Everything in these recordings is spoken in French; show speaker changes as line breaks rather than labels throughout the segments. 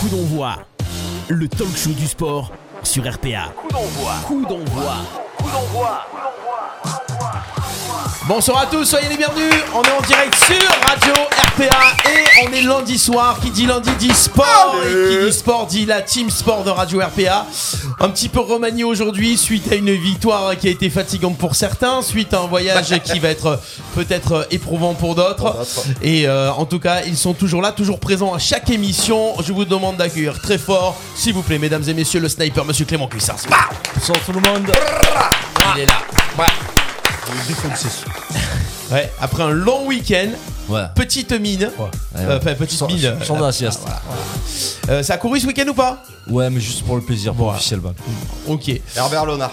Coup d'envoi, le talk show du sport sur RPA. Coup d'envoi. Coup d'envoi.
Bonsoir à tous, soyez les bienvenus. On est en direct sur Radio RPA et on est lundi soir. Qui dit lundi dit sport et qui dit sport dit la team sport de Radio RPA. Un petit peu remanié aujourd'hui suite à une victoire qui a été fatigante pour certains, suite à un voyage qui va être peut-être éprouvant pour d'autres. Et euh, en tout cas, ils sont toujours là, toujours présents à chaque émission. Je vous demande d'accueillir très fort, s'il vous plaît, mesdames et messieurs, le sniper, monsieur Clément Cuissard.
Bonsoir tout le monde.
Il est là. Ouais, après un long week-end,
Ouais.
petite mine.
Ouais,
Euh,
ouais.
enfin, petite mine.
Ils sont dans la sieste.
Euh, ça a couru ce week-end ou pas
Ah, Ouais, mais juste pour le plaisir, pour
Voilà.
officiel. bah.
Ok.
Herbert Lonard.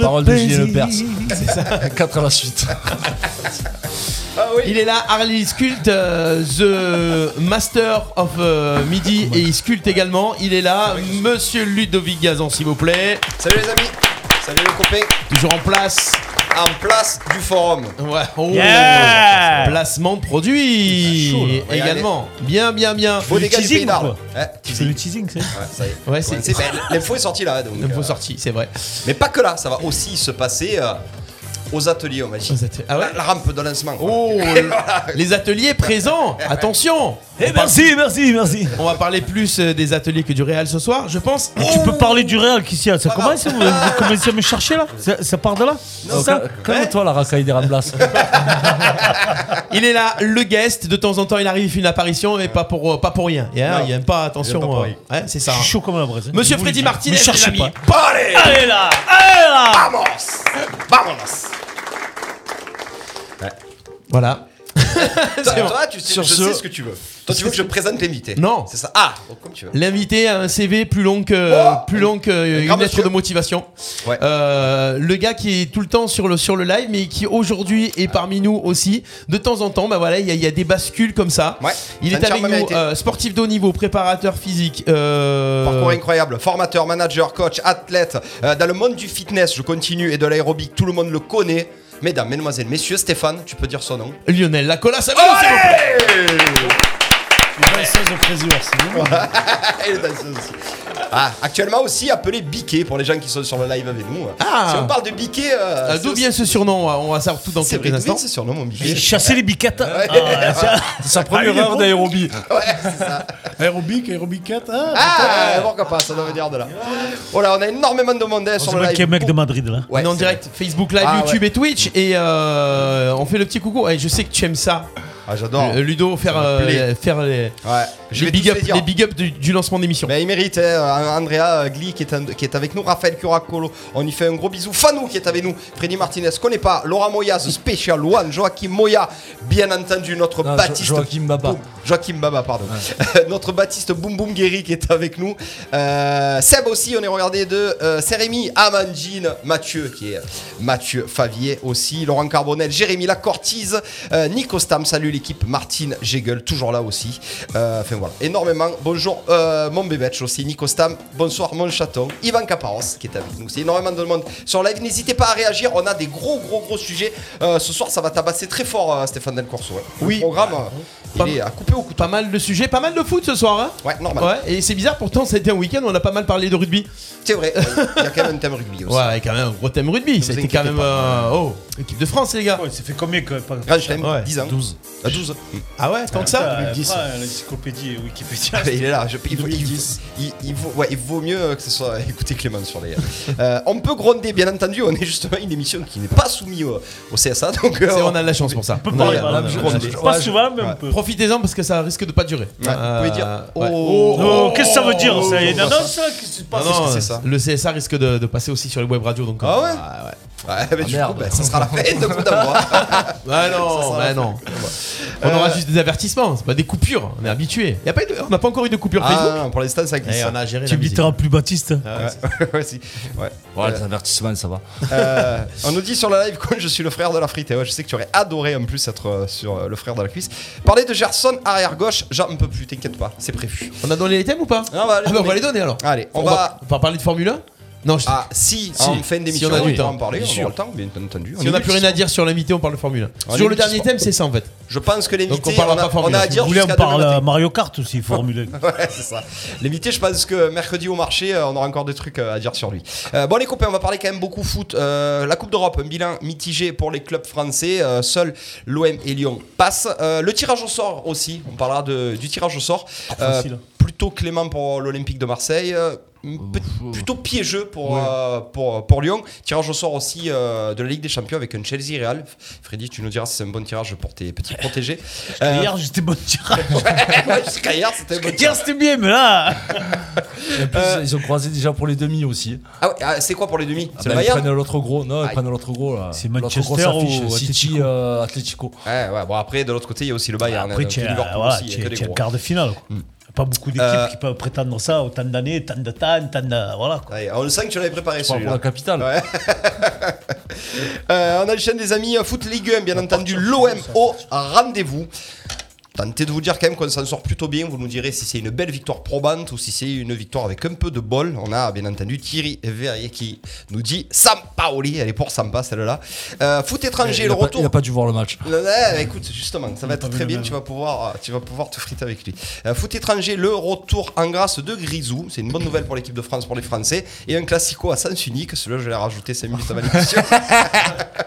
Parole de Julien Lepers. C'est ça. 4 à la suite.
Il est là, Harley il sculpte euh, The Master of euh, Midi et il sculpte également. Il est là, Monsieur Ludovic Gazan, s'il vous plaît.
Salut les amis. Salut les copains.
Toujours en place.
En place du forum.
Ouais. Oh.
Yeah.
Placement de produits
Regardez.
également. Bien, bien, bien.
Beau dégât du
teasing
pays
ou
d'Arles. Ouais,
C'est
teasing.
le teasing, c'est
Ouais, ça y est.
Ouais, c'est.
C'est- ben, L'info est sortie là. Donc,
Une
euh,
fausse sortie, c'est vrai.
Mais pas que là, ça va aussi se passer euh, aux ateliers, on va dire.
Ah ouais
la, la rampe de lancement.
Oh, les ateliers présents. Attention.
Eh merci, merci, merci.
On va parler plus euh, des ateliers que du Real ce soir, je pense.
Tu
Oh,
peux parler du Real qui s'y a. Ça commence, hein, vous, vous commencez à me chercher là ça, ça part de là
Oh,
ça
cal- Calme-toi, la racaille des Ramblas.
Il est là, le guest. De temps en temps, il arrive, il fait une apparition, mais pas pour, euh, pas pour rien. Et, hein,
Non.
il aime pas, attention.
Il aime pas pour
euh, ouais, c'est ça.
Je
hein.
suis chaud comme la braise. hein.
Monsieur
Vous
Freddy
voulez-
Martinez,
me cherchez
les
pas.
amis.
Allez
Allez là Allez là
Vamos Vamos
Voilà.
Toi,
bon.
toi, tu sais,
Sur
je
ce-
sais ce que tu veux. Toi, tu veux que je présente l'invité
Non.
C'est ça. Ah, donc, comme tu veux.
L'invité a un CV plus long que,
Oh
plus long que euh, une
grand
lettre
monsieur.
de motivation.
Ouais.
Euh, le gars qui est tout le temps sur le, sur le live, mais qui aujourd'hui est parmi nous aussi. De temps en temps, bah voilà, il y, a- il y a des bascules comme ça.
Ouais.
Il
Ça
est
ne tient
avec
pas
nous,
mérité.
euh, sportif de haut niveau, préparateur physique. euh,
Parcours incroyable, formateur, manager, coach, athlète. Euh, dans le monde du fitness, je continue, et de l'aérobic, tout le monde le connaît. Mesdames, mesdemoiselles, messieurs, Stéphane, tu peux dire son nom.
Lionel Lacola, ça va s'il vous plaît.
Et les danseuses Eh, ben, aussi. Ah, actuellement aussi appelé Biquet pour les gens qui sont sur le live avec nous.
Ah.
Si on parle de Biquet, euh,
Euh,
c'est
D'où
aussi-
vient ce surnom On va savoir tout dans
c'est
quelques
vrai, d'où vient
instants.
ce surnom, mon Biquet
J'ai chassé les biquettes. hein.
Ah,
C'est sa première heure d'aérobie.
Aérobic, aérobic 4, hein
Ah, pourquoi pas, ça doit venir de là. Voilà, on a énormément de
Oh,
monde hein,
C'est
sur le
moi
live.
qui est mec de Madrid là.
on
Ouais,
est en
c'est
direct Facebook Live,
Ah,
YouTube et Twitch et euh, on fait le petit coucou. Et je sais que tu aimes ça,
vrai. Ah, j'adore.
Euh, Ludo, faire,
me
euh,
plaît.
faire les,
Ouais, je
les
vais
big
tous
up,
les dire.
les big up du, du lancement d'émission.
Mais il mérite, hein, Andrea Gli qui est, un- qui est avec nous, Raphaël Curacolo, on y fait un gros bisou, Fanou qui est avec nous, Freddy Martinez, qu'on n'est pas, Laura Moyaz, Special One, Joachim Moya, bien entendu notre
Non, Ah, Jo-
Baptiste.
Joachim Baba.
Boum- Joachim Baba, pardon. notre Baptiste Boum Boum Guéry qui est avec nous. Euh, Seb aussi, on est regardé de euh, Sérémy, Amandine, Mathieu qui est Mathieu Favier aussi, Laurent Carbonel, Jérémy Lacortise, euh, Nico Stam, salut l'équipe, Martine Jegel, toujours là aussi. Euh, Enfin voilà, énormément. Bonjour euh, mon bébête aussi, Nico Stam, bonsoir mon chaton, Ivan Caparos qui est avec nous. C'est énormément de monde sur live. N'hésitez pas à réagir, on a des gros gros gros sujets. Euh, ce soir ça va tabasser très fort euh, Stéphane Del Corso. hein. Le
Oui.
programme, euh,
Pas-
il est à couper au couteau.
Pas mal de sujets, pas mal de foot ce soir. hein
Ouais, normal.
ouais, et c'est bizarre, pourtant c'était un week-end, on a pas mal parlé de rugby.
C'est vrai, Euh, il y a quand même un thème rugby aussi.
Ouais, et quand même un gros thème rugby. C'était
inquiétez
quand même. euh, oh, équipe de France, les gars.
Ouais, ça fait combien que. pas-
Grand chelem,
Ouais.
10 ans.
12.
À 12.
Ah ouais, tant que ça
Après,
2010.
euh, L'encyclopédie et Wikipédia.
Ah, ben, il est là, je- il, faut- il-
2010.
il- il faut- ouais, il vaut mieux euh, que ce soit écouter Clément sur les. Euh, on peut gronder, bien entendu, on est justement une émission qui n'est pas soumise au, au CSA, donc euh,
C'est- On a de la chance pour ça.
On peut
On a-
parler,
on a-
voilà.
on a-
je-
on a-
je-
Pas
Ouais,
souvent, mais
ouais.
on peut.
Profitez-en parce que ça risque de pas durer. Euh,
Ouais, vous pouvez dire,
ouais.
oh,
Oh, qu'est-ce que ça veut dire ça Il y a une
oh,
annonce là Qu'est-ce qui se passe
Non,
que
non,
c'est ça
le CSA risque de, de passer aussi sur les web radios donc.
Ah
euh,
ouais Ouais, ben, du coup,
merde.
ben, ça sera la peine de coup d'avoir.
Ah non, bah non. Euh. On aura juste des avertissements, c'est pas des coupures, on est habitué. Y a pas eu de- on n'a pas encore eu de coupure Facebook.
Ah, pour l'instant, ça glisse.
Eh, on a géré
Tu
la musique.
inviteras plus Baptiste
Ouais, ouais, si. Ouais.
Ouais, les avertissements, ça va.
Euh, on nous dit sur la live que je suis le frère de la frite. Et ouais, je sais que tu aurais adoré en plus être euh, sur euh, le frère de la cuisse. Parler de Gerson arrière gauche, j'en peux plus, t'inquiète pas, c'est prévu.
On a donné les thèmes ou pas
Non, on va les
Ah bah, on va
donner.
les donner alors.
Allez, on va-
on va parler de Formule 1 Non, je-
Ah, si,
Si,
en fin d'émission,
si on a du
pourra
temps.
en parler,
Bien
on
sûr.
aura le temps, bien entendu.
Si on n'a plus rien à
dire.
dire sur l'invité, on parle de Formule 1.
On
Sur le
est
dernier
multisport.
thème, c'est ça en fait.
Je pense que l'invité,
Donc on parlera
on, a-
pas Formule
on
un.
a à
Vous
Ah, dire
voulez, on
jusqu'à
parle euh,
demain
à
matin.
Mario Kart aussi, Formule 1.
Ouais, c'est ça. L'invité, je pense que mercredi au marché, euh, on aura encore des trucs euh, à dire sur lui. Euh, bon, les copains, on va parler quand même beaucoup foot. Euh, la Coupe d'Europe, un bilan mitigé pour les clubs français. Euh, Seuls l'OM et Lyon passent. Euh, le tirage au sort aussi. On parlera de- du tirage au sort. Euh,
facile.
plutôt clément pour l'Olympique de Marseille. euh, pe- plutôt piégeux pour, euh, pour, pour Lyon. Tirage au sort aussi euh, de la Ligue des Champions avec un Chelsea Real. Freddy, tu nous diras si c'est un bon tirage pour tes petits protégés. Euh,
Hier, j'étais bon tirage.
ouais, jusqu'à hier, c'était un bon tirage.
Hier, c'était bien, mais là.
Et en plus, ils ont croisé déjà pour les demi aussi.
Ah ouais, ah, c'est quoi pour les demi C'est
Bah,
le
ils
Bayern
prennent l'autre gros. Non, ils
Aïe.
prennent l'autre gros là.
C'est
L'autre gros
Manchester
s'affiche,
ou
City,
Atlético
euh, Atlético.
Ouais, ouais, bon après, de l'autre côté, il y a aussi le Bayern.
Après,
hein,
tu
puis
as,
Liverpool
voilà,
aussi, il y a
tu
que
as-
des
tu as
gros. Hmm.
quart de finale. quoi. Pas beaucoup d'équipes
Euh,
qui peuvent prétendre ça autant d'années, tant de temps, tant de. Voilà quoi.
Ouais, on le sent que tu l'avais préparé
Pour
celui-là.
la capitale.
Euh, on a chaîne des amis euh, Foot Ligue 1, bien entendu. L'OM au rendez-vous. Tentez de vous dire quand même qu'on s'en sort plutôt bien. Vous nous direz si c'est une belle victoire probante ou si c'est une victoire avec un peu de bol. On a bien entendu Thierry Verrier qui nous dit Sampaoli. Elle est pour Sampa celle-là. Euh, foot étranger,
il,
le
a pas,
retour.
il a pas dû voir le match.
Non, non, mais eh, bah, écoute, justement, ça va être
pas vu
très
le
bien.
même.
Tu vas pouvoir, euh, tu vas pouvoir te friter avec lui. Euh, foot étranger, le retour en grâce de Grisou. C'est une bonne nouvelle pour l'équipe de France, pour les Français. Et un classico à sens unique. Celui-là, je l'ai rajouté 5 minutes avant l'émission.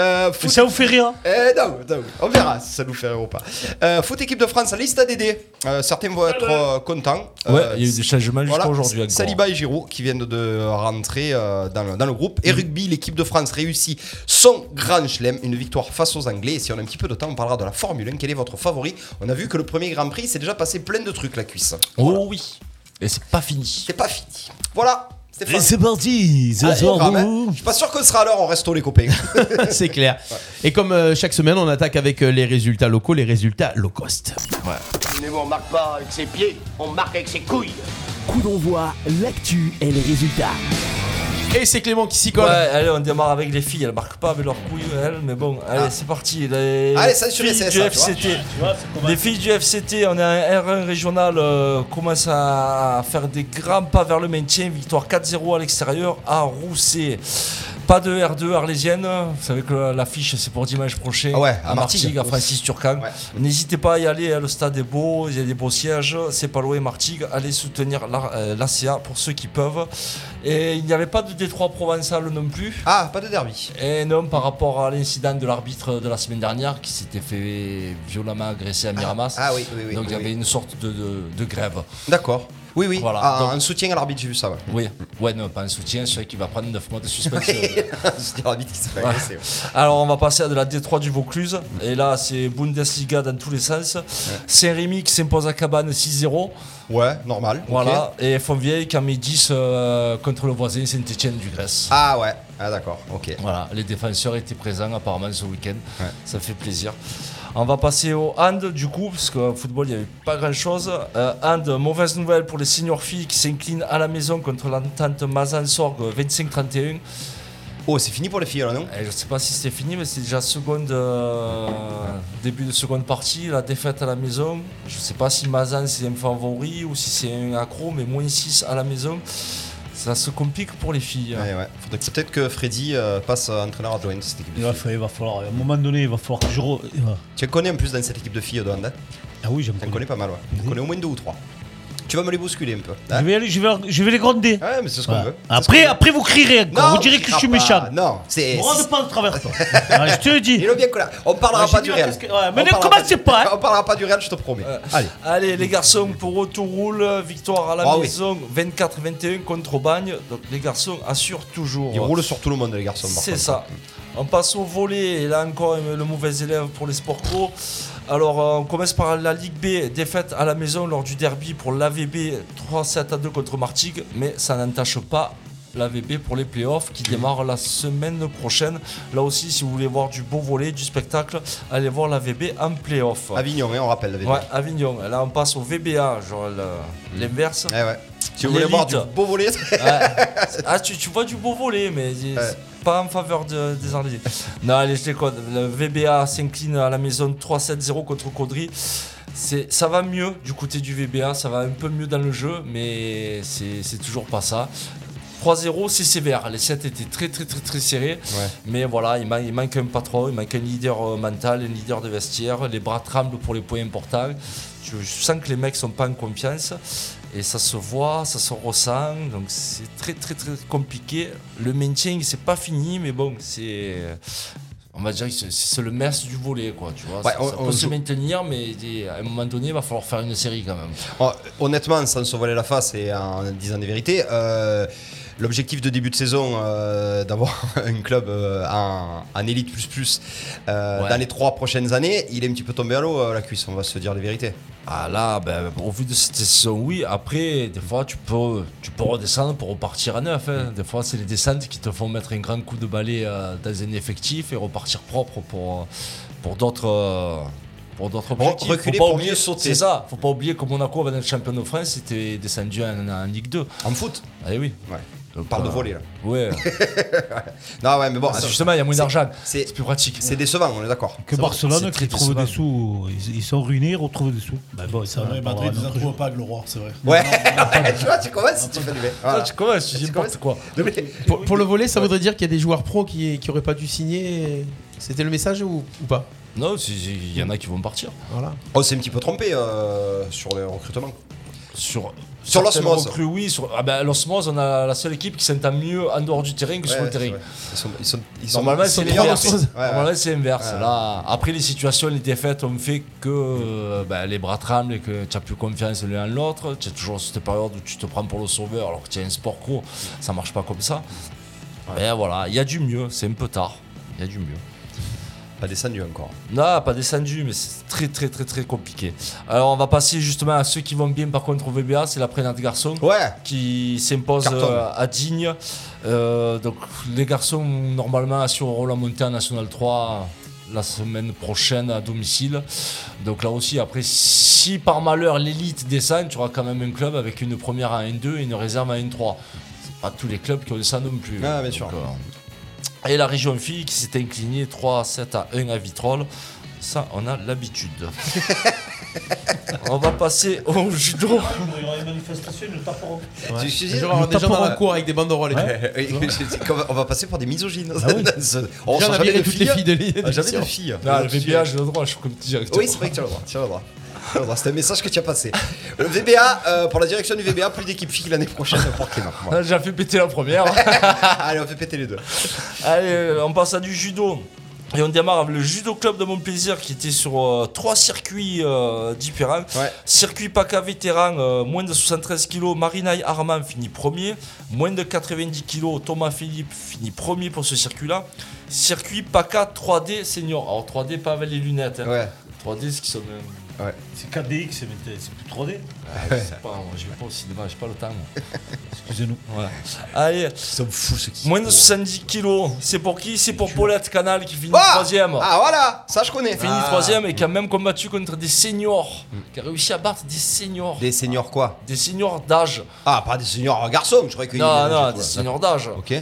euh, foot...
Ça vous fait rire
hein
Eh, non, non, on verra si ça nous fait rire ou pas. Euh, foot équipe de France, liste ADD. Euh, certains vont être euh, contents.
Ouais,
Euh,
il y a eu des changements
voilà,
jusqu'à aujourd'hui. hein, encore.
Saliba et Giroud qui viennent de rentrer euh, dans, le, dans le groupe.
Mm.
Et rugby, l'équipe de France réussit son grand chelem, une victoire face aux Anglais. Et si on a un petit peu de temps, on parlera de la Formule 1. Quel est votre favori On a vu que le premier Grand Prix s'est déjà passé plein de trucs, la cuisse.
Oh oui. Et c'est pas fini.
C'est pas fini. Voilà, Stéphane.
parti Ce
Allez, programme, hein. Je suis pas sûr qu'on sera à l'heure en resto, les copains.
C'est clair. Et comme euh, chaque semaine, on attaque avec euh, les résultats locaux, les résultats low cost.
Mais bon, on marque pas avec ses pieds, on marque avec ses couilles.
Coup d'envoi, l'actu et les résultats.
Et c'est Clément qui s'y
Ouais,
colle.
allez, on démarre avec les filles. Elles marquent pas avec leurs couilles, elles, mais bon, allez, c'est parti. Les
Allez, censurez
filles
CSA,
du
tu vois.
FCT. Les filles du FCT, on est un R1 régional, euh, commence à faire des grands pas vers le maintien. Victoire 4-0 à l'extérieur à Rousset. Pas de R2 arlésienne, vous savez que l'affiche c'est pour dimanche prochain
Ah ouais, à
à Martigues,
Martigues.
à Francis Turcan.
Ouais.
N'hésitez pas à y aller, hein, le stade est beau, il y a des beaux sièges, c'est pas loin Martigues, allez soutenir la- euh, l'ACA pour ceux qui peuvent. Et il n'y avait pas de Détroit provençal non plus.
Ah, pas de derby.
Et non, par rapport à l'incident de l'arbitre de la semaine dernière qui s'était fait violemment agresser à Miramas.
Ah oui, oui, oui.
Donc il
oui,
y avait
oui.
une sorte de, de- de grève.
D'accord. Oui, oui.
Voilà,
Ah,
donc-
Un soutien à l'arbitre, j'ai vu ça. ouais.
Oui, ouais, non, pas un soutien, celui qui va prendre 9 mois de suspension.
Un soutien à l'arbitre qui s'est fait
Euh. Ouais.
agresser, ouais.
Alors on va passer à de la Détroit du Vaucluse. Et là, c'est Bundesliga dans tous les sens. Saint-Rémy qui s'impose à Cabane 6-0.
Ouais, normal. ok.
Voilà. Et Fontvieille qui en met 10 euh, contre le voisin Saint-Etienne du Grèce.
Ah ouais, ah d'accord, ok.
Voilà, les défenseurs étaient présents apparemment ce week-end.
Ouais.
Ça fait plaisir. On va passer au hand du coup, parce qu'en football il n'y avait pas grand chose. hand, mauvaise nouvelle pour les seniors filles qui s'inclinent à la maison contre l'entente Mazan-Sorgue 25-31.
Oh, c'est fini pour les filles là, non
Et Eh, Je ne sais pas si c'est fini, mais c'est déjà seconde, euh, début de seconde partie, la défaite à la maison. Je ne sais pas si Mazan c'est un favori ou si c'est un accro, mais moins 6 à la maison, ça se complique pour les
Eh
filles.
Ouais, ouais. Faudrait que- peut-être que Freddy euh, passe euh, entraîneur adjoint de cette équipe de
Il va,
filles.
falloir, il va falloir, à un moment donné, il va falloir que je. re- il va-
Tu en connais en plus dans cette équipe de filles de hand. hein
Ah oui, j'aime
Tu en connais pas mal, ouais. Tu en connais au moins deux ou trois. Tu vas me les bousculer un peu. hein Ah,
Je vais, aller- je, vais, leur- je vais les gronder.
ouais, mais c'est ce qu'on
Voilà.
veut. C'est ce
Bah, Après,
qu'on veut.
après, vous crierez encore.
Non,
vous direz que je
criera
suis
pas.
méchant.
Non, c'est.
Vous rentre pas de travers, toi. Ah, je te le dis.
Il est bien collé. On parlera
Ah, j'ai
pas
dit
du
la
Real.
casquette. Ouais, mais
On
ne
parlera
commencez
du-
pas, hein.
On parlera pas du Real, je te promets.
Euh,
Allez.
Allez, les garçons, pour eux, tout roule. Victoire à la
Ah oui.
maison, 24-21 contre Bagne. Donc les garçons assurent toujours.
Ils roulent sur tout le monde, les garçons. par
C'est
contre.
ça. On passe au volet. Et là encore, euh, le mauvais élève pour les sports co. Alors, euh, on commence par la Ligue B. Défaite à la maison lors du derby pour l'AVB 3-7 à 2 contre Martigues. Mais ça n'entache pas l'AVB pour les playoffs qui démarrent la semaine prochaine. Là aussi, si vous voulez voir du beau volet, du spectacle, allez voir l'AVB en playoff.
Avignon, hein, on rappelle la vérité.
Ouais, Avignon. Là, on passe au VBA, genre le- l'inverse.
Eh Ouais, ouais. Si vous voulez voir du
L'élite.
beau volet,
Ouais. Ah, tu, tu vois du beau volet, mais c'est
Ouais.
pas en faveur de- des Arlésiens. non, allez, je déconne. Le VBA s'incline à la maison 3-7-0 contre Caudry. C'est, ça va mieux du côté du VBA, ça va un peu mieux dans le jeu, mais c'est, c'est toujours pas ça. 3-0, c'est sévère. Les 7 étaient très très très très serrés. Mais voilà, il, man- il manque un patron, il manque un leader euh, mental, un leader de vestiaire. Les bras tremblent pour les points importants. Je, je sens que les mecs sont pas en confiance. Et ça se voit, ça se ressent. Donc c'est très très très compliqué. Le maintien, c'est pas fini, mais bon, c'est. On va dire que c'est- c'est le mess du volet, quoi. Tu vois,
Ouais,
ça,
on-
ça
on
peut se
joue-
maintenir, mais des- à un moment donné, il va falloir faire une série quand même.
Oh, honnêtement, sans se voiler la face et en disant des vérités, euh, l'objectif de début de saison euh, d'avoir un club euh, en, en élite plus plus euh,
Ouais.
dans les trois prochaines années, il est un petit peu tombé à l'eau euh, la cuisse, on va se dire les vérités.
Ah là, ben, au vu de cette saison, oui. Après, des fois, tu peux, tu peux redescendre pour repartir à neuf. hein. Des fois, c'est les descentes qui te font mettre un grand coup de balai euh, dans un effectif et repartir propre pour, euh, pour d'autres. euh, pour d'autres objectifs. Faut
reculer
pas
pour
oublier-
mieux sauter.
C'est ça. Faut pas oublier que Monaco, avant d'être champion de France, c'était descendu en, en Ligue 2.
En foot
Ah oui.
Ouais.
On
Parle de voler là.
Ouais.
Non, ouais, mais bon, attends,
Justement, il y a moins d'argent.
Ah, c'est-
C'est plus pratique.
c'est décevant, on est d'accord.
Que Barcelone,
très
qui trouve
décevant.
des sous, ils, ils sont ruinés, ils retrouvent des sous. Bah bon,
C'est
ça
vrai,
on parlera
Madrid,
d'un
ils
autre
incroient
jour.
pas Gloire, c'est vrai.
Ouais, tu vois, tu commences, tu fais du bien. Voilà.
Ah, tu commences, tu dis
Tu
n'importe quoi.
Pour, pour le volet, ça voudrait dire qu'il y a des joueurs pros qui, qui auraient pas dû signer. C'était le message ou, ou pas
Non, c'est- c'est- il y en a qui vont partir.
Voilà.
On s'est Oh, un petit peu trompé euh, sur le recrutement.
Sur,
Sur
certaines
l'osmose.
recrues, oui, sur ah ben, l'osmose, on a la seule équipe qui s'entend mieux en dehors du terrain que sur le
Ouais, c'est
terrain.
vrai. Ils sont, ils sont, ils sont-
Normalement,
ils sont
c'est
meilleurs.
l'inverse.
Ouais, ouais.
Normalement, c'est l'inverse.
Ouais.
Là, après, les situations, les défaites ont fait que euh, ben, les bras tremblent et que tu n'as plus confiance l'un en l'autre. Tu as toujours cette période où tu te prends pour le sauveur alors que tu as un sport court. Ça marche pas comme ça. Mais voilà, il y a du mieux. C'est un peu tard. Il y a du mieux.
Pas descendu encore.
Non, pas descendu, mais c'est très très très très compliqué. Alors on va passer justement à ceux qui vont bien par contre au VBA, c'est la prénate garçon
Ouais.
qui s'impose
Carton.
euh, à Digne. Euh, donc les garçons normalement assureront la montée en National 3 la semaine prochaine à domicile. Donc là aussi, après, si par malheur l'élite descend, tu auras quand même un club avec une première à 1-2 et une réserve à 1-3. C'est pas tous les clubs qui ont ça non plus.
Ah, bien
Donc,
sûr.
euh, Et la région fille qui s'est inclinée 3-7 à 1 à Vitrolles. Ça, on a l'habitude. on va passer au judo.
Il y aura une manifestation, ils nous taperont.
Tu- tu-
Un jour, avoir
Nous
des gens dans la
taperons.
cour avec des banderoles. et tout.
Euh, oui, je dis qu'on va- on va passer pour des misogynes.
oui.
Dans ce- Bah
Déjà,
on
on
reçoit
a
jamais
viré
de
toutes les filles de
On
l'île.
reçoit jamais de filles.
Non, Ah, le
Tu-
VBA, j'ai le droit, je suis comme directeur.
Oui, c'est vrai que tu as le droit. Tu as le droit. Tu as le droit, C'est un message que tu as passé. Le VBA, euh, pour la direction du VBA, plus d'équipe fille l'année prochaine pour Clément.
On
Voilà.
a déjà fait péter la première.
Allez, on fait péter les deux.
Allez, euh, on passe à du judo. Et on démarre avec le Judo Club de Montplaisir qui était sur euh, trois circuits euh, différents.
Ouais.
Circuit PACA vétéran, euh, moins de 73 kg, Marinaï Armand finit premier. Moins de 90 kg, Thomas Philippe finit premier pour ce circuit-là. Circuit PACA 3D senior. Alors 3D, pas avec les lunettes. hein.
Ouais.
3D, ce qui sont. euh,
C'est 4DX, c'est c'est plus 3D.
je sais pas, moi, je vais pas au cinéma, j'ai pas le temps. moi.
Excusez-nous.
Voilà. Allez,
Ils sont fous ceux qui.
Moins de 70 kilos, c'est pour qui C'est pour Paulette Canal qui finit
Ah
troisième.
Ah voilà, ça je connais.
Finit troisième et qui a même combattu contre des seniors. Qui a réussi à battre des seniors. Des,
Ah. Des seniors quoi
seniors d'âge.
Ah, pas des seniors garçons, je croyais qu'il y
Non,
avait
non,
tout,
des
là.
seniors d'âge.
Ok.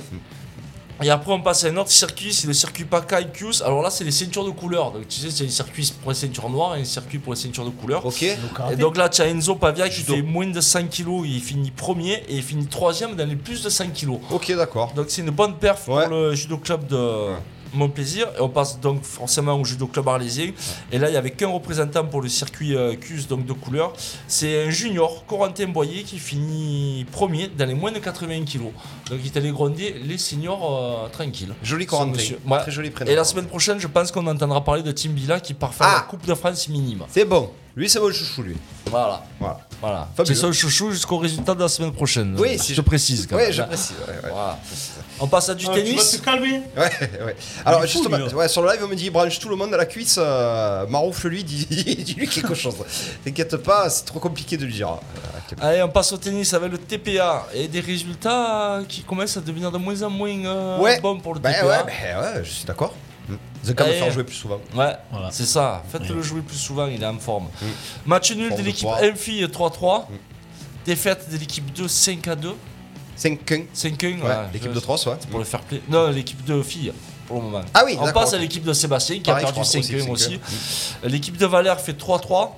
Et après, on passe à un autre circuit, c'est le circuit PACA IQs. Alors là, c'est les ceintures de couleur. Donc tu sais, c'est un circuit pour les ceintures noires et un circuit pour les ceintures de couleur.
Ok.
Et donc là, tu as Enzo Pavia qui
Judo.
fait moins de 100 kilos. Il finit premier et il finit troisième dans les plus de 100 kilos.
Ok, d'accord.
Donc c'est une bonne perf
Ouais.
pour le judo club de Mon Plaisir. Et on passe donc forcément au judo club arlésien. Et là, il n'y avait qu'un représentant pour le circuit euh, CUS, donc de couleur. C'est un junior, Corentin Boyer, qui finit premier dans les moins de 81 kilos. Donc il est allé gronder les seniors euh, tranquilles.
Joli
Ce
Corentin.
monsieur. Ouais.
Très joli prénom.
Et la semaine prochaine, je pense qu'on entendra parler de Tim Villa qui part faire
Ah.
la Coupe de France minime.
C'est bon. Lui, c'est mon chouchou, lui.
Voilà.
Voilà.
voilà.
Fabuleux.
C'est son chouchou jusqu'au résultat de la semaine prochaine.
Oui, si
je
je-
te précise quand
ouais,
même.
je précise. ouais, ouais.
Voilà. On passe à du
Ah, Tu vas
tennis.
te calmer
Ouais, ouais. Alors,
Il est fou,
justement,
lui, là.
ouais, sur le live, on me dit il branche tout le monde à la cuisse. euh, Maroufle-lui, dis- dis-lui quelque chose. T'inquiète pas, c'est trop compliqué de lui dire. Euh, Clément.
Allez, on passe au tennis avec le TPA et des résultats qui commencent à devenir de moins en moins euh,
Ouais.
bons pour le
Bah,
TPA.
ouais, bah, ouais, je suis d'accord. Mm. The Cam
Ouais.
faire jouer plus souvent.
Ouais,
Voilà.
c'est ça. Faites-le jouer plus souvent, il est en forme.
Mm.
Match nul
Forme
de
de
l'équipe
poids.
Elfi 3-3. Défaite de l'équipe 2 5 à 2.
5-1.
5-1.
Ouais, l'équipe de Tross, ouais.
Pour le fair play. Non, l'équipe de filles pour le moment.
Ah oui,
On
d'accord,
passe à
ok.
l'équipe de Sébastien qui
Pareil,
a
je
perdu
crois, aussi,
5-1 aussi.
5-1.
L'équipe de Valère fait 3-3.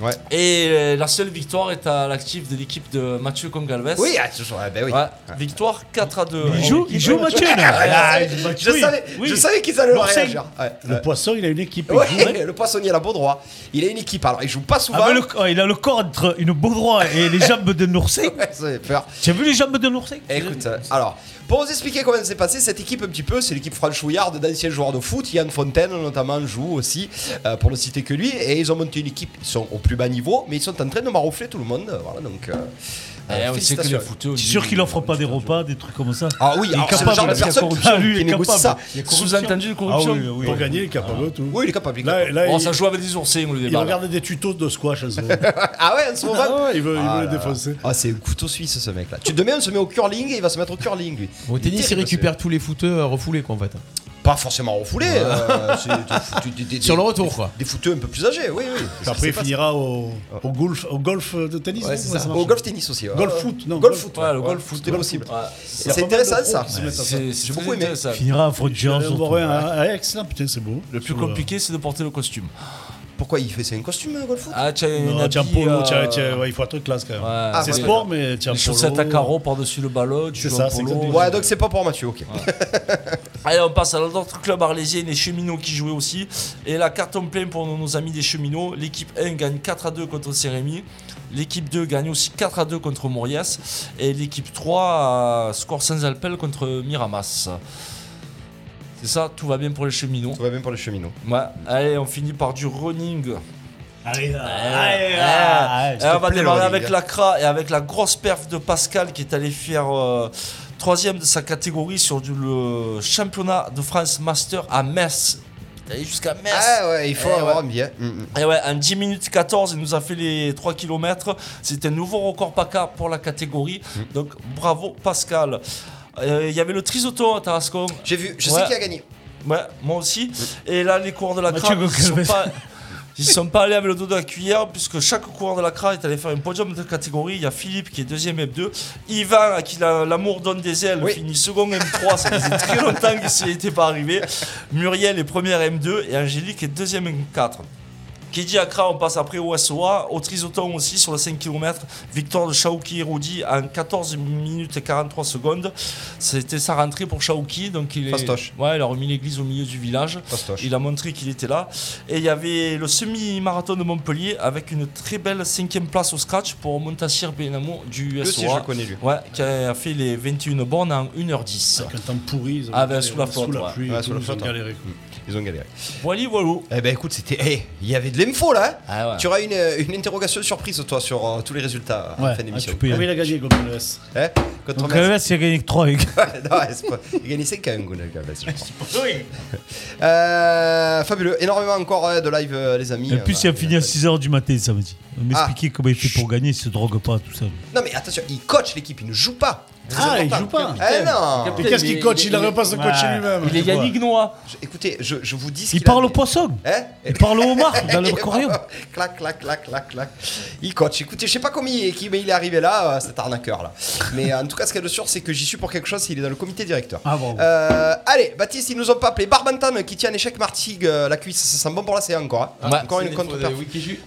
Ouais.
Et euh, la seule victoire est à l'actif de l'équipe de Mathieu Congalves.
Oui, ah, toujours. ah, ben oui.
Ouais, Victoire 4 à 2.
Il joue, il joue Mathieu là.
Ah, je,
oui,
savais,
oui.
je savais qu'ils allaient le
Marseille.
réagir. Ouais,
Le
ouais.
poisson, il a une équipe. il joue,
Ouais, le poissonnier à la Baudroie. Il a une équipe. Alors, il joue pas
Ah,
souvent.
mais le- oh, il a le corps entre une baudroie et les jambes d'un oursin.
Ouais, ça fait peur.
Tu as vu les jambes d'un oursin
Eh, Écoute, euh, alors, pour vous expliquer comment s'est passé cette équipe un petit peu, c'est l'équipe franchouillarde d'anciens joueurs de foot. Yann Fontaine, notamment, joue aussi, euh, pour ne citer que lui. Et ils ont monté une équipe, ils sont au plus bas niveau, mais ils sont en train de maroufler tout le monde. euh, Voilà, donc. euh,
Eh,
euh,
on sait que
félicitations.
les footeux.
Je suis sûr qu'il offre pas des repas, des trucs comme ça.
Ah oui,
Il est
alors, c'est le
capable,
genre de
parce qu'il y a
personne
corruption,
qui
lui, il est
négocie
capable.
ça.
Sous-entendu
Ah
corruption.
oui, oui.
Pour gagner, il est capable de tout.
Oui, il est capable. il est
Là,
capable.
là,
Bon,
il,
Oh, ça joue avec des oursins, le
il
débat. là.
regarde des tutos de squash à ce
Ah ouais, en ce moment.
moment. Il veut, il
Ah là
veut le
là.
défoncer.
Ah, c'est le couteau suisse ce mec là. Tu demain on se met au curling et il va se mettre au curling lui.
Au tennis, il
terrible,
récupère tous les footeux euh, refoulés, quoi, en fait.
Pas forcément refoulé. euh, c'est des foutus- des- des-
Sur le
des-
retour, quoi.
Des fouteux un peu plus âgés, oui, oui.
Puis après, il finira au, au, golf, au golf de tennis.
Ouais,
non
c'est
Comment
ça.
marche
Au golf tennis aussi. ouais.
Golf foot, non,
Golf
golf-
foot.
Ouais, le golf foot.
C'était
golf
possible.
Ouais,
Il y a
C'est
pas mal de
intéressant
pros
ça.
qui se mettent à ça.
C'est c'est
beaucoup
très
aimé.
intéressant.
Il finira à Front
Je vais
Jean,
aller en
surtout.
voir un hein. à à Aix, là, putain, c'est beau.
Le plus
Sur,
compliqué, c'est de porter le costume.
Pourquoi il fait C'est un costume un golf foot
Ah, tiens,
euh,
une
Non, tiens,
habille,
polo,
euh,
tiens, tiens, ouais, il faut un truc classe quand même.
Ouais.
c'est
Ah, ouais.
sport, mais tiens,
Une
polo.
chaussette à carreaux par-dessus le ballot, tu
C'est
joues
ça,
en
c'est
polo.
exactement.
Ouais, donc c'est pas pour Mathieu, ok.
Allez, on passe à l'autre club arlésien, les cheminots qui jouaient aussi. Et la carton plein pour nos- nos amis des cheminots. L'équipe 1 gagne 4 à 2 contre Sérémy. L'équipe 2 gagne aussi 4 à 2 contre Morias. Et l'équipe 3 euh, score sans appel contre Miramas. C'est ça, tout va bien pour les cheminots.
Tout va bien pour les cheminots.
Ouais. Allez, on finit par du running.
Allez,
Eh,
allez,
eh,
allez.
on va
plaît,
démarrer
Laurie.
avec l'ACRA et avec la grosse perf de Pascal qui est allé faire euh, troisième de sa catégorie sur du- le championnat de France Master à Metz. Il est allé jusqu'à Metz.
Ah ouais, il faut
Eh,
avoir
ouais.
un billet. Mm, mm.
Et ouais, en 10 minutes 14, il nous a fait les 3 km. C'était un nouveau record PACA pour la catégorie.
Mm.
Donc bravo Pascal. Euh, Il y avait le trisoton à Tarascon.
J'ai vu, je
Ouais.
sais qui a gagné.
Ouais, moi aussi. Et là, les coureurs de la
Mathieu
CRA, ils
Goncalves.
sont pas. Ils sont pas allés avec le dos de la cuillère puisque chaque coureur de la CRA est allé faire une podium de catégorie. Il y a Philippe qui est deuxième M2, Yvan à qui la- l'amour donne des ailes
Oui.
finit second M3, ça faisait très longtemps que ça n'y était pas arrivé. Muriel est première M2 et Angélique est deuxième M4. Qui dit Accra, on passe après au SOA. Au Trisoton aussi sur le 5 km. Victoire de Shaoki Hirudi en 14 minutes et 43 secondes. C'était sa rentrée pour Shaoki. Donc il est...
Fastoche.
Ouais, il a remis l'église au milieu du village.
Fastoche.
Il a montré qu'il était là. Et il y avait le semi-marathon de Montpellier avec une très belle cinquième place au scratch pour Montachir Benamou du
Je sais, je
SOA.
le connais lui.
Ouais, qui a fait les 21 bornes en 1h10.
Avec un temps pourri. ils ont
Ah, ben,
été
sous la flotte,
Sous la
ouais.
pluie.
Ouais,
et
sous
tout,
la
ils ont
flotte, hein.
galéré, quoi.
Ils ont galéré.
Voilà, voilà.
Eh ben écoute, c'était. Eh, il y avait de l'info là. hein.
Ah ouais.
Tu auras une, euh, une interrogation surprise toi sur euh, tous les résultats à la
Ouais,
fin d'émission. Hein
tu peux y
Combien
aller.
il a gagné, Gomes
Eh, contre
Donc euh,
Metz.
là, il a gagné que 3 avec.
non, c'est pas... Il gagnait 5 quand même, Gunnar Gavlas, je crois. Euh, fabuleux, énormément encore euh, de live, euh, les amis.
Et
Euh,
puis, il a
bah,
fini
euh,
à 6h du matin samedi. M'expliquer comment il fait
Chut.
pour gagner, il se drogue pas, tout ça.
Non, mais attention, il coach l'équipe, il ne joue pas. Très
Ah, il
important.
joue pas.
Eh non
Et qu'est-ce qu'il coach Il n'arrive pas à se coacher
Ouais.
lui-même.
Il est Yannick Noah.
Je- Écoutez, je, je vous dis ce
Il
qu'il a
parle
dit.
au poisson.
Hein
Il parle au homard dans l'aquarium.
clac, clac, clac, clac, clac. Il coach. Écoutez, je sais pas comment il, qui- mais il est arrivé là, euh, cet arnaqueur là. Mais euh, en tout cas, ce qu'il y a de sûr, c'est que j'y suis pour quelque chose, il est dans le comité directeur.
Ah, bravo.
Euh, allez, Baptiste, ils nous ont pas appelé. Barbantan qui tient un échec Martigues, euh, la cuisse, ça sent bon pour la séance encore. hein.
Bah,
Ouais.
encore une contre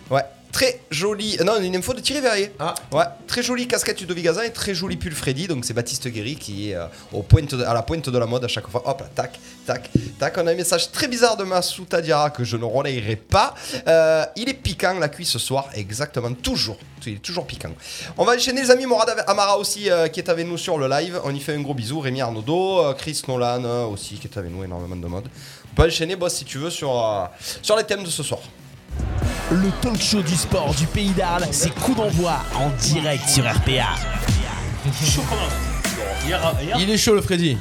Ouais. Très jolie. euh, Non, une info de Thierry Verrier.
Ah.
Ouais. Très jolie casquette Udo Vigazin et très joli pull Freddy. Donc c'est Baptiste Guéry qui est euh, au pointe de- à la pointe de la mode à chaque fois. Hop là, tac, tac, tac. On a un message très bizarre de Masuta Diarra que je ne relayerai pas. Euh, il est piquant la cuisse ce soir. Exactement. Toujours. Il est toujours piquant. On va enchaîner les amis. Morad Ave- Amara aussi euh, qui est avec nous sur le live. On y fait un gros bisou. Rémi Arnaudot, euh, Chris Nolan euh, aussi qui est avec nous. Énormément de mode. On peut enchaîner, boss, si tu veux, sur, euh, sur les thèmes de ce soir.
Le talk show du sport du pays d'Arles, c'est coup d'envoi en direct sur RPA.
Hier, hier,
Il est chaud, le Freddy.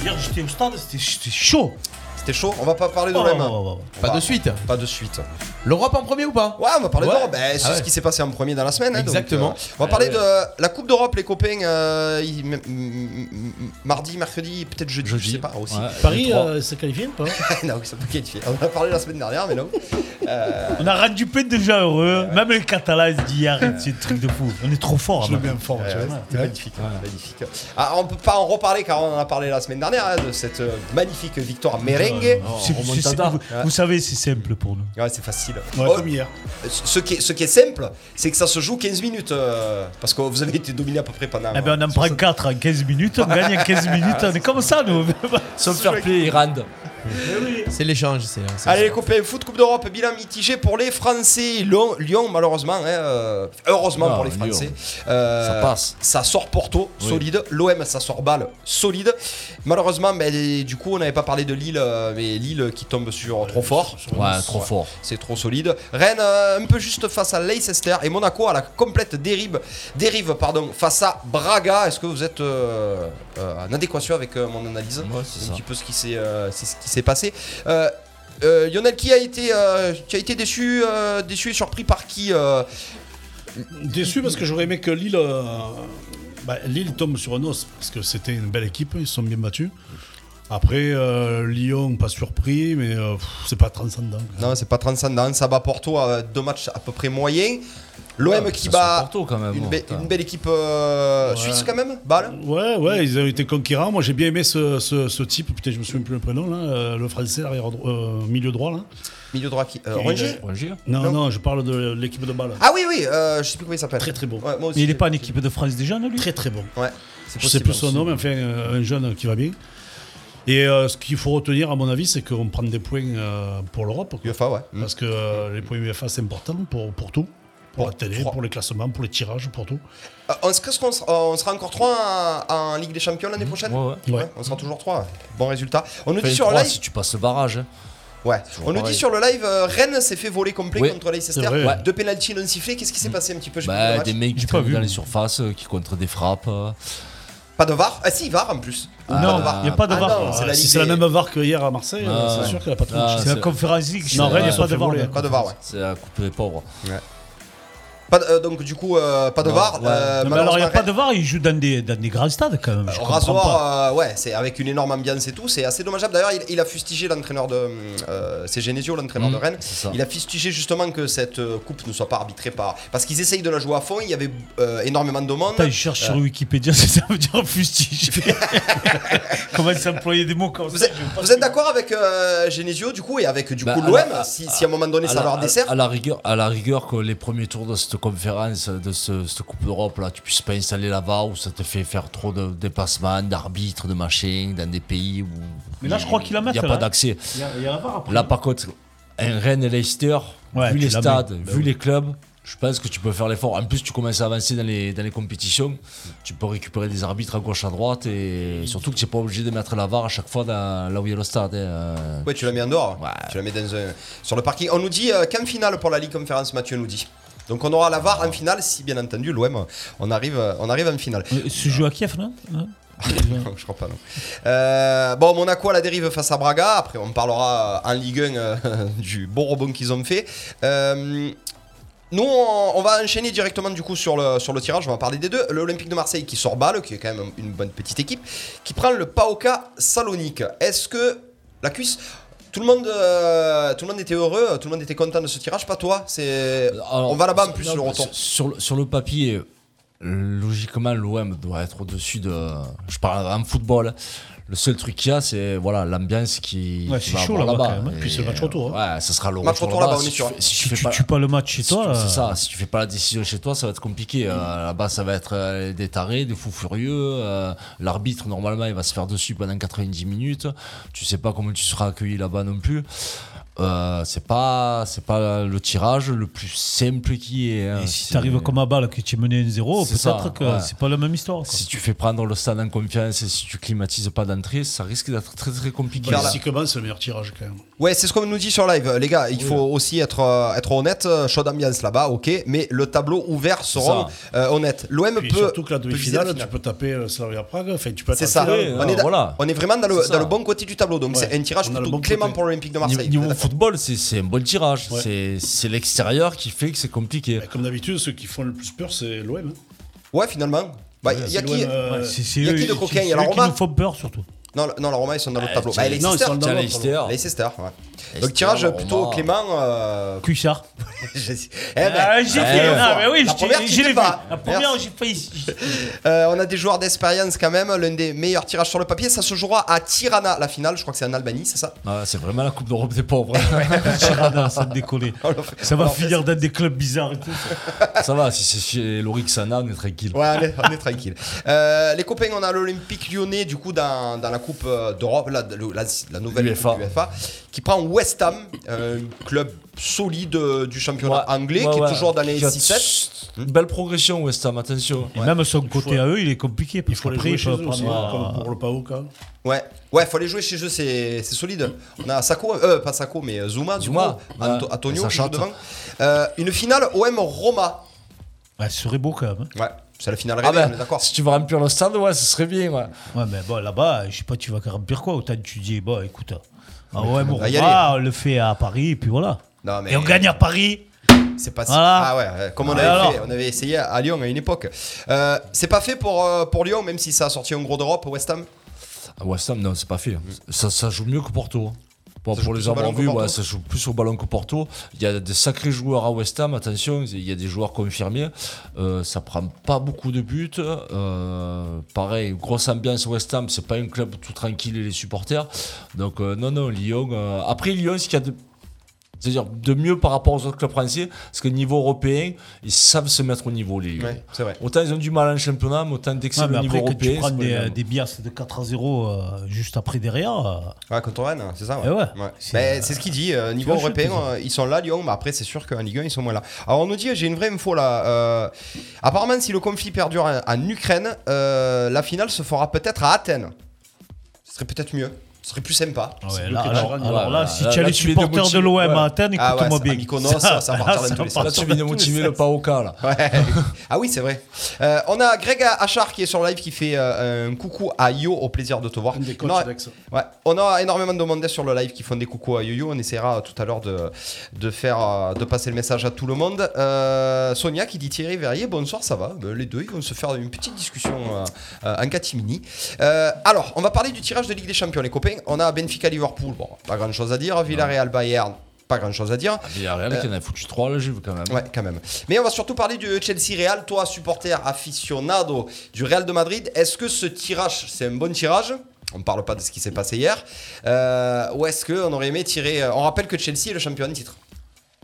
hier, j'étais au stade, c'était c'était chaud.
C'était chaud. On va pas parler de
Oh,
l'OM. hein.
oh, oh, oh.
Pas
Bah.
de suite.
Pas de suite.
L'Europe en premier ou pas
Ouais, on va parler
Ouais.
d'Europe. Ben, c'est
Ah ouais.
ce qui s'est passé en premier dans la semaine. hein, donc,
Exactement.
euh, on va parler de la Coupe d'Europe, les copains. euh, il- m- m- m- mardi, mercredi, peut-être jeudi,
Jeudi.
je sais pas aussi.
Ouais, les
Paris
trois.
euh, s'est qualifié ou pas
non, ça peut qualifier. On en a parlé la semaine dernière, mais non.
On a rendu peine déjà heureux. Même les Catalans ils se disent arrête, c'est un truc de fou. On est trop fort.
Je le mets en forme, tu
Euh,
vois.
c'était magnifique, magnifique. Ah, on peut pas en reparler car on en a parlé la semaine dernière hein, de cette euh, magnifique victoire merengue.
C'est- c'est- c'est- vous, vous savez, c'est simple pour nous.
Ouais, c'est facile. tranquille.
Ouais,
Oh,
comme hier.
ce, qui est, ce qui est simple, c'est que ça se joue 15 minutes. euh, parce que vous avez été dominé à peu près pendant.
Eh ben, on en prend 4 en 15 minutes, on gagne en 15 minutes, on est comme ça, nous.
Sauf fair play, Iran.
C'est l'échange, c'est c'est-
Allez les copains, foot Coupe d'Europe, bilan mitigé pour les Français. Lyon, Lyon, malheureusement, hein, euh, heureusement
Ah,
pour les
Lyon.
Français. Euh,
Ça passe.
Ça sort Porto, solide. L'OM, ça sort Bâle, solide. Malheureusement, ben, du coup, on n'avait pas parlé de Lille, euh, mais Lille qui tombe Euh, sur trop fort.
Ouais, trop fort.
C'est trop solide. Rennes euh, un peu juste face à Leicester et Monaco à la complète dérive, dérive pardon, face à Braga. Est-ce que vous êtes euh, euh, en adéquation avec euh, mon analyse
Ouais, c'est
un
ça.
petit peu ce qui s'est euh, c'est ce qui s'est passé. Euh, euh, Lionel, qui a été, euh, qui a été déçu, euh, déçu et surpris par qui euh,
Déçu parce que j'aurais aimé que Lille. euh, bah, Lille tombe sur un os parce que c'était une belle équipe, ils se sont bien battus. Après, euh, Lyon, pas surpris, mais euh, pff, c'est pas transcendant.
Non, c'est pas transcendant. Ça bat Porto à deux matchs à peu près moyens. L'OM qui
Ça
bat
sort Porto, quand même.
une,
bon,
be-
putain.
une belle équipe euh, suisse quand même, balle.
Ouais, ouais, ils ont été conquérants. Moi, j'ai bien aimé ce, ce- ce type. Putain, je me souviens plus le prénom, là. euh, le français, l'arrière dro- euh, milieu droit, là.
Milieu droit qui. euh,
Il-
Rongier
Roger.
Non,
Non.
non, je parle de l'équipe de balle.
Ah oui, oui, euh, je sais plus comment il s'appelle.
Très, très bon.
Ouais, moi aussi,
Mais il est
j'ai-
pas en équipe de France déjà, non, lui
Très, très bon.
Ouais, c'est
Je sais
possible,
plus son
aussi.
nom, mais enfin, euh, un jeune qui va bien. Et euh, ce qu'il faut retenir, à mon avis, c'est qu'on prend des points euh, pour l'Europe. quoi.
UEFA, ouais. Mm.
Hmm.
Parce que euh, les points UEFA, c'est important pour, pour tout. Pour la télé,
trois.
pour les classements, pour les tirages, pour tout.
Euh, on, se- qu'est-ce qu'on se- on sera encore 3 en, en Ligue des Champions l'année prochaine
Ouais, ouais.
Ouais.
On sera toujours 3. Bon résultat. On nous
Fais
dit
une
sur le
croix
live.
si tu passes le barrage. hein.
Ouais.
toujours
On nous dit
pareil.
sur le live, euh, Rennes s'est fait voler complet
Oui.
contre Leicester.
C'est vrai.
Ouais.
Deux pénaltys non sifflés. Qu'est-ce qui s'est passé un petit peu J'ai pas vu le
Bah,
match.
des mecs qui
J'ai pas
tombent
vu,
dans les
moi.
surfaces, euh, qui contre des frappes. euh.
Pas de VAR Ah si, VAR en plus.
Ah,
Non,
VAR.
il n'y a pas de
Ah
VAR.
non, c'est
Ah,
la
si
Ligue
c'est la
des-
même VAR que hier à Marseille,
Ah,
euh,
ouais.
c'est sûr qu'elle n'a pas trop de
Ah,
chance.
C'est la
c'est-
Conférence League. je
Non,
sais
Rennes,
pas,
ils
il y a
sont
pas
fait
de VAR,
voler.
là.
Pas de VAR, ouais.
C'est à couper les pauvres.
Pas de- euh, donc du coup, euh, pas de
Non,
VAR.
ouais.
euh,
Non, mais alors, il n'y a
malheureusement,
pas de VAR, ils jouent dans des, dans des grands stades quand même. je comprends pas.
Rasoir, euh, ouais, c'est avec une énorme ambiance et tout, c'est assez dommageable. D'ailleurs, il, il a fustigé l'entraîneur de. euh, c'est Genesio, l'entraîneur
Mm,
de Rennes.
c'est ça.
Il a fustigé justement que cette euh, coupe ne soit pas arbitrée par. Parce qu'ils essayent de la jouer à fond, il y avait euh, énormément de monde.
Putain, je cherche sur Wikipédia, ça veut dire fustige. Comment s'employer des mots comme
Vous
ça
êtes, vous êtes d'accord avec euh, Genesio du coup et avec du
Bah,
coup
à
l'OM
la-
si, si à un moment donné ça
la-
leur dessert
à la rigueur, à la rigueur que les premiers tours de cette conférence, de ce, cette Coupe d'Europe, là, tu puisses pas installer là-bas où ça te fait faire trop de dépassements, d'arbitres, de machines, dans des pays où.
Mais là, je crois qu'ils la mettent,
Il n'y
là,
a pas
hein.
d'accès.
Il y a, il y a un VAR après.
Là, par contre, un Rennes et Leicester,
Ouais,
vu
tu
les
la mets.
stades,
Bah
vu
oui.
les clubs, je pense que tu peux faire l'effort. En plus, tu commences à avancer dans les, dans les compétitions, tu peux récupérer des arbitres à gauche, à droite, et surtout que tu n'es pas obligé de mettre la VAR à chaque fois dans- là où il y a le stade. hein, euh.
Ouais, tu la mets en dehors.
Ouais.
Tu la mets dans un- sur le parking. On nous dit euh, qu'en finale pour la Ligue Conférence, Mathieu nous dit. Donc on aura la VAR en finale si bien entendu l'OM on arrive euh, on arrive en finale.
Euh, Ce jeu à Kiev, non Hein
je crois pas non. Euh, bon Monaco à la dérive face à Braga. Après on parlera euh, en Ligue 1 euh, du bon rebond qu'ils ont fait. Euh, nous, on, on va enchaîner directement du coup sur le, sur le tirage. On va parler des deux. L'Olympique de Marseille qui sort balle, qui est quand même une bonne petite équipe, qui prend le PAOK Salonique. Est-ce que la cuisse tout le, monde, euh, tout le monde était heureux, tout le monde était content de ce tirage, pas toi. C'est
Alors,
on va là-bas en
sur-
plus
non,
sur le retour.
Sur, sur le- sur le papier, logiquement, l'OM doit être au-dessus de. Je parle en football. Le seul truc qu'il y a, c'est voilà l'ambiance qui.
Ouais,
qui
c'est
va
chaud
avoir
là-bas,
là-bas.
quand même, hein. Puis
Et,
c'est le match retour,
Ouais, ça sera le
Match
retour
retour
là-bas.
là-bas, on est
si tu,
sûr. hein.
fais, si tu
Tu
fais pas,
tues pas le match chez
bah, si tu-
toi.
c'est
euh,
ça. Si tu fais pas la décision chez toi, ça va être compliqué. Euh, là-bas, ça va être euh, des tarés, des fous furieux. euh, l'arbitre, normalement, il va se faire dessus pendant 90 minutes. Tu sais pas comment tu seras accueilli là-bas non plus. Euh, c'est pas c'est pas le tirage le plus simple qui est. hein.
Et si
C'est-
t'arrives comme à balle que tu es mené 1-0,
C'est ça,
peut-être que
ouais.
c'est pas la même histoire. quoi.
si tu fais prendre le stade en confiance et si tu climatises pas d'entrée, ça risque d'être très très compliqué.
Vers la-
Statistiquement, c'est le meilleur tirage quand même.
Ouais, c'est ce qu'on nous dit sur live, Euh, les gars. Il faut aussi être, euh, être honnête. euh, Chaud ambiance là-bas, ok. Mais le tableau ouvert sera euh, honnête. L'OM
Puis
peut.
surtout que la
peut viser
demi-finale, tu peux taper euh, Slavia Prague. Enfin, tu peux
C'est
taper,
ça.
euh,
Oui,
on, est
euh,
da-
voilà.
on est vraiment dans
C'est
le,
ça.
dans le bon côté du tableau. Donc
Ouais.
c'est un tirage
On a le
plutôt
bon
clément
côté.
pour l'Olympique de
Ni-
Marseille.
Niveau
D'accord.
football, c'est- c'est un bon tirage.
Ouais.
C'est- C'est l'extérieur qui fait que c'est compliqué.
bah, Comme d'habitude, ceux qui font le plus peur, c'est l'OM. hein.
Ouais, finalement. Bah, Il y a
C'est
qui
l'OM, euh,
Ouais, c'est- c'est
y a
eux-
qui de
c'est-
coquins
c'est
Alors,
eux
on
qui
va-
nous font peur surtout.
Non, la- non, la Roma, ils sont dans l'autre tableau. Bah,
non, ils
Leicester.
sont dans l'autre.
Leicester.
tableau.
Leicester, ouais. Donc, tirage plutôt
Roma.
Clément. euh,
Cuchard.
j'ai- eh ben,
Ah, j'ai
la
fait.
première
Non,
fois.
mais oui,
La
je
première,
t'ai-
tu
je l'ai
sais
vu.
pas.
La première, j'ai failli.
Euh, on a des joueurs d'expérience quand même, l'un des meilleurs tirages sur le papier. Ça se jouera à Tirana, la finale. Je crois que c'est en Albanie, c'est ça
Ah, c'est vraiment la Coupe d'Europe des pauvres.
Tirana, ça me décollait.
On l'a fait-
Ça va
on l'a fait-
finir dans des clubs bizarres et tout.
ça va, si c'est chez Loric Sana, on est tranquille.
Ouais, on est, on est tranquille. Euh, les copains, on a l'Olympique lyonnais, du coup, dans, dans la Coupe euh, d'Europe, la, le- la- la nouvelle
UEFA.
Coupe UEFA, qui prend West Ham, euh, un club solide euh, du championnat
Ouais,
anglais,
ouais,
qui est
ouais.
toujours dans les
Qui a
6-7.
tss- Belle progression, West Ham, attention.
Et même son côté à eux, il est compliqué.
Il
Parce
faut les
qu'après,
jouer
il faut
chez eux aussi, hein, comme
prendre.
pour le PAOK.
Ouais, ouais, faut aller jouer chez eux, c'est c'est solide. On a Sako, euh, pas Sako, mais euh, Zuma, du
Zuma,
coup, Anto-
ouais,
Antonio
ça
qui joue
chante.
devant. Euh, une finale OM Roma.
Ouais, ce serait beau quand même.
Ouais, c'est la finale
Ah
rêvée,
ben,
on est d'accord.
si tu veux remplir le stade, ouais, ce serait bien. Ouais.
hein. Ouais, mais bon, là-bas, je sais pas, tu vas remplir quoi. Autant tu dis, bon, écoute. Ah ouais, bon,
on va y
on le fait à Paris, et puis voilà.
Non, mais
Et on gagne à Paris.
C'est pas si-
Voilà.
Ah ouais, ouais, comme on
Ah,
avait
alors.
fait, on avait essayé à Lyon à une époque. Euh, c'est pas fait pour, euh, pour Lyon, même si ça a sorti un gros d'Europe, West Ham.
Ah, West Ham, non, c'est pas fait. Ça, ça joue mieux que Porto. hein. Bon,
Mm. Ça joue
pour
plus
les
au
avoir
ballon que
vus,
Porto
ouais, ça joue plus au ballon que Porto. Il y a des sacrés joueurs à West Ham, attention, il y a des joueurs confirmés. Euh, ça prend pas beaucoup de buts. Euh, pareil, grosse ambiance West Ham, c'est pas un club tout tranquille et les supporters. Donc, euh, non, non, Lyon. euh, Après, Lyon, ce qu'il y a de. C'est-à-dire de mieux par rapport aux autres clubs français, parce que niveau européen, ils savent se mettre au niveau, les Lyonnais.
c'est vrai.
Autant ils ont du mal en championnat, mais autant dès que c'est
Ouais,
le
mais
niveau
après, que tu
européen.
prends
c'est pas les
des, euh,
euh,
mêmes.
des biasses de 4 à 0 euh, juste après derrière. euh,
Ouais, contre Rennes, c'est ça.
Eh ouais.
Mais
C'est,
C'est
euh,
ce qu'il dit. euh, niveau
vois, je
européen,
le plaisir.
euh, ils sont là, Lyon, mais après, c'est sûr qu'en Ligue 1, ils sont moins là. Alors, on nous dit, j'ai une vraie info là. euh, apparemment, si le conflit perdure en, en Ukraine, euh, la finale se fera peut-être à Athènes. Ce serait peut-être mieux. Ce serait plus sympa.
Ah ouais,
C'est
là,
bloqué
alors,
dans le
alors
rang.
là,
Ouais,
si
là,
tu as
là,
les
tu viens de
supporters de
motiver-
l'OM
ouais.
à Athènes,
Ah ouais,
écoute-moi
ça- à
bien.
Mykonos, ça, ça va partir dans
ça
tous
va
les sens.
Là,
partir
tu viens de
dans tous les
motiver
sens.
le Paoka, là.
Ouais. ah oui, c'est vrai. Euh, on a Greg Achard qui est sur le live qui fait euh, un coucou à Yo, au plaisir de te voir.
Un des
Non,
coachs d'Aix.
Ouais, on a énormément de monde sur le live qui font des coucou à Yo-Yo. On essaiera euh, tout à l'heure de, de faire euh, de passer le message à tout le monde. Euh, Sonia qui dit Thierry Verrier, bonsoir, ça va Ben, Les deux, ils vont se faire une petite discussion euh, euh, en catimini. Euh, alors, on va parler du tirage de Ligue des Champions, les copains. On a Benfica Liverpool, bon, pas grand chose à dire. Villarreal Bayern, pas grand chose à dire.
Villarreal qui en a foutu 3 la Juve quand même.
Ouais, quand même. Mais on va surtout parler du Chelsea Real. Toi, supporter aficionado du Real de Madrid, est-ce que ce tirage, c'est un bon tirage On ne parle pas de ce qui s'est passé hier. Euh, ou est-ce qu'on aurait aimé tirer. euh, On rappelle que Chelsea est le champion en titre.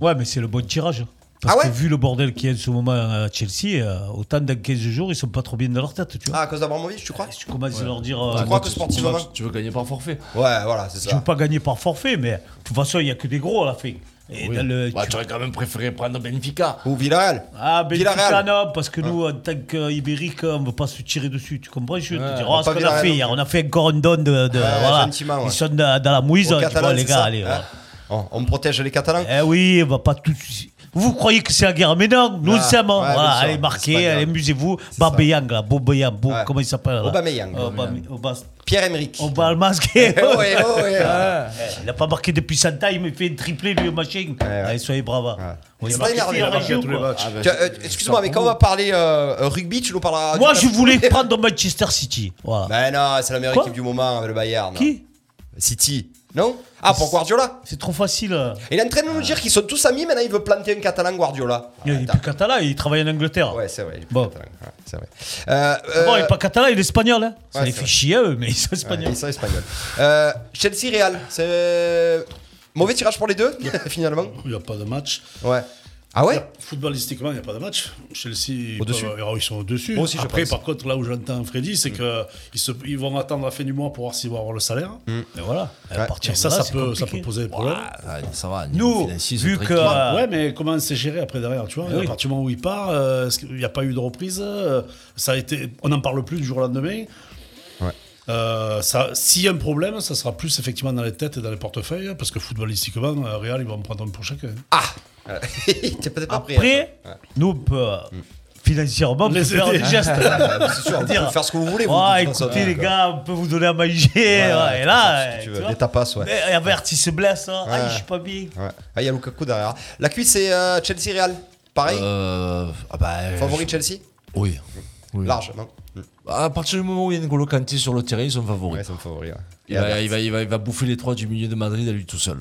Ouais, mais c'est le bon tirage. Parce
Ah ouais
que vu le bordel qu'il y a en ce moment à Chelsea, euh, autant dans 15 jours, ils sont pas trop bien dans leur tête, tu vois.
Ah, à cause d'Abramovic, tu crois
Si tu commences à leur dire, euh,
Tu
non,
crois
tu
que sportivement
Ah, Tu, tu veux gagner par forfait.
Ouais, voilà, c'est
tu veux
ça.
pas gagner par forfait, mais de toute façon, il y a que des gros à la fin. Et
Oui.
dans le-
Bah,
tu-
tu aurais quand même préféré prendre Benfica.
Ou Villarreal
Ah, Benfica,
Villarreal.
non, parce que nous, en tant qu'Ibérique, on ne veut pas se tirer dessus. Tu comprends Je veux te dire,
on
oh,
va
ce
pas
qu'on a
Villarreal
fait
non
hier, on a fait un cordon de. de- voilà.
gentiment, ouais.
Ils sont dans, dans la mouise,
Aux
tu
Catalans,
vois, les
c'est
gars.
ça
Allez,
Hein
voilà.
on, on protège les Catalans
Eh oui, on va pas tout. Vous croyez que c'est la guerre, mais non, nous
Ah,
le savons.
ouais, bien
voilà,
sûr,
allez,
c'est
marquez,
pas grave.
allez, amusez-vous.
ça.
Babayang, là, Bobayang, Bo-
Ouais.
comment il s'appelle là
Aubameyang.
Euh, Aubame- Aubas-
Pierre-Emerick.
On Ah, va le masquer.
Eh ouais, eh ouais.
Il n'a pas marqué depuis sa taille, mais il fait une triplé, lui, au machin. Allez, soyez braves. On
Il
est
s'est
marqué
énervé,
sur la
il a
région,
tous les
quoi.
matchs.
Tu- euh, Excuse-moi, mais quand on va parler euh, rugby, tu nous parleras.
Moi, je voulais prendre Manchester City. Voilà.
Ben non, c'est la meilleure
Quoi
équipe du moment avec le Bayern.
Qui
City. Non Ah, pour Guardiola
C'est trop facile. euh.
Il est en train de nous dire qu'ils sont tous amis, maintenant il veut planter un catalan Guardiola.
Il n'est
Attends.
plus catalan, il travaille en Angleterre.
Ouais, c'est vrai. Il est plus
Bon.
catalan. Ouais, c'est vrai. Euh, euh,
Bon, il n'est pas catalan, il est espagnol. hein. Ça
ouais,
les
c'est
fait
vrai.
chier, eux, mais ils sont
ouais,
espagnols.
ils sont espagnols. Euh, Chelsea Real, c'est. euh, Mauvais tirage pour les deux, finalement.
Il n'y a pas de match.
Ouais. Ah ouais
Footballistiquement, il n'y a pas de match. Chelsea, ils
Au-dessus.
peuvent- alors, ils sont au-dessus.
Moi aussi, je
Après,
pense. Mm.
par contre, là où j'entends Freddy, c'est que qu'ils ils vont attendre la fin du mois pour voir s'ils vont avoir le salaire.
Mm.
Et voilà. Et à partir
Et
de
ça,
là,
ça,
c'est
peut, ça peut
compliqué.
poser des problèmes.
Ah, ça va.
Nous, vu que. euh,
Ouais, mais comment c'est géré après derrière, tu vois
Eh oui.
À partir du moment où il part, euh, est-ce qu'il n'y a pas eu de reprise euh, Ça a été, on n'en parle plus du jour au lendemain.
Ouais.
Euh, ça- S'il y a un problème, ça sera plus effectivement dans les têtes et dans les portefeuilles, parce que footballistiquement, euh, Real, ils vont en prendre un pour chacun.
Ah T'es peut-être pas prêt. hein,
Après, nous, on peut, euh, financièrement, on peut
Les
faire
aider.
des gestes.
hein. Ouais, C'est sûr, vous
dire-
pouvez faire ce que vous voulez. vous,
Ouais,
de toute façon,
écoutez,
donc,
les
euh,
gars, on peut vous donner à manger. ouais, et là,
ce que tu
euh,
veux,
tu
des
vois.
tapas, ouais.
Mais, euh, Avert, il se blesse. hein. Ah,
Ouais.
je suis pas bien.
Ouais. Ah, il y a Lukaku derrière. La cuisse, c'est Chelsea Real. euh, Pareil
Euh, ah bah,
Favori Chelsea
Oui.
Oui.
Large, non Mm.
À partir du moment où il y a N'Golo Kanté sur le terrain, ils sont favoris.
Ouais, c'est mon favori. ouais. Et
il, va,
Havertz.
il, va, il va- il va bouffer les trois du milieu de Madrid à lui tout seul.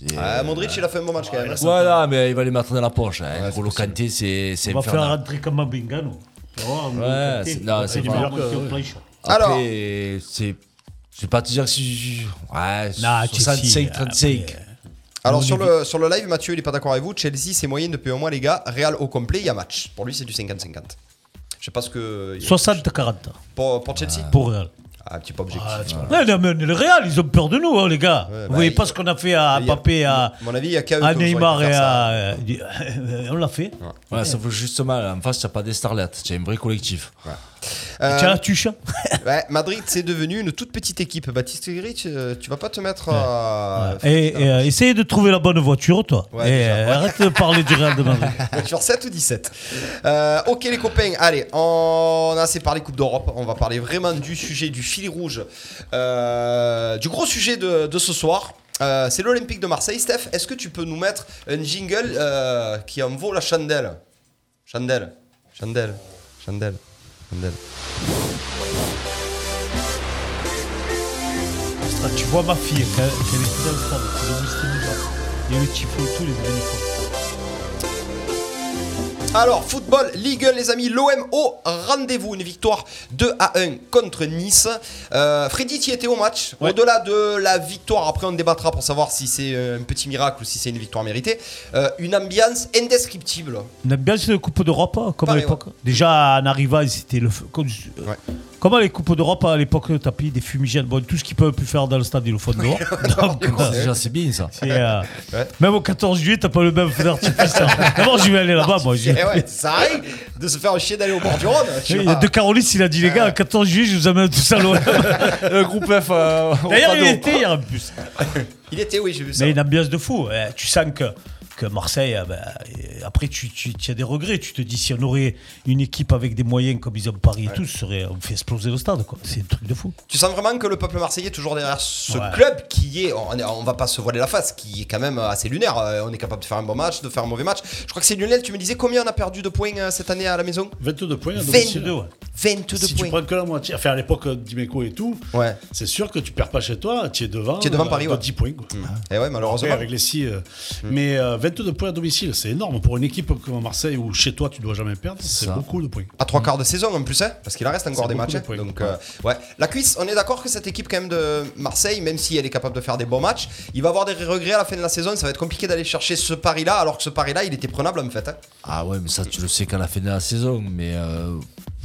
Et-
Ah, Modric, il a fait un bon match quand même.
Voilà, mais il va les mettre dans la poche. Hein.
Ouais,
N'Golo
c'est possible.
Kanté, c'est c'est
On va faire
infernal.
rentrer comme un Bengano. Tu vas voir, on va
Ouais,
le
c'est-
tenter.
non,
Après,
c'est
il
pas-
va leur monter au plancher.
Alors-
Après, c'est. Je vais pas te dire si. Ouais,
Non, Chelsea,
65, 35.
Alors sur le, sur le live, Mathieu, il est pas d'accord avec vous. Chelsea, c'est moyen depuis un mois, les gars. Real au complet, il y a match. Pour lui, c'est du 50-50. Je sais pas ce que.
60-40
Pour, pour Chelsea
pour Real.
Ah, un petit peu objectif.
Ouais, non, mais le Real, ils ont peur de nous, hein, les gars.
Ouais,
Vous
bah,
voyez
il-
pas ce qu'on a fait à
il y a-
Papé, à,
à mon avis, il y a qu'à eux
à
que vous auriez
ah. Neymar
pu
et ah.
faire ça.
à. euh, on l'a fait.
Ouais, sauf que justement, en face, t'as pas des starlets, t'as un vrai collectif.
Euh,
Tiens, hein. tu chiens.
ouais, Madrid, c'est devenu une toute petite équipe. Baptiste Guéry, tu, tu vas pas te mettre à.
Et, et, euh, essayez de trouver la bonne voiture, toi.
Ouais,
et
déjà,
euh, arrête de parler du Real de Madrid.
Genre 7 ou 17. Euh, ok les copains, allez, on a assez parlé Coupe d'Europe, on va parler vraiment du sujet, du fil rouge, euh, du gros sujet de, de ce soir. Euh, c'est l'Olympique de Marseille. Steph, est-ce que tu peux nous mettre un jingle euh, qui en vaut la chandelle Chandelle, chandelle, chandelle, chandelle.
Ah, tu vois ma fille, qu'elle qu'elle était dans le stade, qui l'ont boosté déjà. Il y a eu Tifo et tout, les uniformes.
Alors, football, Ligue 1, les amis, l'OM au rendez-vous. Une victoire 2 à 1 contre Nice. Euh, Freddy, tu y étais au match.
Ouais.
Au-delà de la victoire, après on débattra pour savoir si c'est euh, un petit miracle ou si c'est une victoire méritée. Euh, une ambiance indescriptible.
On aime bien cette Coupe d'Europe, hein, comme à
Pareil,
l'époque. Déjà, en arrivant, c'était le feu. Comme, euh,
Ouais.
comme à les Coupes d'Europe, à l'époque, le tapis, des fumigènes, bon, tout ce qu'ils peuvent plus faire dans le stade, ils le font dehors. Donc, euh,
Déjà, c'est bien ça.
c'est, euh,
Ouais.
Même au 14 juillet, t'as pas le même feu d'artifice. hein. D'abord, je vais aller là-bas, moi.
Eh
je-
ouais, ça arrive de se faire chier d'aller au bord du Rhône. tu
Il y
vois.
a De Carolis, il a dit, les gars, le 14 juillet, je vous amène tout ça loin.
Le groupe F. euh, au
D'ailleurs, il
radeau.
était hier en plus.
Il était, oui, j'ai vu ça.
Mais une ambiance de fou. Euh, Tu sens que, que Marseille, euh, ben, euh, après, tu, tu, tu as des regrets. Tu te dis, si on aurait une équipe avec des moyens comme ils ont Paris et tout, ce serait, on fait exploser le stade. quoi. C'est un truc de fou.
Tu sens vraiment que le peuple marseillais est toujours derrière ce
Ouais.
club qui est, on, est- on va pas se voiler la face, qui est quand même assez lunaire. Euh, On est capable de faire un bon match, de faire un mauvais match. Je crois que c'est Lionel, tu me disais combien on a perdu de points euh, cette année à la maison
22 points à
22,
domicile.
ouais.
22
Si tu
points.
prends que la moitié, enfin à l'époque euh, Dimeco et tout,
Ouais.
c'est sûr que tu perds pas chez toi, tu es devant.
Tu es devant
euh,
Paris,
de
ouais.
10 points. quoi.
Et Eh ouais, Mm.
Ouais,
malheureusement.
avec les six. euh, Mais euh, 22 points à domicile, c'est énorme. Pour une équipe comme Marseille où chez toi tu dois jamais perdre, c'est
Ça.
beaucoup de points.
À trois quarts de saison en plus, hein, parce qu'il en reste encore
C'est
des
beaucoup
matchs.
de
hein.
points.
donc, euh, ouais. La cuisse, on est d'accord que cette équipe, quand même, de Marseille, même si elle est capable de faire des bons matchs, il va avoir des regrets à la fin de la saison. Ça va être compliqué d'aller chercher ce pari-là, alors que ce pari-là, il était prenable en fait. hein.
Ah ouais, mais ça, tu le sais qu'à la fin de la saison. Mais euh,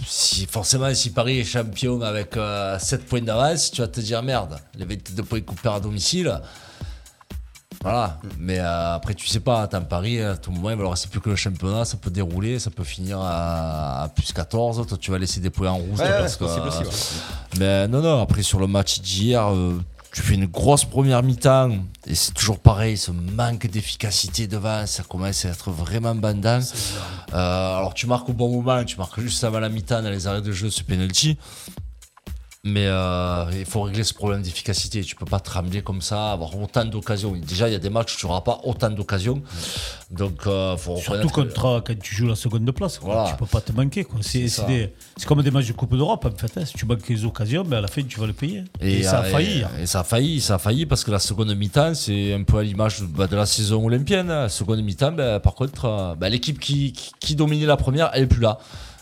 si, forcément, si Paris est champion avec 7 points d'avance, tu vas te dire merde, les 22 points qu'on perd à domicile. Voilà, mais euh, après tu sais pas, attends Paris, à tout moment il va leur rester plus que le championnat, ça peut dérouler, ça peut finir à, à plus 14, toi tu vas laisser des points en rouge.
Ouais,
parce
c'est possible
que-
aussi, ouais.
mais Ben, non, non, après sur le match d'hier, euh, tu fais une grosse première mi-temps et c'est toujours pareil, ce manque d'efficacité devant, ça commence à être vraiment bandant. Euh, alors tu marques au bon moment, tu marques juste avant la mi-temps dans les arrêts de jeu, ce penalty. Mais euh, il faut régler ce problème d'efficacité. Tu peux pas te ramener comme ça, avoir autant d'occasions. Déjà, il y a des matchs où tu n'auras pas autant d'occasions. Donc, euh, faut
Surtout
reconnaître que-
contre, euh, quand tu joues la seconde place. quoi.
Voilà.
Tu peux pas te manquer. quoi. C'est c'est
ça.
des- c'est comme des matchs de Coupe d'Europe, en fait. hein. Si tu manques les occasions, ben, à la fin, tu vas le payer. Et, ça a
euh,
failli.
Et, ça a failli, ça a failli parce que la seconde mi-temps, c'est un peu à l'image bah, de la saison olympienne. La seconde mi-temps, bah, par contre, euh, bah, l'équipe qui, qui, qui dominait la première, elle est plus là.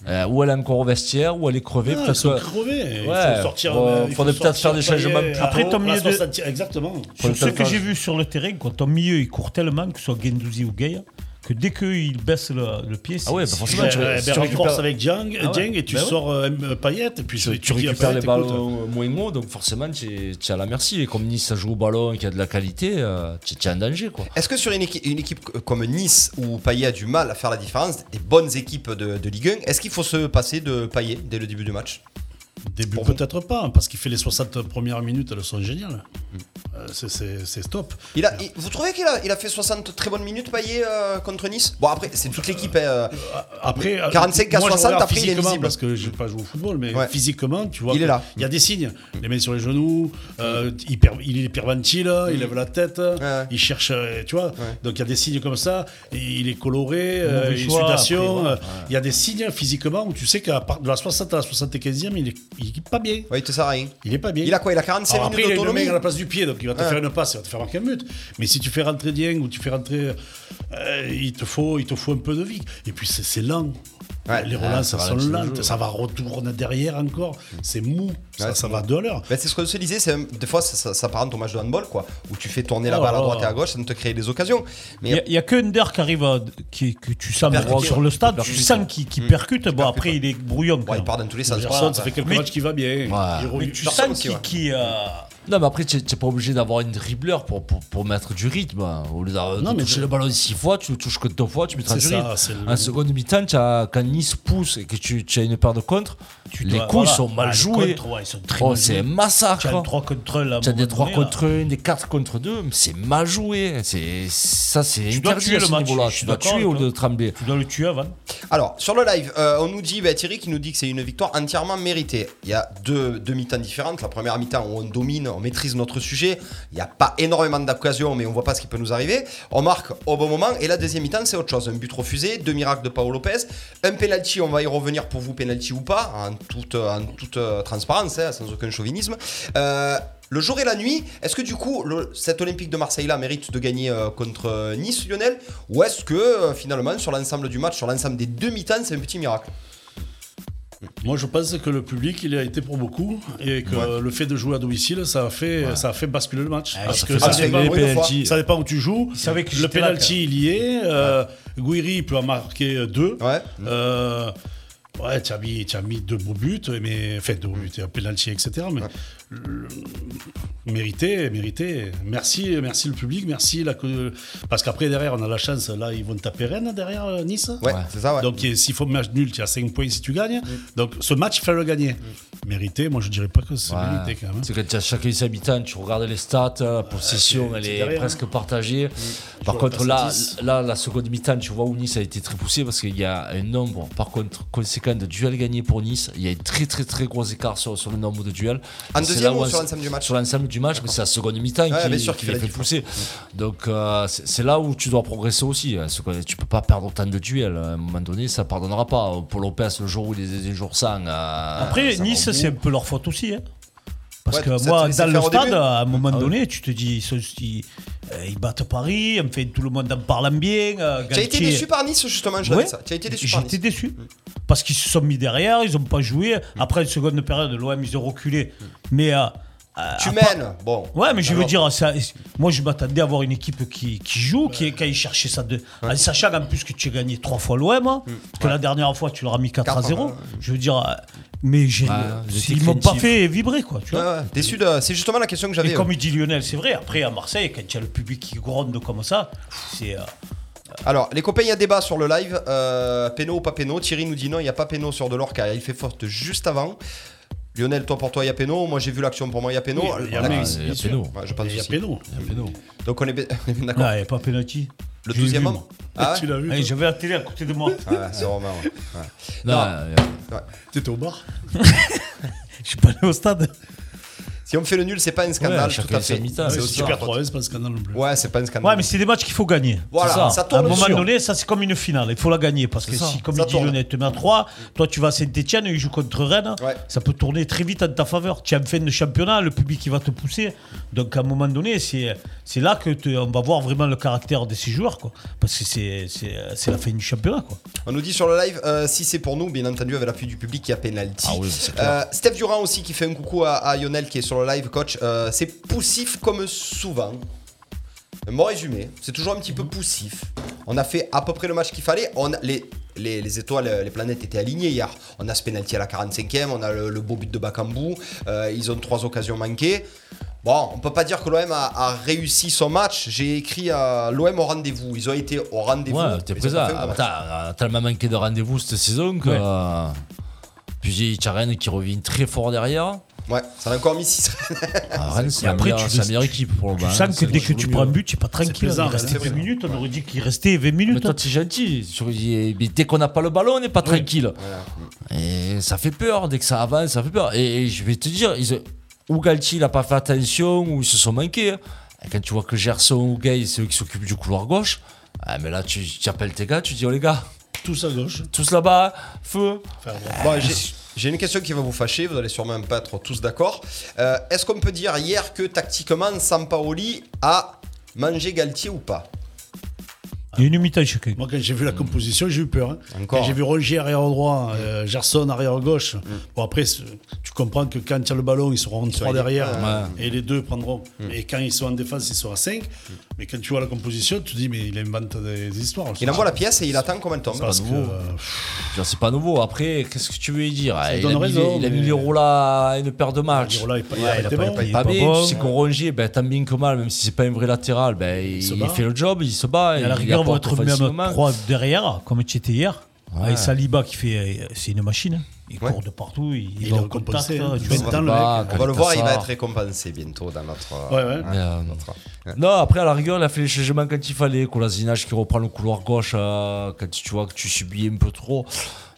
Euh, ou elle est encore au vestiaire, ou elle est crevée.
Ah,
peut-être
ils sont
que-
crevés. Il
Ouais,
faut sortir.
bon,
euh, il
faudrait
faut
peut-être faire des
sortir
changements
Payet
plus
à
Après,
haut,
ton milieu
la
de-
60, Exactement.
Sur ce
Faut le
que
faire.
j'ai vu sur le terrain, quand ton milieu il court tellement, que ce soit Gendouzi ou Gay, que dès qu'il baisse le, le pied,
Ah ouais,
c'est-
bah forcément,
Ouais,
tu,
ouais,
si
ben,
tu
renforce
récupères,
avec Dieng,
Ah ouais.
Dieng et tu
Ben ouais.
sors euh, euh, Payet et puis
tu, tu
dis à
récupères
Payet,
les balles
écoute, euh,
au- moins haut, donc forcément, tu es, à la merci. Et comme Nice, ça joue au ballon et qu'il y a de la qualité, euh, tu es en danger. Quoi.
Est-ce que sur une, équi- une équipe c- comme Nice, où Payet a du mal à faire la différence, des bonnes équipes de, de Ligue 1, est-ce qu'il faut se passer de Payet dès le début du match
Début
Pour vous
peut-être pas, hein, parce qu'il fait les 60 premières minutes, elles sont géniales.
Mm.
Euh, c'est- c'est c'est top.
Il a, il- vous trouvez qu'il a, il a fait 60 très bonnes minutes Payet euh, contre Nice Bon après c'est toute l'équipe. hein, euh,
Après, euh,
45,
moi, je
60,
regarde
après, il est
physiquement,
visible.
Parce que j'ai pas joué au football, mais
Ouais.
physiquement, tu vois,
Il est là.
Il y a des signes. Les mains sur les genoux, euh, il, per- il est hyperventile, il lève la tête,
ouais.
il cherche, euh, tu vois. Donc il y a des signes comme ça. Il est coloré, euh,
Mauvais
il est
choix,
sudation.
après, voilà.
euh, Il y a des signes physiquement où tu sais qu'à part de la 60 à la 75e, il est, il est pas bien.
ouais, il te sert à rien.
Il est pas bien.
Il a quoi Il a 45
Alors après,
minutes
il a une
d'autonomie Ah.
main à la place du pied, donc il va te
Ouais.
faire une passe, il va te faire marquer un but. Mais si tu fais rentrer Dieng ou tu fais rentrer. euh, il, te faut, il te faut un peu de vie. Et puis c'est- c'est lent.
Ouais. Ah,
Les relances ça sont lentes, ça va retourner derrière encore. C'est mou, ça,
Ouais,
ça
c'est
va de l'heure.
Ben, c'est ce que se disait, c'est un- des fois ça, ça, ça part en ton match de handball quoi, où tu fais tourner la
Oh
balle à
là
droite
là.
et à gauche, ça ne te crée des occasions. Mais
Il n'y a, que Under qui arrive, à- qui, que tu sens
Percuté,
sur le stade, tu sens qu'il
Hmm.
qu'il percute. Bon,
percute,
après,
ouais.
il est brouillon.
bon,
quand
il
même.
part dans tous les sens.
Gerson, ça fait quelques
Mais-
matchs qu'il va bien. Il
Mais
revient-
tu
Gerson
sens
aussi,
qu'il.
ouais.
qu'il, euh,
Non, mais après, t'es t'es pas obligé d'avoir une dribbleur pour, pour, pour mettre du rythme. hein. Au lieu de
Non, mais
toucher
je-
le ballon six fois, tu le touches que deux fois, tu mettras
C'est
du
ça, c'est
rythme.
le-
En seconde mi-temps, t'as- quand Nice pousse et que tu, tu as une paire de contre, les
dois-
coups ils
voilà.
sont mal
Ah, les
joués.
contres, ouais, ils sont très
Oh,
mal
c'est
joués.
un massacre.
Tu as 3 contre 1 là. à un
Tu as des
moment
3
donné, là.
contre 1, des 4 contre 2, c'est mal joué. C'est- Ça, c'est
Tu dois
interdit
tuer
à
le
ce
match,
niveau-là.
je suis
Tu dois
d'accord
tuer
avec
au lieu
toi.
de trembler.
Tu dois le tuer avant.
Alors, sur le live, euh, on nous dit, bah, Thierry qui nous dit que c'est une victoire entièrement méritée. Il y a deux, deux mi-temps différentes. La première mi-temps où on domine, on maîtrise notre sujet. Il n'y a pas énormément d'occasions, mais on voit pas ce qui peut nous arriver. On marque au bon moment. Et la deuxième mi-temps, c'est autre chose. Un but refusé, deux miracles de Paolo Lopez, un penalty, on va y revenir pour vous, penalty ou pas, en toute, en toute euh, transparence, hein, sans aucun chauvinisme. Euh, le jour et la nuit, est-ce que du coup, le- cet Olympique de Marseille-là mérite de gagner euh, contre euh, Nice, Lionel Ou est-ce que euh, finalement, sur l'ensemble du match, sur l'ensemble des demi-temps, c'est un petit miracle
Ah,
Moi, je pense que le public, il a été pour beaucoup et que le fait de jouer à domicile, ça a fait, ça a fait basculer le match. parce que ça,
basculer
dépend-
les pénaltys.
ça dépend où tu joues.
savaient que
le
j'étais là,
penalty, il y est. Euh, Guiri peut en marquer deux.
Ouais.
Euh, ouais, tu as mis, tu as mis deux beaux buts, mais enfin deux beaux buts, un penalty, etc. Mais le- mérité, mérité. Merci, merci le public, merci la, co- parce qu'après derrière, on a la chance. Là, ils vont taper Rennes derrière euh, Nice.
Ouais, c'est ça, ouais.
Donc, il y a- s'il faut match nul, tu as 5 points si tu gagnes. Donc, ce match, il fallait le gagner. Mérité, moi, je dirais pas que c'est
Bah,
mérité quand même.
C'est quand tu as chacun ses habitants, tu regardes les stats, la possession,
c'est-
elle
c'est
est
derrière, hein. Mm.
presque partagée. Par
Je vois
contre,
pas
là,
ce
là, la seconde mi-temps, tu vois où Nice a été très poussé parce qu'il y a un nombre, par contre, conséquent de duels gagnés pour Nice. Il y a un très, très, très gros écart sur, sur le nombre de duels.
En
Et c'est
deuxième
là
ou
où on
sur
s-
l'ensemble du match
Sur l'ensemble du match, mais c'est la seconde mi-temps
Ouais,
qui,
bien sûr, qui
qui
fait
les
la
fait
différence.
pousser. Donc, euh, c'est c'est là où tu dois progresser aussi. hein, parce que tu peux pas perdre autant de duels. À un moment donné, ça pardonnera pas. Pour Lopez, le jour où il est un jour sans. euh,
Après,
Ah,
ça va
Nice,
au bout.
c'est un peu leur faute aussi. hein. Parce
Ouais, ça Ah te
que moi,
laissait
dans le
faire au
stade,
début.
à un moment donné, tu te dis, ils, sont- ils- euh, ils battent Paris, enfin, tout le monde en parle bien. euh,
Tu as été
Galtier-
déçu par Nice, justement, je
Ouais.
ça. Tu as été déçu
J'ai
par Nice. Mm.
été déçu. Parce qu'ils se sont mis derrière, ils n'ont pas joué. Après une seconde période, l'OM, ils ont reculé.
Mm.
Mais. euh, euh,
Tu
à part-
mènes, bon.
Ouais, mais je veux
Alors,
dire, ça- moi je m'attendais à avoir une équipe qui, qui joue, qui, qui aille chercher ça. De, En sachant en plus que tu as gagné trois fois l'OM, hein, parce que la dernière fois tu leur as mis 4 à
Mm. Quatre,
0.
ouais.
Je veux dire, euh, mais j'ai-
ils étaient
ils m'ont pas
craintifs.
fait vibrer, quoi. Tu
ouais,
vois
ouais, déçu de. C'est justement la question que
Et
j'avais.
comme il dit Lionel, c'est vrai, après à Marseille, quand tu as le public qui gronde comme ça, c'est. euh,
Alors, les copains, il y a débat sur le live. Euh, péno ou pas péno Thierry nous dit non, il n'y a pas péno sur Delorca. Il fait forte juste avant. Lionel, toi pour toi, il y a péno. Moi, j'ai vu l'action pour moi, il y a péno.
Oui, il y a
La-
Mays,
Ouais,
il y a
bien sûr.
Péno.
j'ai pas de
Il y a
souci.
Péno.
Donc, on est bien on est bien d'accord.
là, il n'y a pas penalty.
Le
Je l'ai
deuxième
vu,
homme
moi.
Ah ouais
Tu l'as vu
Allez,
toi
J'avais la télé à côté de moi.
Ouais, c'est Romain, ouais. Ouais.
Non, euh,
T'étais au bar
Je suis pas allé au stade.
Si on me fait le nul, c'est pas un scandale,
chacun
tout à
sa
fait.
mi-temps,
C'est
c'est
aussi
ça.
par
Super
contre.
3 c'est pas un scandale non plus.
Ouais, c'est pas un scandale.
Ouais, mais c'est des matchs qu'il faut gagner.
Voilà,
C'est ça.
ça tourne
À un moment
sûr.
donné, ça c'est comme une finale. Il faut la gagner parce que si, comme
Ça
il dit
tourne.
Lionel, tu mets à 3, toi tu vas à Saint-Etienne, il joue contre Rennes,
Ouais.
ça peut tourner très vite en ta faveur. Tu es en fin de championnat, le public il va te pousser. Donc à un moment donné, c'est c'est là que te- on va voir vraiment le caractère de ces joueurs. Quoi. Parce que c'est- c'est c'est la fin du championnat. Quoi.
On nous dit sur le live, euh, si c'est pour nous, bien entendu, avec l'appui du public, il y a penalty.
Ah oui, c'est
Euh, Steph Durand aussi qui fait un coucou à, à Lionel qui est sur le live, coach. Euh, c'est poussif comme souvent. Un Bon résumé, c'est toujours un petit
Mhm.
peu poussif. On a fait à peu près le match qu'il fallait. On a- les, les, les étoiles, euh, les planètes étaient alignées hier. On a ce penalty à la 45e, on a le, le beau but de Bakambu. Euh, ils ont trois occasions manquées. Bon, on peut pas dire que l'OM a, a réussi son match. J'ai écrit à l'OM au rendez-vous. Ils ont été au rendez-vous.
Ouais, t'es Ah,
mais ils ont
présent.
pas fait un bon
Ah,
match.
t'as- T'as tellement manqué de rendez-vous cette saison que.
Ouais.
euh, Puis tu as Rennes qui revient très fort derrière.
Ouais, ça a encore mis 6.
Ah, Rennes, c'est
Et
la,
après,
meilleure-
tu
c'est la
le-
meilleure équipe pour le
Tu
moment, hein,
sens que
c'est
dès
le
que tu
mieux.
prends un but, tu n'es pas tranquille.
plaisant,
Il restait
c'est
10
vrai.
minutes, on aurait dit qu'il restait 20
Mais
minutes.
toi, t'es gentil. Sur- y- mais dès qu'on n'a pas le ballon, on n'est pas tranquille. Et ça fait peur. Dès que ça avance, ça fait peur. Et, et je vais te dire, ils, ou Galtier n'a pas fait attention, ou ils se sont manqués. hein. Et quand tu vois que Gerson ou Gay, c'est eux qui s'occupent du couloir gauche, ah, mais là, tu, tu appelles tes gars, tu dis, oh les gars,
Tous à gauche.
tous là-bas, feu.
Bon, j'ai- j'ai une question qui va vous fâcher, vous allez sûrement pas être tous d'accord. Euh, Est-ce qu'on peut dire hier que tactiquement, Sampaoli a mangé Galtier ou pas
Il y a une mi-temps chacun.
Moi, quand j'ai vu la composition, j'ai eu peur. hein.
Encore.
Quand J'ai vu Rongier arrière droit, euh, Gerson arrière gauche. Bon, après, c'est- tu comprends que quand il y a le ballon, ils seront trois derrière et les deux prendront. Et quand ils sont en défense, ils sont à 5. Mais quand tu vois la composition, tu dis, mais il invente des, des histoires.
Il envoie la pièce et il attend combien de temps
Parce que,
nouveau.
euh,
Je veux dire, C'est pas nouveau. Après, qu'est-ce que tu veux y dire Ah, Il a,
donne
mis,
raison,
il a
mais-
mis les roues là à une paire de matchs.
Giroud, là, il, il a
Ouais, il a
été
pas-
bon.
il a
Pas
pas
bien,
bon.
tu sais qu'on rongeait, ben, tant bien que mal, même si c'est pas un vrai latéral, ben, il,
se bat.
fait le job, il se bat.
Et à la
il
rigueur, on va
apporte
être même
offensivement.
3 derrière, comme tu étais hier. Et Saliba qui fait. euh, C'est une machine. hein. Il
Ouais.
court de partout, il,
Il
va
est
au contact.
récompensé, hein.
hein, tu
Il
vois.
se bat.
Bah,
On va le voir, il va
Galatasaray.
être récompensé bientôt dans notre. hein,
Ouais, ouais.
Mais, euh,
notre-
Non, après, à la rigueur, il a fait les changements quand il fallait. Kolasinac qui reprend le couloir gauche euh, quand tu vois que tu subis un peu trop.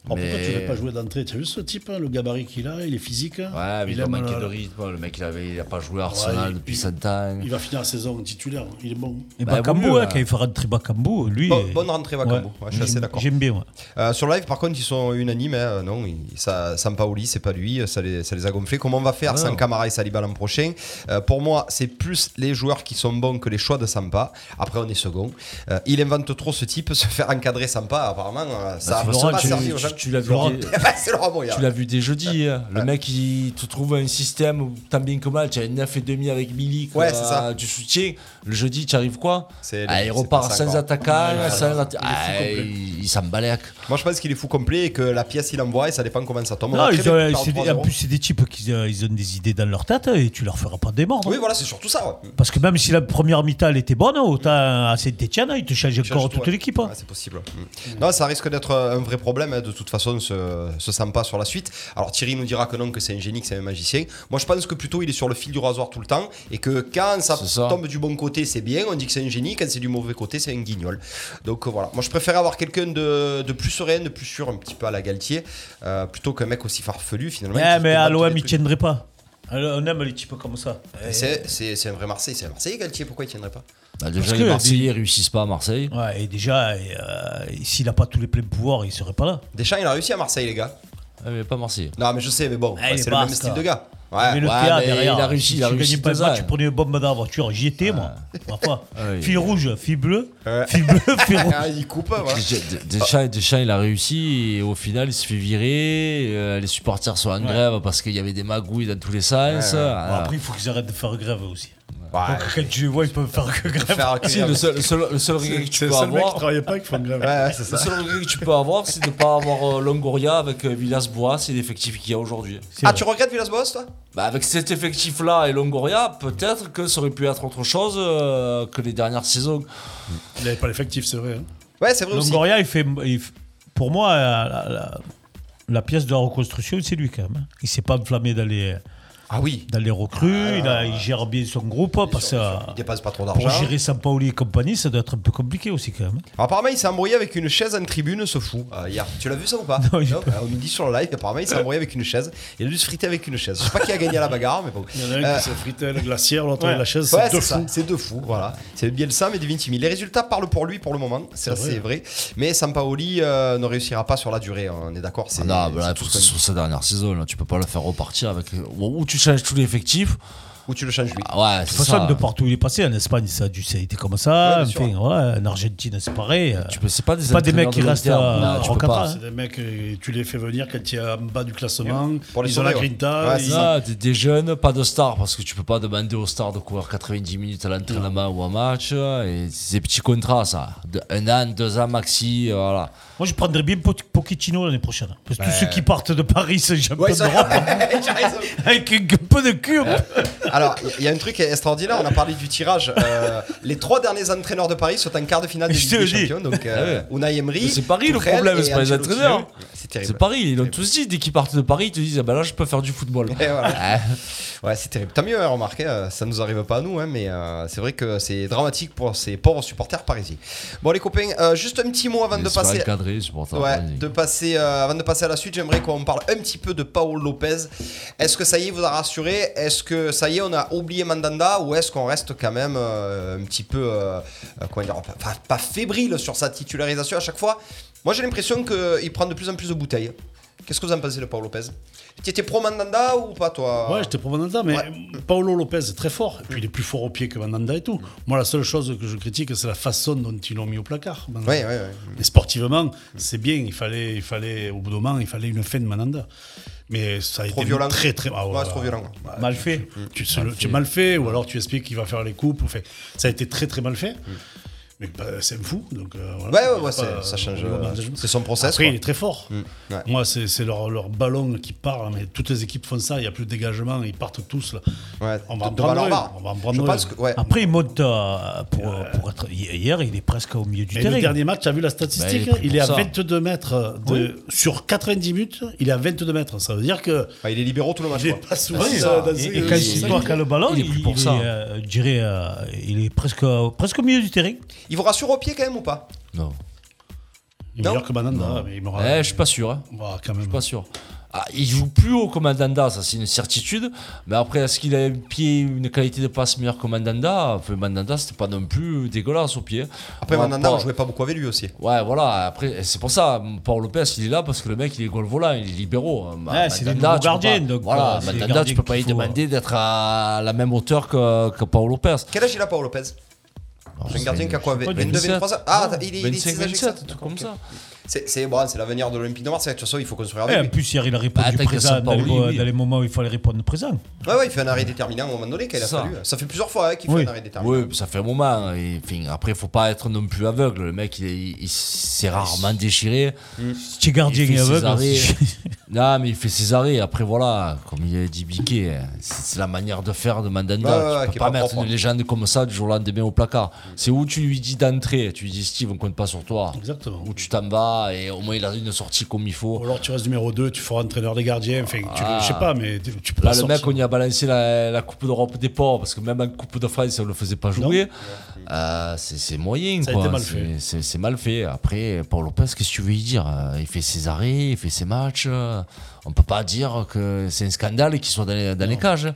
Alors, Pourquoi tu
Mais-
ne l'as pas joué d'entrée Tu as vu ce type, hein, le gabarit qu'il a, il est physique.
Ouais, mais il, a
aime
manqué
la-
de rythme. Le mec, il, avait, il a pas joué à Arsenal
il-
depuis
il-
7 ans.
Il va finir la saison titulaire, il est bon.
Et
Bah, vaut
Bakambu,
mieux,
hein,
ouais.
quand il fera rentrer Bakambu, lui.
Bon-
euh,
bonne rentrée, Bakambu. Ouais, je suis assez
J'aime-
d'accord.
J'aime bien. ouais.
Euh, sur live, par contre, ils sont unanimes. hein, Non, il- ça, Sampaoli, c'est pas lui, ça les, ça les a gonflés. Comment on va faire
Ah.
sans Camara et Saliba l'an prochain Euh, Pour moi, c'est plus les joueurs qui sont bons que les choix de Sampa. Après, on est second. Euh, il invente trop ce type, se faire encadrer Sampa, apparemment, euh, ça
Bah, c'est
va
Laurent,
pas
tu-
servir aux
tu-
gens.
tu l'as vu
Laurent-
dire-
c'est Laurent Moyard.
Tu l'as vu dès jeudi, hein. le mec il te trouve un système où tant bien que mal, tu as une 9,5 avec Milik,
Ouais,
euh,
c'est ça.
du soutien. Le jeudi, tu arrives quoi
C'est-
Ah,
c'est
Il
pas
repart
ça
sans
encore.
attaquant, sans atta- Ah, il, il s'en balèque.
Moi, je pense qu'il est fou complet et que la pièce, il envoie et ça dépend comment ça tombe. On
Non,
va
ils
très
ont-
bien par
c'est des-
3-0.
en plus, c'est des types qui euh, ils ont des idées dans leur tête et tu leur feras pas des morts. hein.
Oui, voilà, c'est surtout ça. ouais.
Parce que même si la première mi-temps elle était bonne, oh, autant à Saint-Etienne, ils te changent
Change
encore
tout,
toute
ouais.
l'équipe. hein.
Ouais, Ah, c'est possible. Mm. Non, ça risque d'être un vrai problème. hein, De toute façon, ce, ce Sampa sur la suite. Alors Thierry nous dira que non, que c'est un génie, que c'est un magicien. Moi, je pense que plutôt il est sur le fil du rasoir tout le temps et que quand ça,
C'est ça.
tombe du bon côté, c'est bien. On dit que c'est un génie. Quand c'est du mauvais côté, c'est un guignol. Donc euh, voilà. Moi, je préfère avoir quelqu'un de, de plus serein, de plus sûr, un petit peu à la Galtier, euh, plutôt qu'un mec aussi farfelu finalement.
Ouais,
qui-
Eh, mais
qui
à
bat tous
l'OM,
les
ils
trucs.
tiendraient pas. Alors, On aime les types comme ça.
Mais C'est c'est- c'est un vrai Marseille, c'est un Marseillais Galtier. Pourquoi il tiendrait pas
Bah, déjà,
Parce
les
que-
Marseillais réussissent pas à Marseille.
Ouais, et déjà, et, euh, s'il n'a pas tous les pleins pouvoirs, il serait pas là.
Deschamps, il a réussi à Marseille, les gars.
Ah, mais pas Marseille.
Non, mais je sais, mais bon, bah,
Ah, il
c'est
est
le même
basse,
style
ça.
de gars.
mais
Ouais.
le
Ah, ouais,
PA
mais
derrière,
il a réussi,
si
il a
tu
réussi
gagnais pas le
deux ans. Ah.
match, tu prenais une bombe dans la voiture. J'y étais, moi. Ma foi.
Ouais,
fil
il-
rouge, fil bleu,
Ouais.
fil bleu, fil rouge.
Ah, il coupe, voilà.
Déjà- Dé- Deschamps, Deschamps, il a réussi et au final il se fait virer. euh, les supporters sont en grève parce qu'il y avait des magouilles dans tous les sens.
Bon,
Ah,
après, il faut qu'ils arrêtent de faire grève aussi.
Ouais.
Donc, quand tu les vois, ils peuvent faire que
Ah,
grève.
Faire-
Si, le seul, le seul- le seul regret que tu
C'est le
peux
seul mec qui
avoir,
travaillait pas qui font grève.
Ouais, ouais, c'est ça.
Le seul regret que tu peux avoir, c'est de ne pas avoir euh, Longoria avec euh, Villas-Boas et l'effectif qu'il y a aujourd'hui.
C'est
Ah,
vrai.
tu regrettes Villas-Boas, toi
Bah, avec cet effectif-là et Longoria, peut-être que ça aurait pu être autre chose euh, que les dernières saisons.
Il n'avait pas l'effectif, c'est vrai. hein.
Ouais, c'est vrai aussi.
Longoria, il fait, il f- pour moi, euh, la, la- la pièce de la reconstruction, c'est lui quand même. hein. Il s'est pas enflammé dans les,
Ah oui.
dans les recrues,
Ah,
il, a- il gère bien son groupe. parce que,
Il dépasse pas trop
pour
d'argent.
gérer Sampaoli et compagnie, ça doit être un peu compliqué aussi quand même. hein.
Apparemment, il s'est embrouillé avec une chaise en tribune, ce fou, euh, hier. Tu l'as vu ça ou pas
Non, j'ai
bah, On nous dit sur le live, apparemment, il s'est embrouillé avec une chaise. Il a dû se friter avec une chaise. Je sais pas qui a gagné à la bagarre, mais bon.
Il y en a un
Euh,
qui s'est frité à la glacière, l'autre à la chaise,
Ouais,
c'est deux
c'est ça,
fous.
c'est deux fous, voilà. C'est Bielsa mais De Vintimi. Les résultats parlent pour lui pour le moment, c'est
vrai.
c'est vrai. Mais Sampaoli euh, ne réussira pas sur la durée, hein. on est d'accord. c'est-
Ah Non, mais
c'est
là,
tout
tout
ce
ça
qu'on dit.
sur sa dernière saison, là, tu peux pas le faire repartir avec. Ou ou tu changes tout l'effectif.
Ou tu le changes lui.
Ah Ouais,
De
c'est
toute façon,
ça.
de partout où il est passé, en Espagne, ça a dû ça a été comme ça.
Ouais, bien sûr.
Enfin, ouais, en Argentine, c'est pareil.
Tu peux, c'est pas des,
C'est pas des
entraîneurs
mecs qui
de long
restent
terme.
à-
Non, tu
en
peux
Qatar,
pas.
hein.
C'est des mecs, euh, tu les fais venir quand il y a en bas du classement.
Pour les
ils ont la
sauver, ouais.
grinta.
Ouais, c'est
ils-
ça.
Ah, des, des jeunes, pas de stars, parce que tu peux pas demander aux stars de courir 90 minutes à l'entraînement ou à un match. euh, Et c'est des petits contrats, ça. De, un an, deux ans maxi, euh, voilà.
Moi, je prendrais bien Po- Pochettino l'année prochaine. Parce que tous ceux
Ben.
qui partent de Paris, c'est champion
Ouais, ça-
d'Europe,
T'as raison.
avec un peu de cul. hein.
Alors, il y- y a un truc extraordinaire, on a parlé du tirage. Euh, les trois derniers entraîneurs de Paris sont en quart de finale des
Je te
Ligue
le
des
dis.
Champions. Donc, euh, Unai Emery.
Ah Mais c'est Paris, le
Tourelle
problème,
et
c'est pas les
Ancelotti.
entraîneurs.
C'est C'est terrible.
C'est Paris, ils l'ont tous dit. Dès qu'ils partent de Paris, ils te disent Ah ben là, je peux faire du football.
Et voilà. ouais, c'est terrible. Tant mieux, hein, remarquez, euh, ça nous arrive pas à nous, hein, mais euh, c'est vrai que c'est dramatique pour ces pauvres supporters parisiens. Bon, les copains, euh, juste un petit mot avant de
C'est pas
passer.
encadré, c'est pour ça.
Ouais, de passer, euh, avant de passer à la suite, j'aimerais qu'on parle un petit peu de Paolo Lopez. Est-ce que ça y est, vous a rassuré Est-ce que ça y est, on a oublié Mandanda Ou est-ce qu'on reste quand même euh, un petit peu, euh, euh, comment dire, pas, pas- pas fébrile sur sa titularisation à chaque fois Moi, j'ai l'impression qu'il prend de plus en plus de bouteilles. Qu'est-ce que vous en pensez de Paolo Lopez Tu étais pro Mandanda ou pas, toi
Ouais, j'étais pour Mandanda, mais Paolo Lopez est très fort. Et puis, il est plus fort au pied que Mandanda et tout. Moi, la seule chose que je critique, c'est la façon dont ils l'ont mis au placard. Mandanda.
Ouais, ouais, ouais.
Mais sportivement, c'est bien. Il fallait, il fallait, au bout d'un moment, il fallait une fin de Mandanda. Mais ça a
Trop
été
violent.
très, ah, très.
Ouais, c'est trop violent.
Mal fait.
Bah, Tu, tu- tu es mal fait, ou alors tu expliques qu'il va faire les coupes. Enfin, ça a été très, très mal fait. Mais bah, c'est fou. Donc, euh,
Mm. Ouais,
voilà.
ouais, ouais,
Pas-
c'est- ça change.
on va pas-
euh, c'est son process.
après,
quoi. Mm.
il est très fort.
ouais.
Moi, c'est c'est leur, leur ballon qui parle. Mais toutes les équipes font ça. Il n'y a plus de dégagement. Ils partent tous. Là.
Ouais,
on, va en
de- devant
prendre
leur
une,
barre.
on va en prendre
Je
une.
pense que, ouais.
Après, il monte euh, pour, euh, pour être. Hier, il est presque au milieu du
Et
terrain.
le dernier match, tu as vu la statistique
Bah, il est pris
Il
pour
est à
ça.
22 mètres. De, Sur 90 minutes, il est à 22 mètres. Ça veut dire que.
Ah, il est libéraux tout le match.
Il est
quoi.
pas souvent
Ouais,
dans- dans-
et, et quand il doit qu'à le ballon,
il est
il,
plus pour
il
ça.
est, euh, je dirais, euh, il est presque, presque au milieu du terrain.
Il vous rassure au pied quand même ou pas
Non.
Il est meilleur que Mandanda. mais Il m'aura.
Eh, je suis pas sûr. hein.
Bah, quand même.
Pas sûr. Ah, il joue plus haut que Mandanda, ça c'est une certitude. Mais après, est-ce qu'il a un pied, une qualité de passe meilleure que Mandanda Enfin, Mandanda, c'était pas non plus dégueulasse au pied.
Après,
On va
Mandanda,
pas-
on jouait pas beaucoup avec lui aussi.
Ouais, voilà. Après, c'est pour ça, Paul Lopez, il est là parce que le mec, il est goal volant, il est libéraux. hein. Bah,
Ouais, c'est des
Mandanda,
nouveaux
tu peux
gardiens,
pas-
donc,
voilà,
euh, c'est des
Mandanda,
gardiens
tu peux pas
qu'il
lui
faut, hein.
demander d'être à la même hauteur que, que Paul Lopez.
Quel âge il a, Paul Lopez
Alors,
C'est un gardien qui a quoi
je sais pas,
22, 23 ans Ah, il est- il est
25,
6 âgé que ça.
27, un truc comme ça.
C'est c'est bon, c'est l'avenir de l'Olympique de Marseille. De toute façon, il faut construire
Et
avec
en
lui.
plus, hier, il a répondu
Bah, attaque de
présent dans les,
Sampaoli,
mo-
oui.
dans les moments où il fallait répondre présent.
Ouais, ouais, il fait un arrêt déterminant à un moment donné qu'il a
Ça.
fallu. Ça fait plusieurs fois hein, qu'il fait
Oui.
un arrêt déterminant.
Oui, ça fait un moment. hein. Et, enfin, après, faut pas être non plus aveugle. Le mec, il, est- il s'est rarement déchiré.
Si tu es gardien
Il fait
et
ses
aveugle, hein.
arrêts.
c'est-
Non, mais il fait ses arrêts. Après, voilà, comme il a dit Biquet, c'est c'est la manière de faire de Mandanda.
Ouais, ouais, ouais, qui
tu
est
peux pas
pas
mettre
propre. hein.
une légende comme ça du jour au lendemain au placard. C'est où tu lui dis d'entrer. Tu lui dis, Steve, on compte pas sur toi.
Exactement.
Où tu t'en vas et au moins il a une sortie comme il faut.
Ou alors tu restes numéro 2, tu feras entraîneur des gardiens, enfin, tu,
Ah.
je sais pas, mais tu tu peux
Là,
la
Ah, le mec,
sortir.
on y a balancé la, la Coupe d'Europe des ports parce que même en Coupe de France, on ne le faisait pas jouer. Euh, c'est c'est moyen,
Ça a
quoi.
été mal
C'est-
fait.
C'est c'est mal fait. Après, Paul Lopez, qu'est-ce que tu veux y dire Euh, Il fait ses arrêts, il fait ses matchs. euh, On peut pas dire que c'est un scandale et qu'il soit dans les, dans les cages.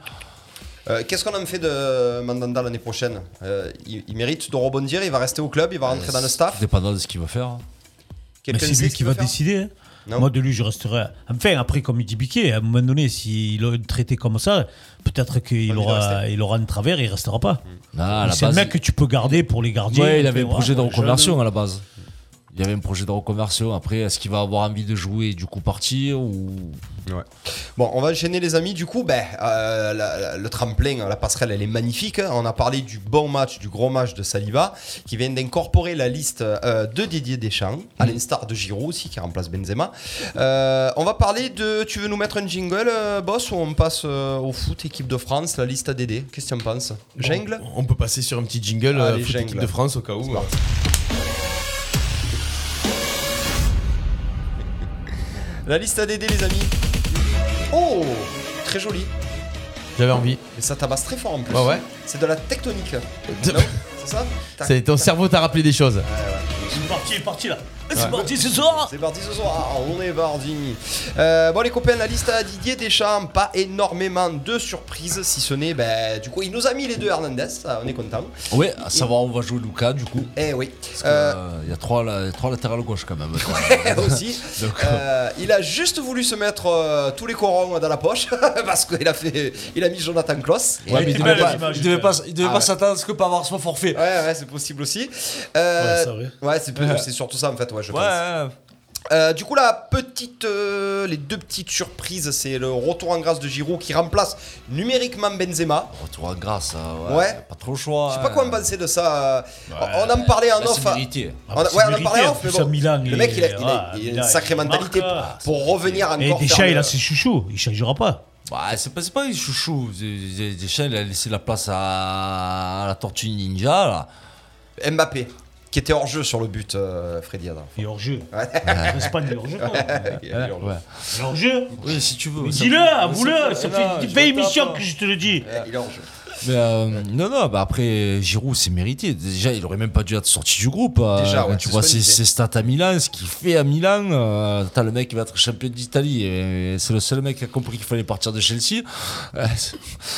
Euh, Qu'est-ce qu'on en fait de Mandanda l'année prochaine Euh, il, il mérite de rebondir, il va rester au club, il va rentrer dans le
Tout
staff.
Dépendant de ce qu'il veut faire.
Euh, Mais
Quelqu'un
c'est
sait
lui
ce
qui
qu'il
va
veut faire
décider. hein.
Non.
Moi, de lui, je resterai. Enfin, après, comme il dit Biquet, à un moment donné, s'il est traité comme ça, peut-être qu'il
doit
aura,
rester.
il aura un travers et il restera pas.
Là, Ah, à la
C'est le
base,
mec que tu peux garder pour les gardiens.
Ouais, il avait un
Voilà.
projet de reconversion à la base. Il y avait un projet de reconversion. Après, est-ce qu'il va avoir envie de jouer et du coup partir ou
Bon, on va enchaîner les amis. Du coup, ben, euh, la- la- le tremplin, la passerelle, elle est magnifique. hein. On a parlé du bon match, du gros match de Saliba, qui vient d'incorporer la liste euh, de Didier Deschamps, à l'instar de Giroud aussi, qui remplace Benzema. Euh, on va parler de. Tu veux nous mettre un jingle, euh, boss, ou on passe euh, au foot équipe de France, la liste à Dédé Qu'est-ce que tu en penses Jungle
On peut passer sur un petit jingle
Allez,
euh, foot
jungle.
équipe de France au cas où. euh.
La liste à Dédé, les amis. Oh Très joli.
J'avais envie.
Mais ça tabasse très fort en plus.
Bah Ouais, ouais.
C'est de la tectonique. Non C'est ça Tac,
C'est ton cerveau t'a rappelé des choses.
C'est parti, c'est parti là. C'est parti ce soir.
Ah. C'est parti ce soir, on est mardi. Euh, bon les copains, la liste à Didier Deschamps, pas énormément de surprises, si ce n'est, ben, du coup, il nous a mis les deux Hernandez, ça, on est content.
Ouais, à savoir, on va jouer Lucas du coup.
Eh oui.
Parce que,
Euh,
euh, Il y a trois, la- trois latérales gauche quand même.
aussi. Euh, il a juste voulu se mettre euh, tous les corons dans la poche parce qu'il a fait, il a mis Jonathan Kloss. Et-
Ouais,
était
mais il devait
belle,
pas-
l'image,
il devait
quand
pas il
Ah
devait pas
ouais. Ah,
s'attendre à ce que Pavard soit forfait.
Ouais, ouais, c'est possible aussi. Euh,
Ouais, c'est vrai.
ouais, c'est peu- c'est surtout ça en fait, ouais, je pense.
Ouais,
Euh, du coup, la petite, euh, les deux petites surprises, c'est le retour en grâce de Giroud qui remplace numériquement Benzema.
euh,
retour à grâce. hein,
Ouais.
Pas trop le choix.
Je sais pas
hein.
quoi me penser de ça. euh, on en parlait en
Là,
off.
c'est mérité.
On a-
Ah, c'est
ouais, on en
mérité,
parlait en
en
off, mais
plus,
bon.
à Milan,
le
il
mec, il a,
est-
il a-
ah,
il a une
Milan,
sacrée
il
mentalité
marque,
pour-
ah,
pour revenir
Et
encore. faire
Deschamps, il
le-
a ses chouchous. Il changera pas.
Bah,
Ouais, c'est pas, c'est pas un chouchou. C'est- c'est- Deschamps, il a laissé la place à, à la tortue ninja. là.
Mbappé. qui était hors jeu sur le but, euh, Freddy Adam.
Il est hors jeu.
Ouais.
C'est pas du hors jeu. quand même.
Il a eu hors jeu.
Ouais.
Il est hors jeu.
Oui, si tu veux.
Mais
ça-
Dis-le,
ça-
avoue-le. Ça
non,
fait
je
20
le tape,
émissions
hein.
que je te le dis.
Il est hors jeu.
Mais, euh, non, non, bah après, Giroud, c'est mérité. Déjà, il aurait même pas dû être sorti du groupe. euh,
Déjà, ouais,
quand tu
c'est
vois
ce qu'on
ses,
disait.
ses stats à Milan, ce qu'il fait à Milan. euh, t'as le mec qui va être champion d'Italie. et C'est le seul mec qui a compris qu'il fallait partir de Chelsea. Euh, c'est-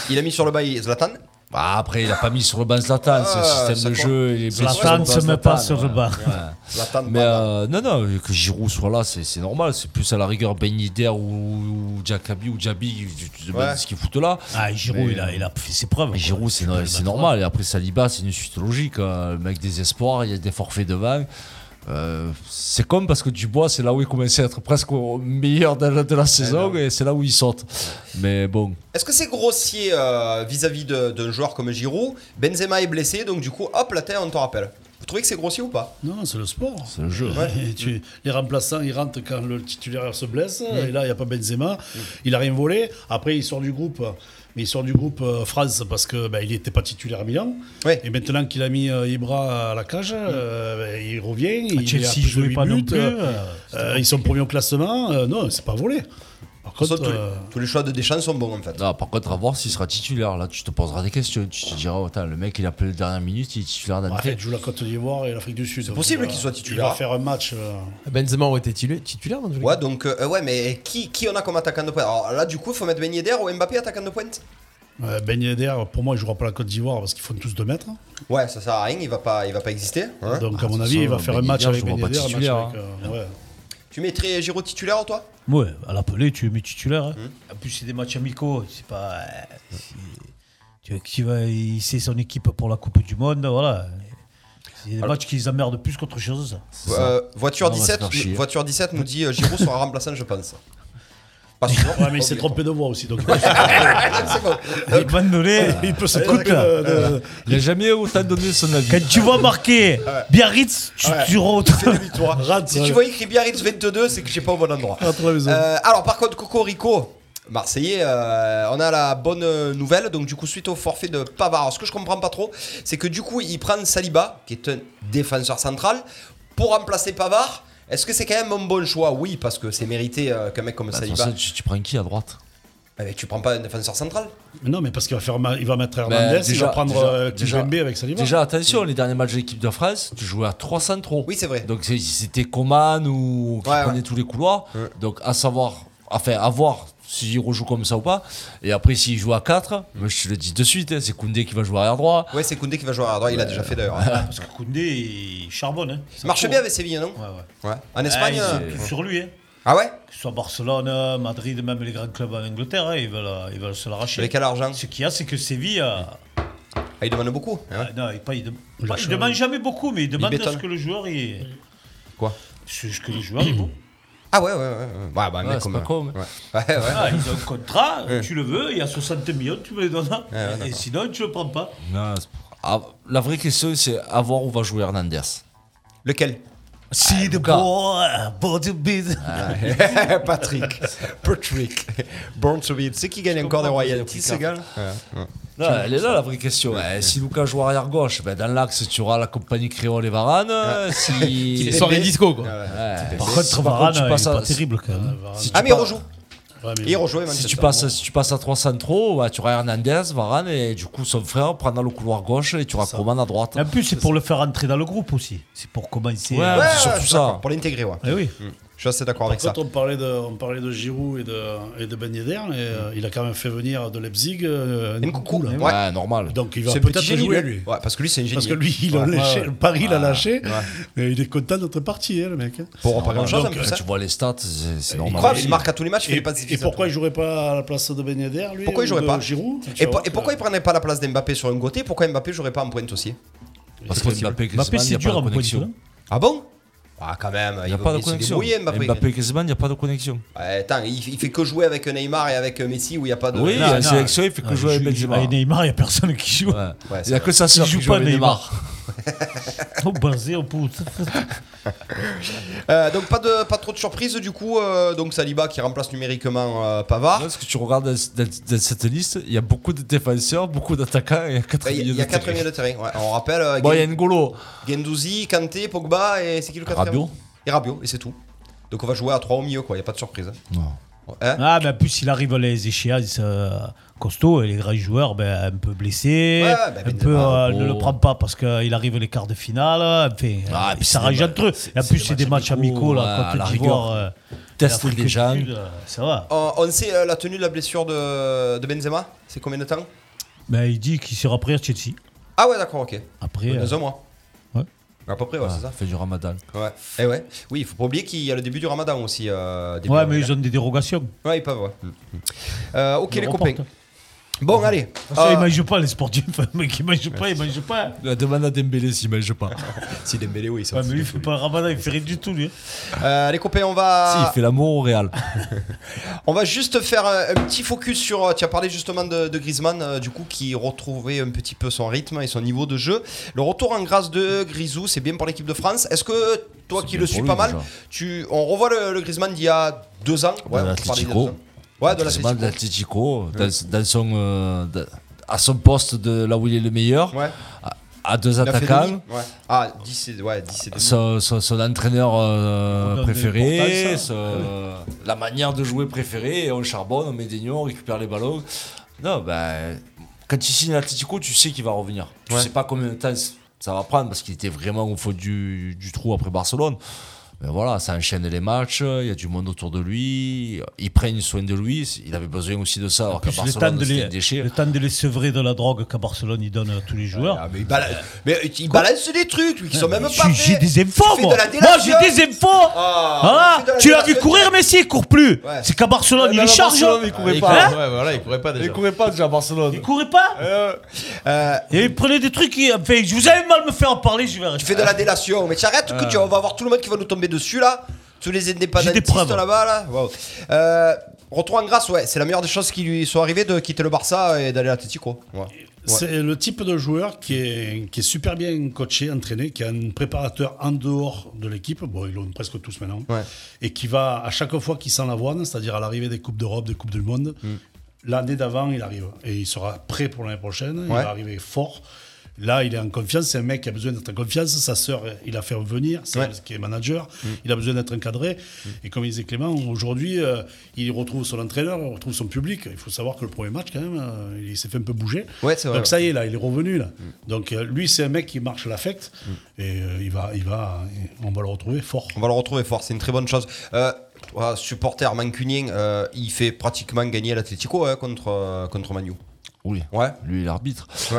Il a mis sur le bail Zlatan.
bah, après, il a pas mis sur le banc Zlatan.
Ah,
c'est le
ça
système de
compte.
jeu. Il est blessé sur le
Zlatan
banc
se met pas
Zlatan,
sur le
ouais.
banc.
Ouais.
Zlatan,
Mais
Bamba.
euh, non, non, que Giroud soit là, c'est c'est normal. C'est plus à la rigueur Ben Yedder ou, ou Jacabi ou Jabi, tu tu te demandes
Ouais.
ce qu'ils foutent là.
Ah, Giroud,
Mais-
il, a, il a fait ses preuves.
Mais
quoi.
Giroud, c'est no- c'est normal. Et après, Saliba, c'est une suite logique. hein. Le mec des espoirs, il y a des forfaits devant. Euh, c'est comme parce que Dubois, c'est là où il commençait à être presque au meilleur de la, de la saison et c'est là où il saute. Mais bon,
Est-ce que c'est grossier euh, vis-à-vis de- d'un joueur comme Giroud Benzema est blessé, donc du coup, hop, la terre, on te rappelle. Vous trouvez que c'est grossier ou pas
Non, non, c'est le sport.
c'est le jeu.
Et tu- les remplaçants, ils rentrent quand le titulaire se blesse. Et là, il n'y a pas Benzema. Il a rien volé. Après, il sort du groupe. Mais il sort du groupe euh, France parce que ben, il n'était pas titulaire à Milan.
Ouais.
Et maintenant qu'il a mis euh, Ibra à la cage, euh, ben, il revient. Il
Chelsea
a plus de
jouait
huit
pas non
buts,
plus,
euh,
euh,
euh, ils sont premiers au classement. euh, non, c'est pas volé. Par
Tous-
contre,
tous, les-
euh,
tous les choix de Deschamps sont bons en fait.
Non, par contre, à voir s'il sera titulaire. Là, tu te poseras des questions. Tu te diras, oh, putain, le mec, il appelé la dernière minute, il est titulaire d'un
en fait, il joue la Côte d'Ivoire et l'Afrique du Sud. C'est
possible qu'il soit titulaire.
Il va faire un match. euh,
Benzema aurait été titu- titulaire dans tous les cas.
Ouais, donc, euh, ouais, mais qui, qui on a comme attaquant de pointe Alors là, du coup, il faut mettre Ben Yedder ou Mbappé attaquant de pointe
euh, ben Yedder, pour moi, il jouera pas la Côte d'Ivoire parce qu'ils font tous 2 mètres.
Ouais, ça sert à rien, il va pas, il va pas exister. hein.
Donc, à
de
mon
toute
avis, il
façon,
va faire un
Ben
match
Yedder,
avec
je vois
Ben
pas
Yedder. un match
titulaire,
avec, euh, ouais.
Tu mettrais Giroud titulaire, toi
Ouais, à l'appeler, tu es mis titulaire. hein. En plus, c'est des matchs amicaux. C'est pas. euh, c'est- Tu vois, qui va hisser son équipe pour la Coupe du Monde, voilà. C'est des matchs qui les emmerdent plus qu'autre chose.
Euh, voiture,
Ah, on va se
17,
faire chier.
voiture 17 nous dit euh, Giroud sera remplaçant, je pense. Pas sûr.
Ouais, mais il s'est trompé de voix aussi. Donc,
C'est bon.
Et Bandolé, il peut se coûte là.
Il a jamais autant donné son avis.
euh, Quand tu vois marquer Biarritz, tu, tu rentres.
Rade,
Si tu vois écrit Biarritz 22, c'est que j'ai pas au bon endroit.
Ah,
Rentre à la maison.
Euh, alors par contre Coco Rico, bah, Marseillais, euh, on a la bonne nouvelle. Donc du coup suite au forfait de Pavard, alors, ce que je comprends pas trop, c'est que du coup ils prennent Saliba, qui est un défenseur central, pour remplacer Pavard. Est-ce que c'est quand même un bon choix Oui, parce que c'est mérité euh, qu'un mec comme
Bah,
Saliba.
attends, ça, tu, tu prends qui à droite
Ah, Mais tu prends pas un défenseur central
Non, mais parce qu'il va, faire, ma- il va mettre
Bah,
Ben,
Hernandez, il
déjà-
va prendre
déjà-
euh,
déjà-
Kimpembe avec Saliba.
Déjà, attention, les derniers matchs de l'équipe de France, tu jouais à 300 trop.
Oui, c'est vrai.
Donc c'est- c'était Coman ou qui
Ouais,
prenait
ouais.
tous les couloirs.
Ouais.
Donc à savoir, enfin à voir s'il rejoue comme ça ou pas. Et après s'il joue à 4, moi, je te le dis de suite, hein, c'est Koundé qui va jouer arrière droit.
Ouais, c'est Koundé qui va jouer à droite, il l'a déjà fait d'ailleurs. hein.
Parce que Koundé, il charbonne. Hein. Ça
Ça marche
court.
bien avec Séville, non
Ouais, ouais.
Ouais. En Espagne
Ah,
euh,
ils sont sur lui. Hein.
Ah ouais
Que ce soit Barcelone, euh, Madrid, même les grands clubs en Angleterre, hein, ils, veulent, euh, ils veulent se l'arracher.
Avec quel argent
Ce qu'il y a, c'est que Séville. euh,
Ah, il demande beaucoup. hein.
Ah, non, il, pas, il, de-
Le
pas- il
cheval.
demande jamais beaucoup, mais il demande
bétonne.
ce que le joueur est.
Quoi
ce, ce que le joueur est bon.
Ah ouais, ouais, ouais. ouais. Ouais, bah, un
Ouais,
mec
c'est
comme.
pas con, mais-
Ouais, ouais. ouais.
Ah, ils ont un contrat, tu le veux, il y a 60 millions, tu me les donnes.
ouais,
et sinon, tu le prends pas.
Non, c'est- Ah, la vraie question, c'est à voir où va jouer Hernandez. Eh,
Lequel
Si de
Lucas.
boy, body bid.
Patrick. Patrick. Born to be. Tu sais qui gagne encore des royalties, ce gars
Non, elle est là la vraie question. Eh, si Lucas joue arrière gauche, ben, dans l'axe, tu auras la compagnie Créole et Varane.
Ah.
Si...
Les soirées disco quoi.
Par contre, Varane, il est pas terrible quand même.
si tu
Ah, mais il
pas-
rejoue.
Ouais, mais
Il rejoue,
Si
Manchester.
tu, passes, si tu passes à 300 trop, bah, tu auras Hernandez, Varane et du coup son frère prendra le couloir gauche et tu auras Coman à droite.
En plus, c'est pour le faire entrer dans le groupe aussi. C'est pour commencer.
Ouais,
euh,
Ouais,
c'est
ouais,
surtout
je suis
ça.
d'accord, Pour l'intégrer, ouais. Hmm.
eh oui.
Je suis assez d'accord
Par
avec ça.
contre, on parlait, de, on parlait de Giroud et de, et de Ben Yedder, et euh,
Mm.
il a quand même fait venir de Leipzig euh, Nkunku, là.
Ouais.
Ouais, Ah, normal.
Donc il va
C'est
peut-être
petit génie,
jouer,
lui.
lui.
Ouais, parce que lui, c'est un génie.
Parce que lui, il a
Ouais.
lâché,
Ouais.
le Paris l'a lâché, mais il est content d'être parti, hein, le mec. hein.
Pour pas grand chose, en
Donc,
plus.
Quand
hein.
tu vois les stats, c'est c'est
Il
normal.
croit, il marque à tous les matchs, il
Et,
fait pas
et pourquoi il jouerait pas à la place de Ben Yedder, lui
Pourquoi il
ou
jouerait
de
pas
Giroud Tu
et,
vas
pour-
voir
et pourquoi il
que-
prenait pas la place d'Mbappé sur un côté Pourquoi Mbappé jouerait pas en pointe aussi
Parce que
Mbappé,
Mbappé, Griezmann, il n'y
c'est
a
dur
pas
à
de
me
connexion.
Ah bon Ah, quand même,
Il n'y a pas de connexion.
Oui, Mbappé.
Mbappé et Griezmann, il n'y a pas de connexion.
Ouais, attends, il, il fait que jouer avec Neymar et avec euh, Messi où il n'y a pas de.
Oui,
non,
la
non.
sélection, il fait que
Ah,
jouer avec
il joue-
Benzema.
il joue- Et Neymar, il n'y a personne qui joue.
Ouais.
Ouais,
il n'y a
c'est
que sa
Il
sœur qui
joue
joue
pas
avec
Neymar.
Neymar.
Au basé, au pouce.
Euh, donc pas de pas trop de surprises du coup. euh, donc Saliba qui remplace numériquement euh, Pavard.
Parce que tu regardes dans, dans- dans cette liste, il y a beaucoup de défenseurs, beaucoup d'attaquants et 4
Ouais, Bah, Il y, a- il y a 4 milieux de terrain. ouais. On rappelle euh,
Bon, il y a
Gen-
N'Golo.
Gendouzi, Kanté, Pogba et c'est qui le quatrième
Rabiot.
Et Rabiot et c'est tout. Donc on va jouer à 3 au milieu quoi. Il y a pas de surprise. hein.
Non.
Hein
Ah, mais en plus, il arrive les échéances euh, costauds et les grands joueurs, ben, un peu blessés,
Ouais, ben,
un
Benzema,
peu euh,
oh.
ne le prend pas parce qu'il arrive les quarts de finale. Enfin,
Ah, et
ils
puis c'est
s'arrangent
des-
entre eux. Et en
c'est
plus,
des
c'est des matchs
matchs
amicaux,
amicaux,
là,
ouais, à
contre
la
l'Ivoire.
rigueur.
euh,
Teste
l'Afrique
les
du
gens.
Sud, euh, ça va.
On, on sait euh, la tenue de la blessure de, de Benzema. C'est combien de temps
Ben, il dit qu'il sera prêt à Chelsea.
Ah ouais d'accord ok.
Après,
Dans
euh,
un mois.
ouais.
À peu près ouais,
Ah,
c'est ça.
fait du ramadan.
Ouais. Et ouais. Oui il faut pas oublier qu'il y a le début du Ramadan aussi. euh, début
ouais, mais
avril.
ils ont des dérogations.
Ouais, ils peuvent, ouais. Euh, ok,
Ils
les
reportent.
copains. Bon, allez.
Ah.
Ça,
Euh,
ils mangent pas, les sportifs. Le mec, il mange pas, il mange pas.
La demande à Dembélé s'il mange pas.
si Dembélé, oui, ça
Ouais, mais lui, il fait pas un ramadan, il fait rien du tout, lui.
Euh, les copains, on
Si,
va,
il fait l'amour au Real.
on va juste faire euh, un, un petit focus sur. euh, Tu as parlé justement de, de Griezmann, euh, du coup, qui retrouvait un petit peu son rythme et son niveau de jeu. Le retour en grâce de Grisou, c'est bien pour l'équipe de France. Est-ce que toi
C'est
qui
bien
le
pour
suis
lui,
pas mal,
déjà.
tu, on revoit le, le Griezmann d'il y a deux ans
De
on peut parler d'il y a
l'Atlético.
deux ans. Ouais, Ah, de
Griezmann,
l'Atlético.
l'Atlético, dans, dans son, euh, dans- à son poste de là où il est le meilleur,
Ouais.
à, à deux
Il a fait
attaquants,
demi, ouais. Ah, 10 et- ouais, 10 et demi.
son, son- son entraîneur euh,
Regarde les
préféré,
portails, ça. Ah
son- la manière de jouer préférée, et on charbonne, on met des nions, on récupère les ballons. Non, ben, quand tu signes l'Atlético, tu sais qu'il va revenir. Tu sais pas combien de temps c- ça va prendre parce qu'il était vraiment au fond du, du trou après Barcelone. Mais voilà, ça enchaîne les matchs, il y a du monde autour de lui, ils prennent soin de lui, il avait besoin aussi de ça, alors qu'à
Ah, Plus, le, temps
Barcelone,
de
c'était
les,
un déchet.
le temps de les sevrer de la drogue qu'à Barcelone, ils donnent à tous les joueurs.
Ah, mais il balance, mais il balance des trucs, lui, qui sont même
Mais
pas.
j'ai- J'ai
faits.
des infos,
Tu fais
moi.
de la
Moi,
délation.
j'ai des infos.
Ah,
Ah,
tu fais de la
tu l'as vu
délation.
courir, Messi, il court plus.
Ouais.
C'est qu'à Barcelone, il est charge.
il
Ah,
courait
il
pas.
courait- ouais, voilà, il courait pas déjà.
courait pas déjà à Barcelone.
Il courait pas
Euh,
Et il prenait des trucs. qui- enfin, je vous avais mal me faire en parler, je vais
Tu
arrêter.
fais de la délation, mais tu arrêtes que tu on va avoir tout le monde qui va nous tomber dessus là, tous les
Hein J'ai des
indépendantistes
preuves.
là-bas là. Waouh. Euh, retour en grâce, ouais, c'est la meilleure des choses qui lui sont arrivées de quitter le Barça et d'aller à l'Atlético. Ouais. Ouais.
C'est le type de joueur qui est, qui est super bien coaché, entraîné, qui a un préparateur en dehors de l'équipe, bon, ils l'ont presque tous maintenant,
Ouais.
et qui va à chaque fois qu'il s'en avoine, c'est-à-dire à l'arrivée des Coupes d'Europe, des Coupes du Monde,
Mm.
l'année d'avant, il arrive. Et il sera prêt pour l'année prochaine, il
Ouais.
va arriver fort. Là, il est en confiance, c'est un mec qui a besoin d'être en confiance, sa sœur, il a fait venir, c'est
Ouais. Mm.
elle qui est manager, il a besoin d'être encadré. Et comme il disait Clément, aujourd'hui, euh, il retrouve son entraîneur, il retrouve son public. Il faut savoir que le premier match, quand même, euh, il s'est fait un peu bouger.
Ouais, c'est vrai,
Donc ça y est, là, il est revenu. Là. Donc euh, lui, c'est un mec qui marche l'affect. Et euh, il va, il va, euh, on va le retrouver fort.
On va le retrouver fort, c'est une très bonne chose. Euh, toi, supporter mancunien, euh, il fait pratiquement gagner l'Atlético hein, contre euh, contre Manu.
Oui.
Ouais.
Lui, l'arbitre.
Et où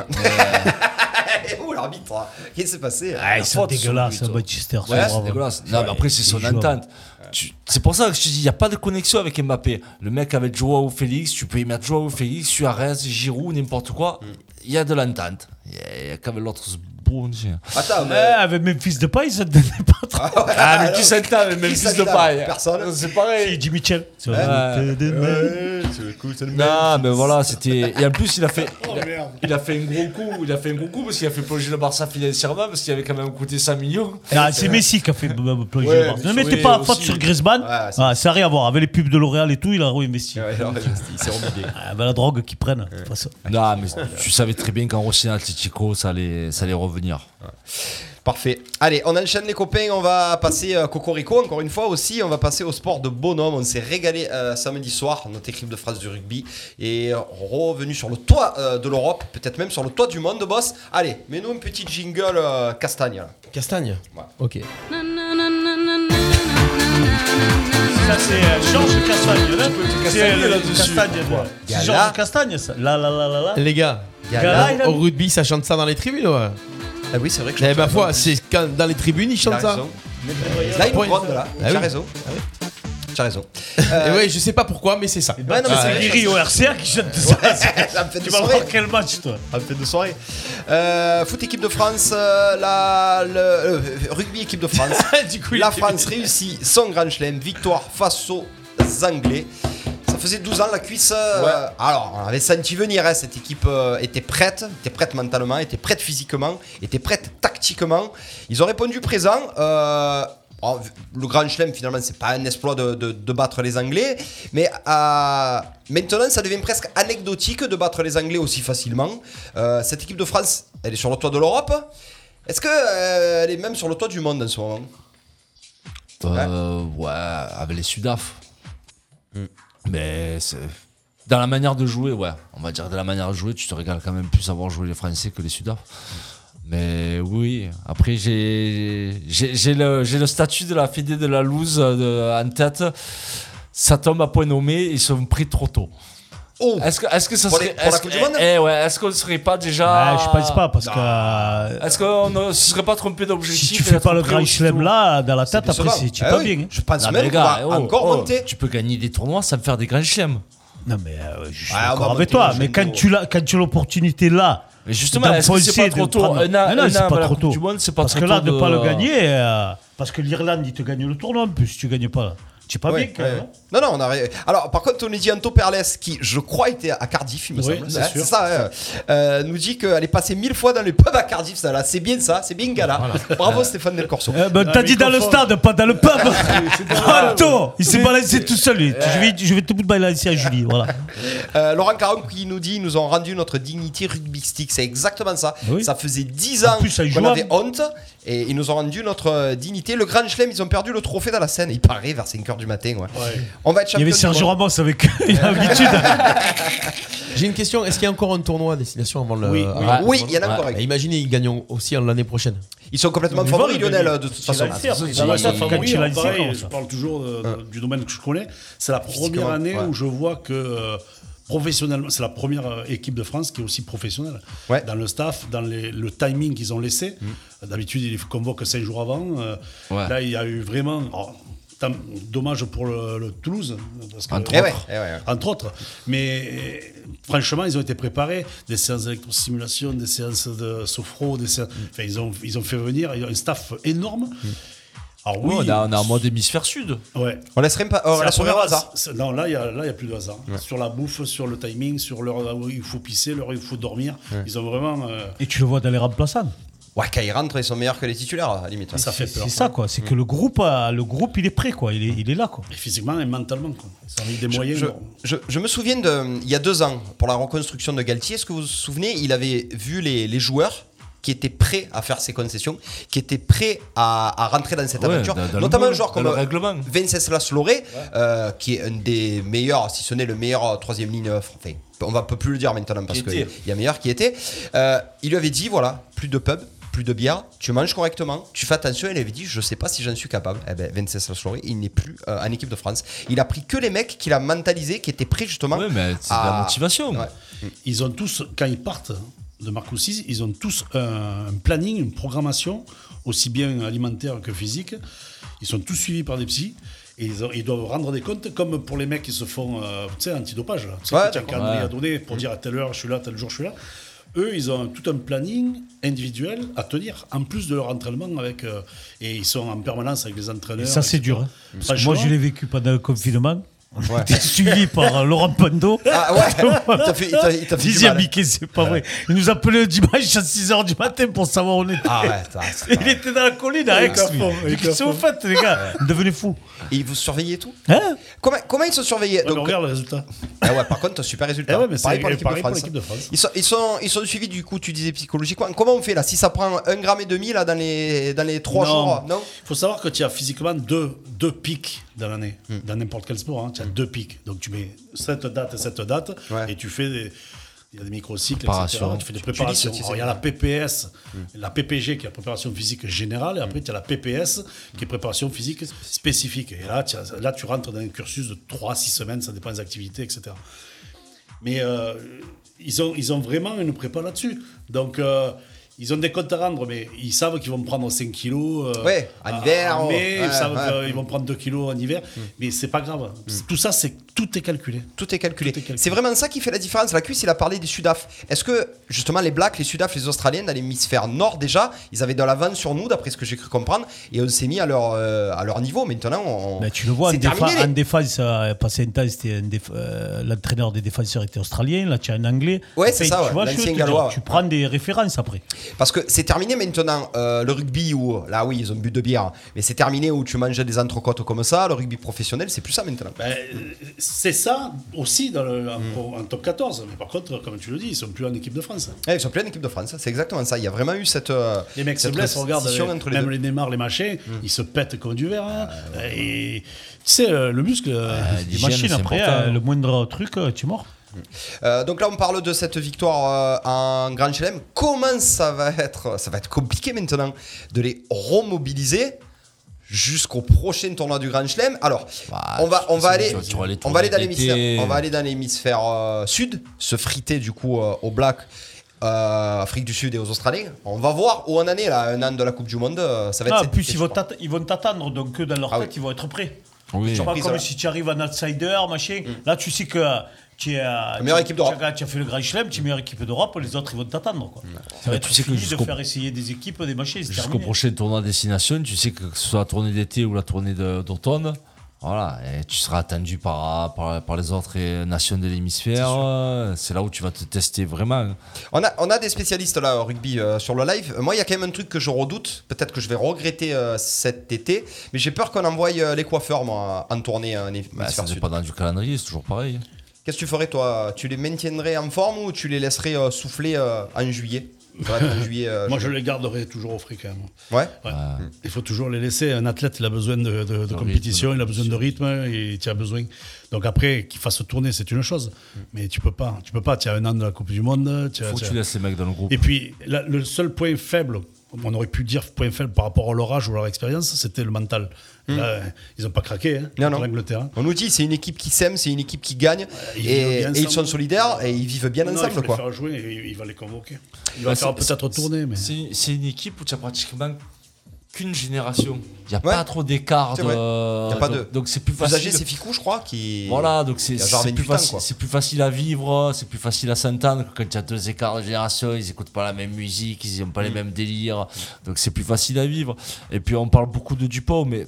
Eh, oh, l'arbitre là Qu'est-ce qui s'est passé hein
Ah, ils sont
faute,
dégueulasses,
surtout,
Manchester.
Ouais,
vraiment.
c'est dégueulasse. Non, mais après, c'est
Ils
son
jouent.
entente. Tu- C'est pour ça que je te dis, il n'y a pas de connexion avec Mbappé. Le mec avec Joao Félix, tu peux y mettre Joao Félix, Suarez, Giroud, n'importe quoi. Il y a de l'entente. Il y a- il y a quand même l'autre ce bon Dieu.
Attends,
Ah, Ouais,
mais
avec mes fils de paille, ils se donnaient pas trop.
Ah, mais qui s'entend avec
qui
Memphis
s'entend
de paille
Personne.
C'est pareil.
Et Jimmy Mitchell. Eh,
Non, mais voilà, c'était. Et en plus, il a fait, il a, il a fait un gros coup. Il a fait un gros coup parce qu'il a fait plonger le Barça financièrement parce qu'il avait quand même coûté 5 millions.
Non, c'est Messi qui a fait b- b- plonger
Ouais,
le Barça.
mais
Ne mettez
oui,
pas
aussi.
faute sur Griezmann.
Ouais, c'est-
Ah, ça n'a rien à voir. Avec les pubs de L'Oréal et tout, il a réinvesti.
Ouais, alors, il s'est remis.
Ah, bah, la drogue qu'ils prennent. de toute façon.
Non, mais tu savais très bien qu'en re-signant Atletico, ça allait, ça allait revenir.
Parfait. Allez, on enchaîne les copains. On va passer euh, Cocorico encore une fois aussi. On va passer au sport de bonhomme. On s'est régalé euh, samedi soir, notre équipe de France du rugby. Et euh, revenu sur le toit euh, de l'Europe, peut-être même sur le toit du monde, boss. Allez, mets-nous une petite jingle euh, castagne. là.
Castagne
Ouais.
Ok.
Ça, c'est euh, Georges Castagne. Là. C'est le- Castagne. toi. C'est
Gala.
Georges Castagne, ça. Là, là, là, là, là.
Les gars,
Ah,
Gala, il a-
au rugby, ça chante ça dans les tribunes, ouais.
Ah oui, c'est vrai que
Eh bah, foi, c'est quand dans les tribunes, ils
Il a
chantent ça.
raison. Là, il nous
Point.
prend, là.
Ah
Tu as
oui.
raison. Tu as raison.
Et Eh ouais, je sais pas pourquoi, mais c'est ça.
Ouais, non, mais
C'est
vrai,
Guiri au RCA Ah, qui chante ça.
ça me fait
Tu
des
vas
sourires.
voir quel match, toi.
En fait de soirée. Euh, foot équipe de France, euh, la, le, euh, rugby équipe de France.
Du coup, il
la
était-
France réussit son grand chelem, victoire face aux Anglais. Ça faisait 12 ans la cuisse. euh, alors, on avait senti venir. hein, cette équipe euh, était prête, était prête mentalement, était prête physiquement, était prête tactiquement. Ils ont répondu présent. euh, bon, le Grand Chelem, finalement, c'est pas un exploit de, de- de battre les Anglais. Mais euh, maintenant, ça devient presque anecdotique de battre les Anglais aussi facilement. Euh, cette équipe de France, elle est sur le toit de l'Europe. Est-ce qu'elle est même sur le toit du monde en ce moment
Euh, ouais, avec les Sudaf.
Mm.
Mais c'est- dans la manière de jouer, ouais. On va dire de la manière de jouer, tu te régales quand même plus à avoir joué les Français que les Sudaf. Mais oui, après j'ai j'ai j'ai le, j'ai le statut de la fédé de la loose euh, de- en tête. Ça tombe à point nommé, ils sont pris trop tôt.
Oh
Ah,
Est-ce que, est que ça
Pour les-
serait.
pour la
est-ce
Coupe
que-
du Monde
eh, eh ouais, est-ce qu'on serait pas déjà.
bah,
Ouais, Bah, je pense pas parce que euh,
Ah,
Est-ce qu'on ne se serait pas trompé d'objectif
si tu
et
fais
d'être
pas le
pris
grand
aussitôt
chelem là, dans la tête, après,
décevant.
c'est tu es
Eh
pas
oui,
bien. hein.
Je pense
Non, mais
même
les
qu'on va
gars, oh,
encore
oh,
monter.
Tu peux gagner des tournois sans faire des grands chelems.
Non, mais euh, je suis
Ouais, on va
d'accord avec
monter
toi.
le
Mais
Django.
quand tu l'as- quand tu as l'opportunité là,
Mais justement, est-ce que c'est
d'enfoncer,
pas
de
trop tôt
prendre-
Un an-
Mais non,
un
c'est
an avant
pas
la
trop
Coupe
tôt.
du Monde, c'est pas
Parce
trop
que là,
tôt
de ne pas le
de-
gagner, euh, parce que l'Irlande, il te gagne le tournoi en plus, si tu gagnes pas. Tu es pas
Ouais,
bien quand
ouais.
même. hein.
Non, non, on a. ré- Alors, par contre, on nous dit Anto Perles, qui, je crois, était à Cardiff, il me
Oui,
semble.
c'est
hein,
sûr.
ça, hein. Euh, nous dit qu'elle est passée mille fois dans les pubs à Cardiff, ça, là. C'est bien ça, c'est bien gala. Bravo, Stéphane Del Corso.
Eh ben,
Ah,
t'as
mais
dit dans le
confond.
stade, pas dans le pub.
c'est pas grave.
Attends, il s'est balancé tout seul. lui. Je vais, je vais tout balancer à Julie. Voilà.
Euh, Laurent Caron qui nous dit ils nous ont rendu notre dignité rugbystique. C'est exactement ça.
Oui.
Ça faisait 10 ans
En plus, ça
qu'on
jouable.
avait honte et ils nous ont rendu notre euh, dignité. Le Grand Chelem, ils ont perdu le trophée dans la Seine. Il paraît vers 5h du matin. Ouais. On va être
Il y avait
champion du
Sergio
monde.
Ramos avec une habitude.
J'ai une question. Est-ce qu'il y a encore un tournoi à destination avant le.
Oui,
avant-
Ah, Oui, il y en a encore.
Bah, imaginez, ils gagnent aussi l'année prochaine.
Ils sont complètement
Ils
favoris,
veulent
Lionel,
gagner.
de toute
C'est
façon.
la sphère, c'est
Ils-
la
Moi, ça,
Et
favori,
quand tu l'as dit,
pareil,
comment
je
ça
parle toujours de- de- du domaine que je connais. C'est la première
Physiquement,
année
ouais.
où je vois que euh, professionnellement, c'est la première euh, équipe de France qui est aussi professionnelle.
Ouais.
Dans le staff, dans les- le timing qu'ils ont laissé.
Mm.
D'habitude, ils convoquent 5 jours avant. euh,
Ouais.
Là, il y a eu vraiment. oh, tam- dommage pour le, le Toulouse. Parce que,
Entre
Eh ouais, eh ouais, ouais.
entre autres. Mais franchement, ils ont été préparés. Des séances d'électrostimulation, des séances de sophro, des séances... Enfin, ils, ont, ils ont fait venir ils ont un staff énorme. Alors oui,
Oh,
Oui, on a, on a un mode hémisphère sud.
ouais.
On laisserait pas.
C'est
On
la
laisserait
première
au Oh, hasard.
c'est- Non, là, il n'y a, là, il y a plus de hasard. Sur la bouffe, sur le timing, sur l'heure où il faut pisser, l'heure où il faut dormir. Ils ont vraiment. euh,
Et tu le vois dans les remplaçants.
Ouais, quand ils rentrent, ils sont meilleurs que les titulaires, à la limite.
ça fait peur.
C'est ça, quoi. C'est
Mm.
que le groupe, euh, le groupe, il est prêt, quoi. Il est, il est là, quoi.
Et physiquement et mentalement. Quoi. Ils ont mis des moyens.
Je,
bon.
je- je me souviens de, il y a deux ans, pour la reconstruction de Galtier, est-ce que vous vous souvenez, il avait vu les, les joueurs qui étaient prêts à faire ces concessions, qui étaient prêts à, à rentrer dans cette
Ouais,
aventure,
dans- dans le
notamment
moule,
un joueur
dans
comme
le
euh,
règlement.
Venceslas Loré, euh, qui est un des meilleurs, si ce n'est le meilleur euh, troisième ligne, euh, enfin, on va peut plus le dire maintenant parce
Qui
qu'il
était.
y a meilleur qui était. Euh, il lui avait dit, voilà, plus de pub, plus de bière, tu manges correctement, tu fais attention. Elle avait dit, je sais pas si j'en suis capable. Eh ben, Venceslas Loré, il n'est plus euh, en équipe de France. Il a pris que les mecs qu'il a mentalisés, qui étaient prêts justement.
Ouais, mais c'est de
Ah.
la motivation.
Ouais.
Ils ont tous, quand ils partent de Marco 6, ils ont tous un, un planning, une programmation, aussi bien alimentaire que physique. Ils sont tous suivis par des psys. Et ils, ont- ils doivent rendre des comptes, comme pour les mecs qui se font, euh, tu sais, antidopage. Là. Tu sais,
Ouais,
que t'as un calendrier à donner pour dire à telle heure je suis là, tel jour je suis là. Eux, ils ont tout un planning individuel à tenir, en plus de leur entraînement avec. euh, et ils sont en permanence avec les entraîneurs.
Et ça, c'est
etc.
dur. hein.
Mm.
Parce que
Bah,
Franchement,
moi, je l'ai vécu pendant le confinement. J'étais suivi par euh, Laurent Pando.
Ah ouais, il t'a fait, il t'a- il t'a fait du
Dixième
mal.
biquet, c'est pas vrai. Il nous appelait le dimanche à 6h du matin pour savoir où on était.
Ah ouais, putain, c'est-
Il était dans la colline à Aix.
était à
lui.
fond, il
J'ai dit,
était à
Qu'est-ce que vous faites, les gars Devenez fou.
Et ils vous surveillaient et tout
Hein
comment, comment ils se surveillaient
Ouais, mais
Donc,
regarde le résultat.
ah ouais, Par contre, super résultat.
Eh ouais, mais c'est
pareil pour l'équipe de
pareil pour
France.
l'équipe de France.
Ils sont, ils, sont, ils sont suivis du coup, tu disais psychologiquement. Comment on fait là Si ça prend un gramme et demi là dans les, dans les trois jours, non
Il faut savoir que tu as physiquement deux, deux pics dans l'année.
Hmm.
Dans n'importe quel sport, hein, tu as deux pics. Donc tu mets cette date et cette date
Ouais.
et tu fais des. Il y a des microcycles, etc.
Préparation.
Tu fais des
Tu- tu dis
préparations.
ce-
Alors, il y a la PPS, la PPG qui est la préparation physique générale, et après, tu as la PPS qui est préparation physique spécifique. Et là, tu as- là, tu rentres dans un cursus de 3 à 6 semaines, ça dépend des activités, etc. Mais euh, ils, ont, ils ont vraiment une prépa là-dessus. Donc, euh, ils ont des comptes à rendre, mais ils savent qu'ils vont prendre 5 kilos. euh,
Ouais, en
à-
hiver, oh.
en mai,
ouais,
ils savent
ouais. Mm.
qu'ils vont prendre 2 kilos en hiver. Mais c'est pas grave. C'est- Tout ça, c'est Tout est calculé.
Tout est calculé.
Tout est calculé.
C'est vraiment ça qui fait la différence. La cuisse, il a parlé des Sudaf. Est-ce que, justement, les Blacks, les Sudaf, les Australiens, dans l'hémisphère nord déjà, ils avaient de l'avance sur nous, d'après ce que j'ai cru comprendre, et on s'est mis à leur, euh, à leur niveau. Maintenant, on.
Bah, tu le vois, en,
c'est
défa-
terminé, les-
en défense, euh, passé un temps, c'était un déf- euh, l'entraîneur des défenseurs était australien, là tu as un anglais.
Ouais, c'est ça,
tu
ouais,
vois, je veux
l'ancien
te
gallois,
dire, Tu prends des références après.
Parce que c'est terminé maintenant euh, le rugby où là oui ils ont bu de bière mais c'est terminé où tu mangeais des entrecôtes comme ça le rugby professionnel c'est plus ça maintenant.
Ben, c'est ça aussi dans le- en,
Mm.
en top 14. Mais par contre, comme tu le dis, ils sont plus en équipe de France.
Ouais, Eh, ils sont plus en équipe de France hein. c'est exactement ça il y a vraiment eu cette euh,
Les mecs se
cette
blessent, regarde,
scission
les-
entre les
même
deux. Mm. Ah,
les Neymar, les machins, ils se pètent comme du verre. hein. et tu sais, euh, le muscle. euh,
Des
L'hygiène,
machines
c'est
après,
hein.
important.
euh, le moindre truc, euh, tu mords.
Euh, donc là on parle de cette victoire euh, en Grand Chelem comment ça va être ça va être compliqué maintenant de les remobiliser jusqu'au prochain tournoi du Grand Chelem alors
Bah,
on va on va
c'est
aller
bon, tu vois, les
on va aller dans
tournois d'été.
l'hémisphère on va aller dans l'hémisphère euh, sud se friter du coup euh, au Black euh, Afrique du Sud et aux Australiens on va voir où on en est là un an de la Coupe du Monde euh, ça va être
Ah, en
cette-
plus, ils
je
vont
crois.
t'att- ils vont t'attendre, donc eux, dans leur
Ah
tête,
oui.
ils vont être prêts. C'est
Oui.
pas
Surprise,
comme
ouais. Mm.
si tu arrives en outsider, machin. Là, tu sais que euh, tu es. La
meilleure équipe d'Europe.
Tu as, tu as fait le Grand Chelem, tu es meilleure équipe d'Europe, les autres, ils vont t'attendre. Quoi. Ça va
Mais
être
tu sais que
fini de
jusqu'au-
faire essayer des équipes, des machins. c'est
Jusqu'au
terminé.
prochain tournoi à destination, tu sais que, que ce soit la tournée d'été ou la tournée de- d'automne, voilà, et tu seras attendu par, par, par les autres euh, nations de l'hémisphère. euh, C'est là où tu vas te tester vraiment.
On a, on a des spécialistes là au rugby euh, sur le live. Euh, Moi, il y a quand même un truc que je redoute. Peut-être que je vais regretter euh, cet été, mais j'ai peur qu'on envoie euh, les coiffeurs moi, en tournée en hémisphère
Bah, ça
sud.
dépend du calendrier, c'est toujours pareil.
Qu'est-ce que tu ferais toi Tu les maintiendrais en forme ou tu les laisserais euh, souffler euh, en juillet Ça va être en juillet. euh,
Moi, je les garderai toujours au frais quand même.
Ouais.
Ouais. Hmm. Il faut toujours les laisser. Un athlète, il a besoin de, de- de compétition, il a besoin de rythme, il y a besoin. Donc après, qu'il fasse tourner, c'est une chose. Mais tu peux pas. Tu peux pas. Tu as un an de la Coupe du Monde. tu as-
Faut
tu
que
as-
tu laisses les mecs dans le groupe.
Et puis, la- le seul point faible, on aurait pu dire point faible par rapport à leur âge ou à leur expérience, c'était le mental. Là, ils n'ont pas craqué, hein,
Non,
contre
non.
l'Angleterre.
On nous dit c'est une équipe qui s'aime, c'est une équipe qui
Bah,
gagne
ils
et,
vivent bien
et ils sont
ensemble.
solidaires et ils vivent bien
Non, il faut
ensemble
les
quoi.
faire jouer, il, il va les convoquer. Il
Bah,
va faire
c'est-
peut-être
c'est-
tourner, mais...
C'est c'est une équipe où tu as pratiquement qu'une génération. Il n'y a
Ouais.
pas trop d'écart.
C'est vrai.
de-
Y a pas
donc-
de-
Donc c'est plus
Plus âgés,
facile.
c'est Ficou, je crois, qui.
Voilà, donc c'est
Il y a Jarvin
c'est plus,
du temps,
faci-
quoi.
c'est plus facile à vivre, c'est plus facile à s'entendre que quand il y a deux écarts de génération, ils écoutent pas la même musique, ils n'ont pas les
Mm.
mêmes délires, donc c'est plus facile à vivre. Et puis on parle beaucoup de Dupont, mais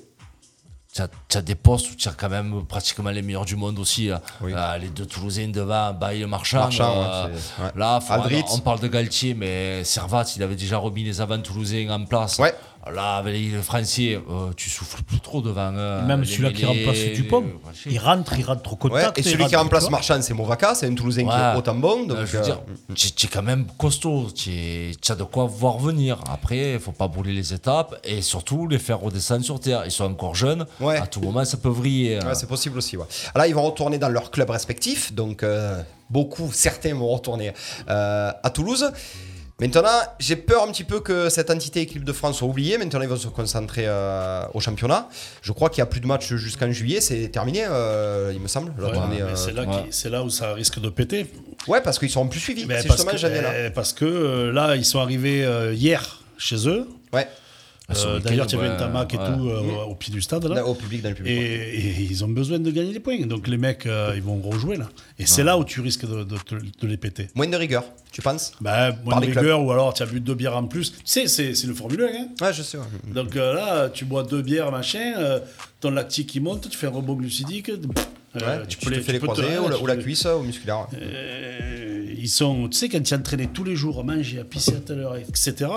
tu as, des postes où tu as quand même pratiquement les meilleurs du monde aussi. hein.
Oui.
Euh, les deux Toulousains devant, Baye Marchand.
Marchand,
euh,
ouais, c'est- ouais.
Là, faut-
Aldrit.
on parle de Galtier, mais Servat, il avait déjà remis les avants toulousains en place.
Ouais.
Là, avec les Français, euh, tu souffles plus trop devant. euh,
Même
les
celui-là qui
Mélé,
remplace
les-
Dupont,
machin.
il rentre, il rentre au
Ouais,
contact.
et
il
celui
rentre,
qui remplace
tu vois.
Marchand, c'est Movaca, c'est un Toulousain qui est
hein. Ouais.
autant bon. Donc,
Euh, je veux
euh,
dire, tu tu es quand même costaud, tu es- tu as de quoi voir venir. Après, il faut pas brûler les étapes et surtout les faire redescendre sur terre. Ils sont encore jeunes,
Ouais.
à tout moment ça peut vriller.
Ouais, c'est possible aussi. Ouais. Ah, Là, ils vont retourner dans leur club respectif. Donc, euh, beaucoup, certains vont retourner euh, à Toulouse. Maintenant, j'ai peur un petit peu que cette entité équipe de France soit oubliée. Maintenant, ils vont se concentrer euh, au championnat. Je crois qu'il n'y a plus de matchs jusqu'en juillet. C'est terminé, euh, il me semble. la
Ouais,
tournée,
mais
euh.
c'est là,
ouais.
qui- c'est là où ça risque de péter.
Ouais, parce qu'ils seront plus suivis. c'est
Mais Ben, parce,
justement
que,
jamais là.
euh, parce que euh, là, ils sont arrivés euh, hier chez eux.
Ouais,
Ah, ce
Euh,
week-end,
D'ailleurs, il y avait
ouais,
un tamac et
ouais.
tout euh, au pied du stade.
là,
Là.
au public, dans le
Et,
public. ouais.
et ils ont besoin de gagner des points. Donc les mecs, euh, ils vont rejouer là. Et c'est là où tu risques de, de- de- de les péter.
Moins de rigueur, tu penses
Bah, moins
Par
de
les
rigueur, ou alors tu as bu deux bières en plus. Tu sais, c'est c'est le Formule 1. hein.
Ouais, je sais. ouais.
Mm-hmm.
Donc euh, là, tu bois deux bières, machin, euh, ton lactique qui monte, tu fais un rebond glucidique. pff, euh,
Ouais, tu, te fais les
peux te-
croisés ou, la,
tu
ou la
peux-
cuisse ou musculaire. ouais.
Euh, ils sont, tu sais, quand tu es entraîné tous les jours à manger, à pisser à telle heure, etc.,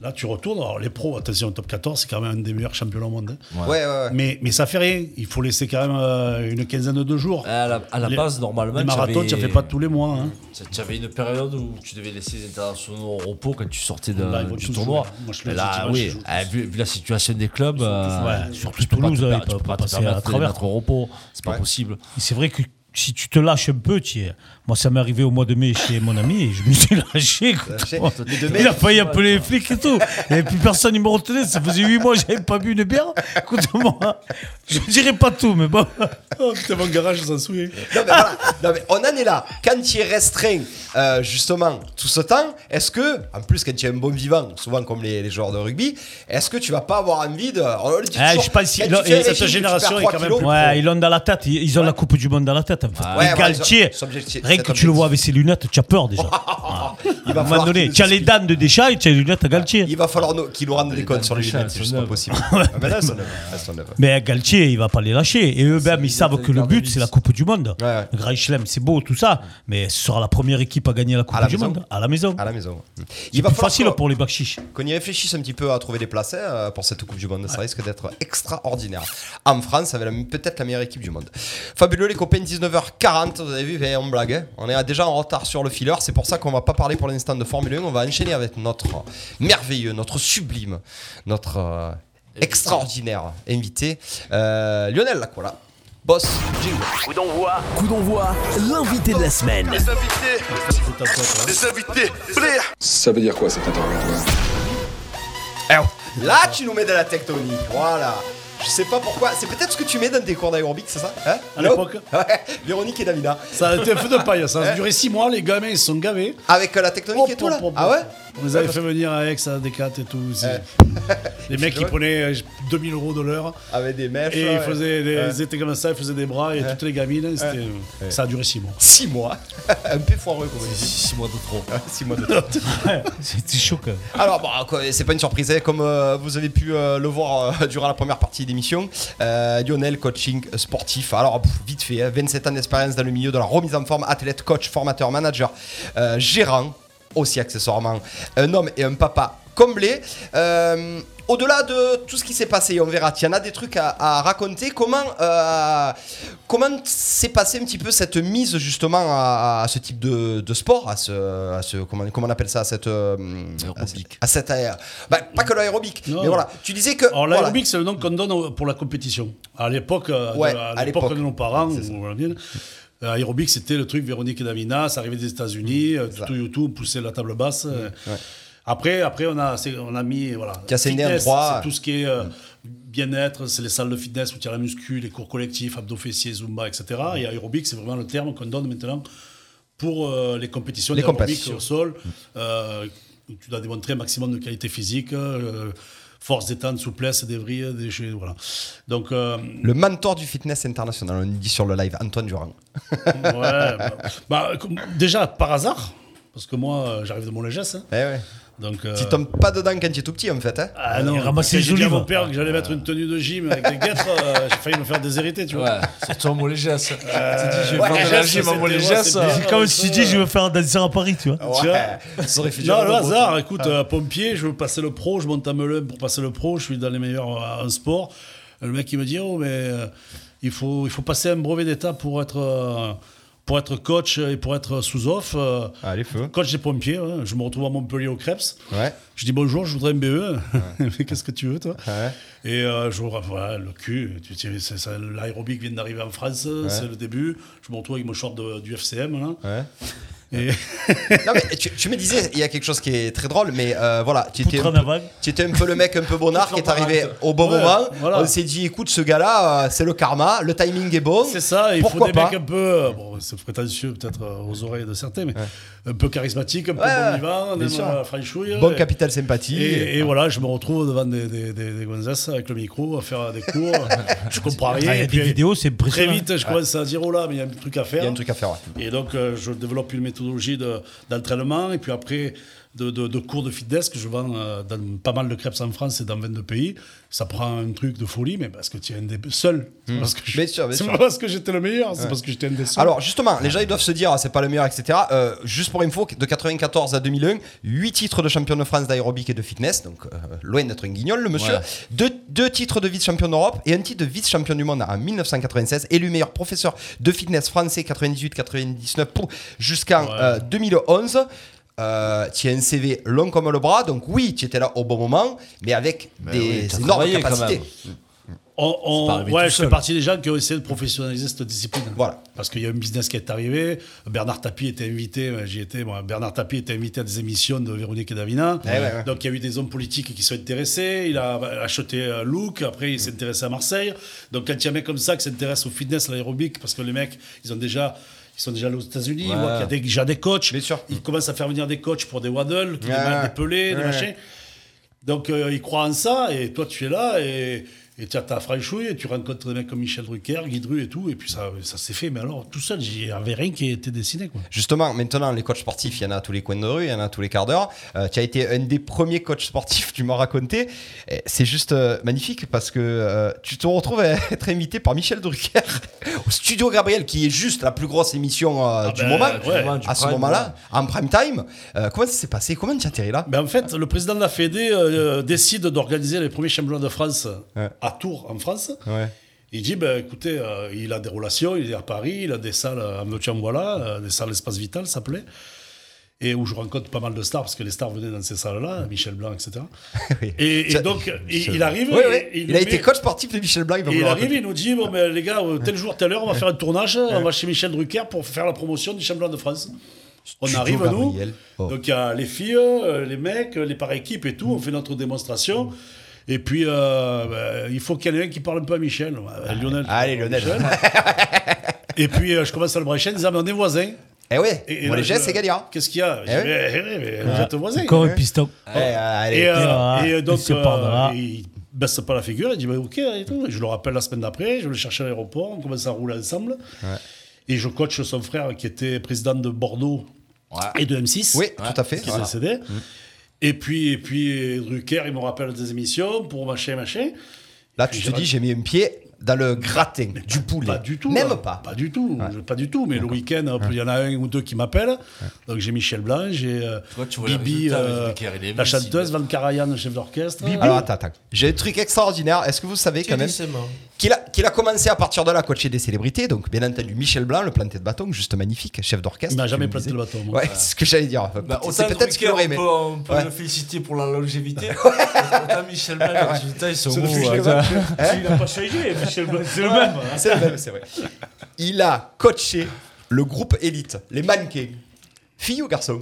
là, tu retournes. Alors, les pros, attention, top 14, c'est quand même un des meilleurs championnats au monde. hein.
Ouais, ouais, ouais.
Mais, mais ça fait rien. Il faut laisser quand même euh, une quinzaine de jours.
À la, à la
Les-
base, normalement,
les marathons,
t'avais-
tu n'en fais pas tous les mois. hein.
Tu- Tu avais une période où tu devais laisser les internationaux au repos quand tu sortais de-
Là, ils vont
du
tous
tournoi.
jouer. Moi, je le
Mais
dis
là,
dimanche,
oui,
ils jouent tous.
eh, vu, vu la situation des clubs, euh,
ouais, surtout
tu peux pas te
Toulouse,
per-
hein, ils
tu peux
peuvent
pas
pas
te
passer à
permettre de les
travers.
mettre au repos. C'est pas
Ouais.
possible.
Et C'est vrai que si tu te lâches un peu, tu y es. Moi, ça m'est arrivé au mois de mai chez mon ami et je me suis lâché. écoute.
Lâché. Les deux
Il a
mecs,
failli appeler les flics et tout. Et puis personne ne me retenait. Ça faisait 8 mois que j'avais pas bu de bière. Écoute-moi, je dirais pas tout, mais bon.
Ah,
Oh, putain, mon garage, je s'en souviens.
Non, mais voilà. Non, mais on en est là. Quand tu es restreint, euh, justement, tout ce temps, est-ce que, en plus, quand tu es un bon vivant, souvent comme les, les joueurs de rugby, est-ce que tu vas pas avoir envie de. on le dit
Ah,
toujours,
je sais pas si-
quand
non,
tu fais
et
les
cette
films, tu
génération
perds
est
3
quand même
kilos,
plus-
Ouais, ils l'ont dans la tête. Ils ils ont la Coupe du Monde dans la tête. En fait.
Ah, ouais,
Et
ouais,
Galtier,
ils sont- ils sont objectifs-
rien
c'est
que tu le
objectif.
vois avec ses lunettes, tu as peur déjà.
il
À un
va
moment
falloir
donné,
qu'il
tu as
nous
les dames de Deschamps et tu as les lunettes à Galtier.
Il va falloir nous- qu'il nous rende des comptes sur les
Deschamps,
lunettes, c'est juste
son
pas
œuvre.
possible. Ah, ben là, son œuvre, là, son œuvre.
Mais Galtier, il va pas les lâcher. Et eux-mêmes, ils savent que le but, c'est la Coupe du Monde.
Ouais, ouais.
Le Grand Chelem, c'est beau, tout ça. Mais ce sera la première équipe à gagner la Coupe
À la
du
maison.
Monde. À la maison.
À la maison. Il
C'est
va
plus
falloir
facile
qu'on-
pour les Bakchich.
qu'on y réfléchisse un petit peu à trouver des places hein, euh, pour cette Coupe du Monde. Ça risque d'être extraordinaire. En France, ça va être peut-être la meilleure équipe du monde. Fabuleux, les copains, 19h40. Vous avez vu, ben, on blague. hein. On est euh, déjà en retard sur le filler. C'est pour ça qu'on va pas parler pour l'instant de Formule 1. On va enchaîner avec notre euh, merveilleux, notre sublime, notre euh, extraordinaire invité, euh, Lionel Lacola. Boss, jingle.
Coup d'envoi.
Coup d'envoi, l'invité de la semaine.
Eh oh, Là, tu nous mets de la tectonique. Voilà. Je sais pas pourquoi. C'est peut-être ce que tu mets dans tes cours d'aérobic, c'est ça Hein
À
Non
l'époque.
Ouais. Véronique et Davida.
Ça a été un feu de paille. Ça a duré 6 mois. Les gamins, ils se sont gavés.
Avec euh, la tectonique
Oh,
et tout
oh,
là
oh, oh.
Ah ouais
On les avait fait venir à Aix, à D4 et tout. c'est- Les mecs, ils
drôle.
prenaient euh, 2000 euros de l'heure.
Avec des mèches.
Et ils, faisaient des,
Ouais.
ils étaient comme ça, ils faisaient des bras et toutes les gamines. c'était- Ça a duré 6 mois.
6 mois. Un peu foireux comme on dit. 6 mois de trop. 6 mois de trop.
C'était chaud quand même.
Alors, bon, quoi, c'est pas une surprise, hein, comme euh, vous avez pu euh, le voir euh, durant la première partie d'émission. Euh, Lionel, coaching sportif. Alors, pff, vite fait, hein, 27 ans d'expérience dans le milieu de la remise en forme, athlète, coach, formateur, manager, euh, gérant, aussi accessoirement, un homme et un papa comblé. Euh, au-delà de tout ce qui s'est passé, on verra, il y en a des trucs à, à raconter. Comment, euh, comment s'est passée un petit peu cette mise justement à, à ce type de, de sport, à ce, à ce comment, comment on appelle ça, à cette euh, à, ce- à cette aé- bah, pas que l'aérobic,
Non.
mais voilà. Tu disais que
Alors
voilà.
l'aérobic, c'est le nom qu'on donne au- pour la compétition. À l'époque, euh, de-
Ouais, à
à l'époque
l'époque.
de nos parents, ou à la mienne, euh, aérobic, c'était le truc Véronique et Davina, ça arrivait des États-Unis, euh,
Mmh, ça. Mmh,
tout YouTube, pousser la table basse. euh. Après, après, on a, c'est- on a mis voilà.
Cassé né en
Fitness,
droit.
C'est tout ce qui est euh,
Mmh.
bien-être, c'est les salles de fitness où tu as la muscu, les cours collectifs, abdos fessiers, zumba, etc. Et aérobic, c'est vraiment le terme qu'on donne maintenant pour euh, les compétitions
Les
d'aérobic
compétitions.
au sol.
Mm.
euh, où tu dois démontrer un maximum de qualité physique, euh, force d'étendre, souplesse, dévrie, des jeux, voilà. Donc, euh,
le mentor du fitness international, on dit sur le live, Antoine Durand.
ouais, bah, bah, comme- déjà par hasard, parce que moi, euh, j'arrive de mon légesse.
Eh ouais.
donc, euh,
Tu tombes pas dedans quand tu es tout petit en fait. hein.
Ah non,
Et ramasser
quand
Euh, les
j'ai dit à
olives.
mon père que j'allais mettre une tenue de gym avec des guêtres, euh, j'ai failli me faire déshériter, tu vois.
Ouais, c'est toi, mon léger. ça. Tu dis, je vais
ouais,
faire de la
c'est-
gym à
c'est-
mon euh, léger,
ouais, c'est
ça.
bien.
C'est comme si tu
euh,
dis, je veux faire un danseur à Paris, tu vois.
Ah,
Tu vois
ça aurait fait du
Non,
bien
le
de gros.
hasard, écoute, euh, pompier, je veux passer le pro, je monte à Melun pour passer le pro, je suis dans les meilleurs euh, en sport. Le mec, il me dit, oh, mais euh, il, faut, il faut passer un brevet d'État pour être, euh, pour être coach et pour être sous-off. euh,
Ah, les feux.
coach des pompiers, ouais. je me retrouve à Montpellier au Krebs.
Ouais.
Je dis bonjour, je voudrais un BE. Mais qu'est-ce que tu veux, toi
Ouais.
Et euh, je vois, voilà, le cul. Tu sais, c'est ça, L'aérobic vient d'arriver en France, c'est le début. Je me retrouve avec mon short de- du FCM. Là.
Ouais.
hein. Et
Non, mais tu, tu me disais, il y a quelque chose qui est très drôle, mais euh, voilà, tu étais,
Poutre
un
en
peu,
avant.
tu étais un peu le mec un peu bonnard qui est arrivé au bon
Ouais,
moment.
voilà.
On s'est dit, écoute, ce gars-là, euh, c'est le karma, le timing est bon.
c'est ça, il
pourquoi
faut des
pas
mecs un peu, euh, bon, c'est prétentieux peut-être euh, aux oreilles de certains, mais un peu charismatique, un peu
Ouais, ouais,
bon vivant,
bien
un
sûr.
euh, franchouille.
Bon
Et-
capital sympathie.
Et, et voilà, je me retrouve devant des, des, des, des gonzesses avec le micro à faire des cours. je comprends rien.
Ah, il y a
et
des
puis,
vidéos, c'est
Très
impressionnant.
vite, je commence à dire oh là, mais il y a un truc à faire.
Il y a un truc à faire. ouais.
Et donc, euh, je développe une méthodologie de- d'entraînement et puis après de, de- de cours de fitness que je vends euh, dans pas mal de crêpes en France et dans 22 pays. Ça prend un truc de folie, mais parce que tu es un des seuls. C'est pas parce que je-
Mmh. Bien sûr, bien
c'est
sûr.
pas parce que j'étais le meilleur, c'est parce que j'étais un des seuls.
Alors justement, les gens ils doivent se dire ah, c'est pas le meilleur, etc. Euh, juste pour info, de 94 à 2001, 8 titres de champion de France d'aérobic et de fitness, donc euh, loin d'être un guignol le monsieur.
Ouais.
Deux, deux titres de vice-champion d'Europe et un titre de vice-champion du monde en 1996, élu meilleur professeur de fitness français 98-99 pou, jusqu'en euh, 2011. Euh, tu as un CV long comme le bras, donc oui, tu étais là au bon moment, mais avec des
t'as
énormes
travaillé quand
capacités.
on- on-
pas arrivé
ouais,
tout
je fais
seul.
partie des gens qui ont essayé de professionnaliser cette discipline.
Voilà.
Parce qu'il y a un business qui est arrivé. Bernard Tapie était invité, euh, j'y étais. moi, Bernard Tapie était invité à des émissions de Véronique et Davina.
Eh ouais, ouais.
Donc il y a eu des hommes politiques qui sont intéressés. Il a acheté euh, Look. Après, il s'est intéressé à Marseille. Donc quand il y a un mec comme ça qui s'intéresse au fitness, à l'aérobic, parce que les mecs, ils ont déjà. Ils sont déjà allés aux États-Unis, ils voient qu'il y a des- déjà des coachs.
Bien sûr.
Ils commencent à faire venir des coachs pour des waddles, qui
Ouais,
démêlent
ouais.
des pelés, des
Ouais,
machins.
ouais.
Donc euh, ils croient en ça, et toi tu es là, et et tu as ta franchouille, et tu rencontres des mecs comme Michel Drucker, Guidru et tout, et puis ça, ça s'est fait. Mais alors, tout seul, il n'y avait rien qui était dessiné. Quoi.
Justement, maintenant, les coachs sportifs, il y en a à tous les coins de rue, il y en a à tous les quarts d'heure. Euh, tu as été un des premiers coachs sportifs, tu m'as raconté. Et C'est juste euh, magnifique parce que euh, tu te retrouves à être invité par Michel Drucker au Studio Gabriel, qui est juste la plus grosse émission euh, du
ben,
moment.
ouais.
À ce moment-là, en prime time, Euh, comment ça s'est passé Comment tu as atterri là
Mais Ben, en fait, le président de la FED décide d'organiser les premiers championnats de France
Ouais.
à Tours, en France.
Ouais.
Il dit, ben, écoutez, euh, il a des relations, il est à Paris, il a des salles à Meutier voilà, euh, des salles Espace Vital, ça s'appelait. Et où je rencontre pas mal de stars, parce que les stars venaient dans ces salles-là, Michel Blanc, etc.
Oui.
Et, et
Ça-
donc, il, il arrive.
Ouais, ouais.
et
Il,
nous
a été
met-
coach sportif de Michel Blanc. Il va
Et
vous
il
le
arrive,
raconter.
il nous dit bon, ben, les gars, euh, tel jour, telle heure, on va faire un tournage, on va chez Michel Drucker pour faire la promotion du championnat de France. On
Studio
arrive, nous.
Gabriel. Oh.
Donc il y a les filles, euh, les mecs, euh, les par équipes et tout, on fait notre
Mm.
démonstration. Et puis, euh, ben, il faut qu'il y en ait un qui parle un peu à Michel. Ouais, Lionel. tu
Ah, Allez,
parles à
Lionel.
et puis, euh, je commence à le brèche, il disait, Ah, mais on est voisins.
Eh ouais,
Et- et
Bon,
là,
les gestes,
je-
c'est gagnant.
Qu'est-ce qu'il y a Je
Eh Ah.
dis,
ouais.
Eh, eh, mais vous êtes voisins.
Encore un piston.
Eh, allez.
Et, euh,
Ah,
et, euh, donc,
il se pardonnera.
euh, il baisse pas la figure, il dit bah, ok et tout. Et je le rappelle la semaine d'après, je le cherche à l'aéroport, on commence à rouler ensemble. Et je coach son frère qui était président de Bordeaux et de M6,
Oui, tout à fait.
qui est
Voilà. Mm.
décédé. Et puis, et puis euh, Drucker, il me rappelle des émissions pour machin, machin.
Là, tu te dis, j'ai mis un pied dans le gratin du poulet.
Pas du tout.
Même
hein.
pas.
Pas du tout. Je- Pas du tout. Mais le week-end, hop, il y en a un ou deux qui m'appellent. Donc j'ai Michel Blanc, j'ai euh,
Toi, tu vois les
Bibi,
résultats avec
euh,
Drucker, il est
la
ému,
chanteuse, Van Karajan, le chef d'orchestre. Ah,
Alors attends, attends. J'ai un truc extraordinaire. Est-ce que vous savez quand même qu'il a, qu'il a commencé à partir de là à coacher des célébrités Donc, bien entendu, Michel Blanc, le planté de bâton, juste magnifique, chef d'orchestre.
Il m'a jamais
tu me
planté
disais.
le bâton, moi.
Ouais, c'est ce que j'allais dire. Enfin,
Bah,
c'est
autant
peut-être ce qu'il
Drucker,
aurait
on
aimé.
peut, on peut
Ouais.
le féliciter pour la longévité. autant Michel Blanc, les résultats, ils sont euh,
C'est le
beaux,
fichier
ouais.
Blanc.
Il n'a pas changé, Michel Blanc, c'est le même.
C'est le même, c'est vrai. Il a coaché le groupe élite, les mannequins. Filles ou garçons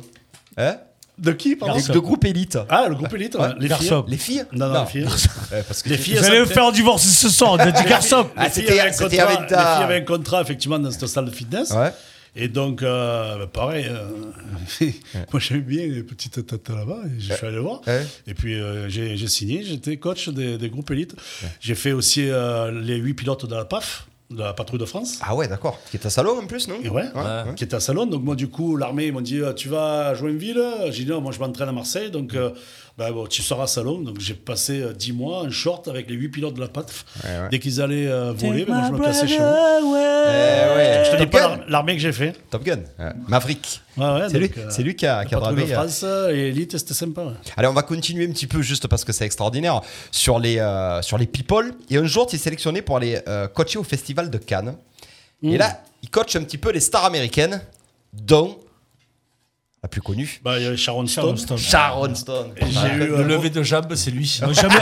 Hein
De qui, pardon
De groupe élite.
Ah, le groupe élite, ouais. les filles.
Garçon.
Les filles
Non, non, les filles.
Ouais, parce que
Les
Vous
filles,
allez me
ça-
faire divorcer ce soir, on a dit garçon.
Ah,
les filles
c'était-
avaient un
c'était
contrat-
avec ta-
Les filles avaient un contrat, effectivement, dans cette salle de fitness.
Ouais.
Et donc, euh, bah, pareil, euh, moi j'aimais bien les petites têtes là-bas, et je suis allé voir.
Ouais.
Et puis euh, j'ai j'ai signé, j'étais coach des, des groupes élites. J'ai fait aussi euh, les huit pilotes de la PAF, de la Patrouille de France.
Ah ouais, d'accord. Qui est à Salon en plus, non
Et ouais, qui était à Salon. Donc moi, du coup, l'armée, ils m'ont dit, Ah, tu vas à Joinville J'ai dit, non, moi, je m'entraîne à Marseille. Donc, euh, bah, bon, tu seras à Salon. Donc j'ai passé euh, 10 mois en short avec les 8 pilotes de la PATF. Dès qu'ils allaient euh, voler, bah, moi, je me plaçais chez eux.
Eh ouais.
Je te dis
Top
pas
Gun.
l'arm- l'armée que j'ai fait.
Top Gun. Ouais. Maverick.
Ouais, ouais,
C'est lui,
donc, euh,
c'est lui qui a,
la
qui a
patrouille
drapé,
de
euh,
France euh, et Elite, c'était sympa. ouais.
Allez, on va continuer un petit peu juste parce que c'est extraordinaire sur les, euh, sur les people. Et un jour, tu es sélectionné pour aller euh, coacher au festival de Cannes.
Mm.
Et là, il coach un petit peu les stars américaines, dont la plus connue,
Bah, il y avait Sharon Stone.
Sharon Stone.
Ah,
Et J'ai eu
Le
euh,
lever de jambes, c'est lui.
Moi, jamais,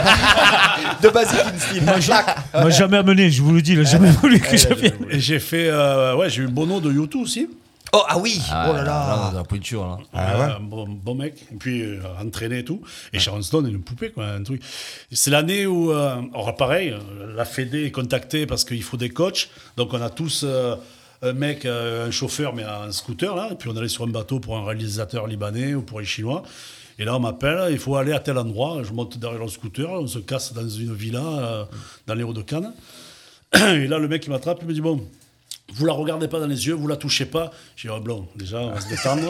De Basic Instinct.
moi, jamais amené, je vous le dis, il a jamais voulu que je vienne.
et j'ai fait, euh, ouais, j'ai eu Bono de YouTube aussi.
Oh, ah oui. oh là
Ah,
là.
dans la pointure, là.
Euh, bon, bon mec, et puis euh, entraîné et tout. Et Sharon Stone est une poupée, quoi, un truc. C'est l'année où, euh, alors pareil, euh, la Fédé est contactée parce qu'il faut des coachs. Donc on a tous euh, un mec, euh, un chauffeur, mais un scooter, là. Et puis on allait sur un bateau pour un réalisateur libanais ou pour les Chinois. Et là, on m'appelle, il faut aller à tel endroit. Je monte derrière le scooter, on se casse dans une villa, euh, dans les Hauts-de-Cannes. Et là, le mec, il m'attrape, il me dit Bon, vous la regardez pas dans les yeux, vous la touchez pas. J'ai dit Oh, Blanc, déjà, on va se détendre.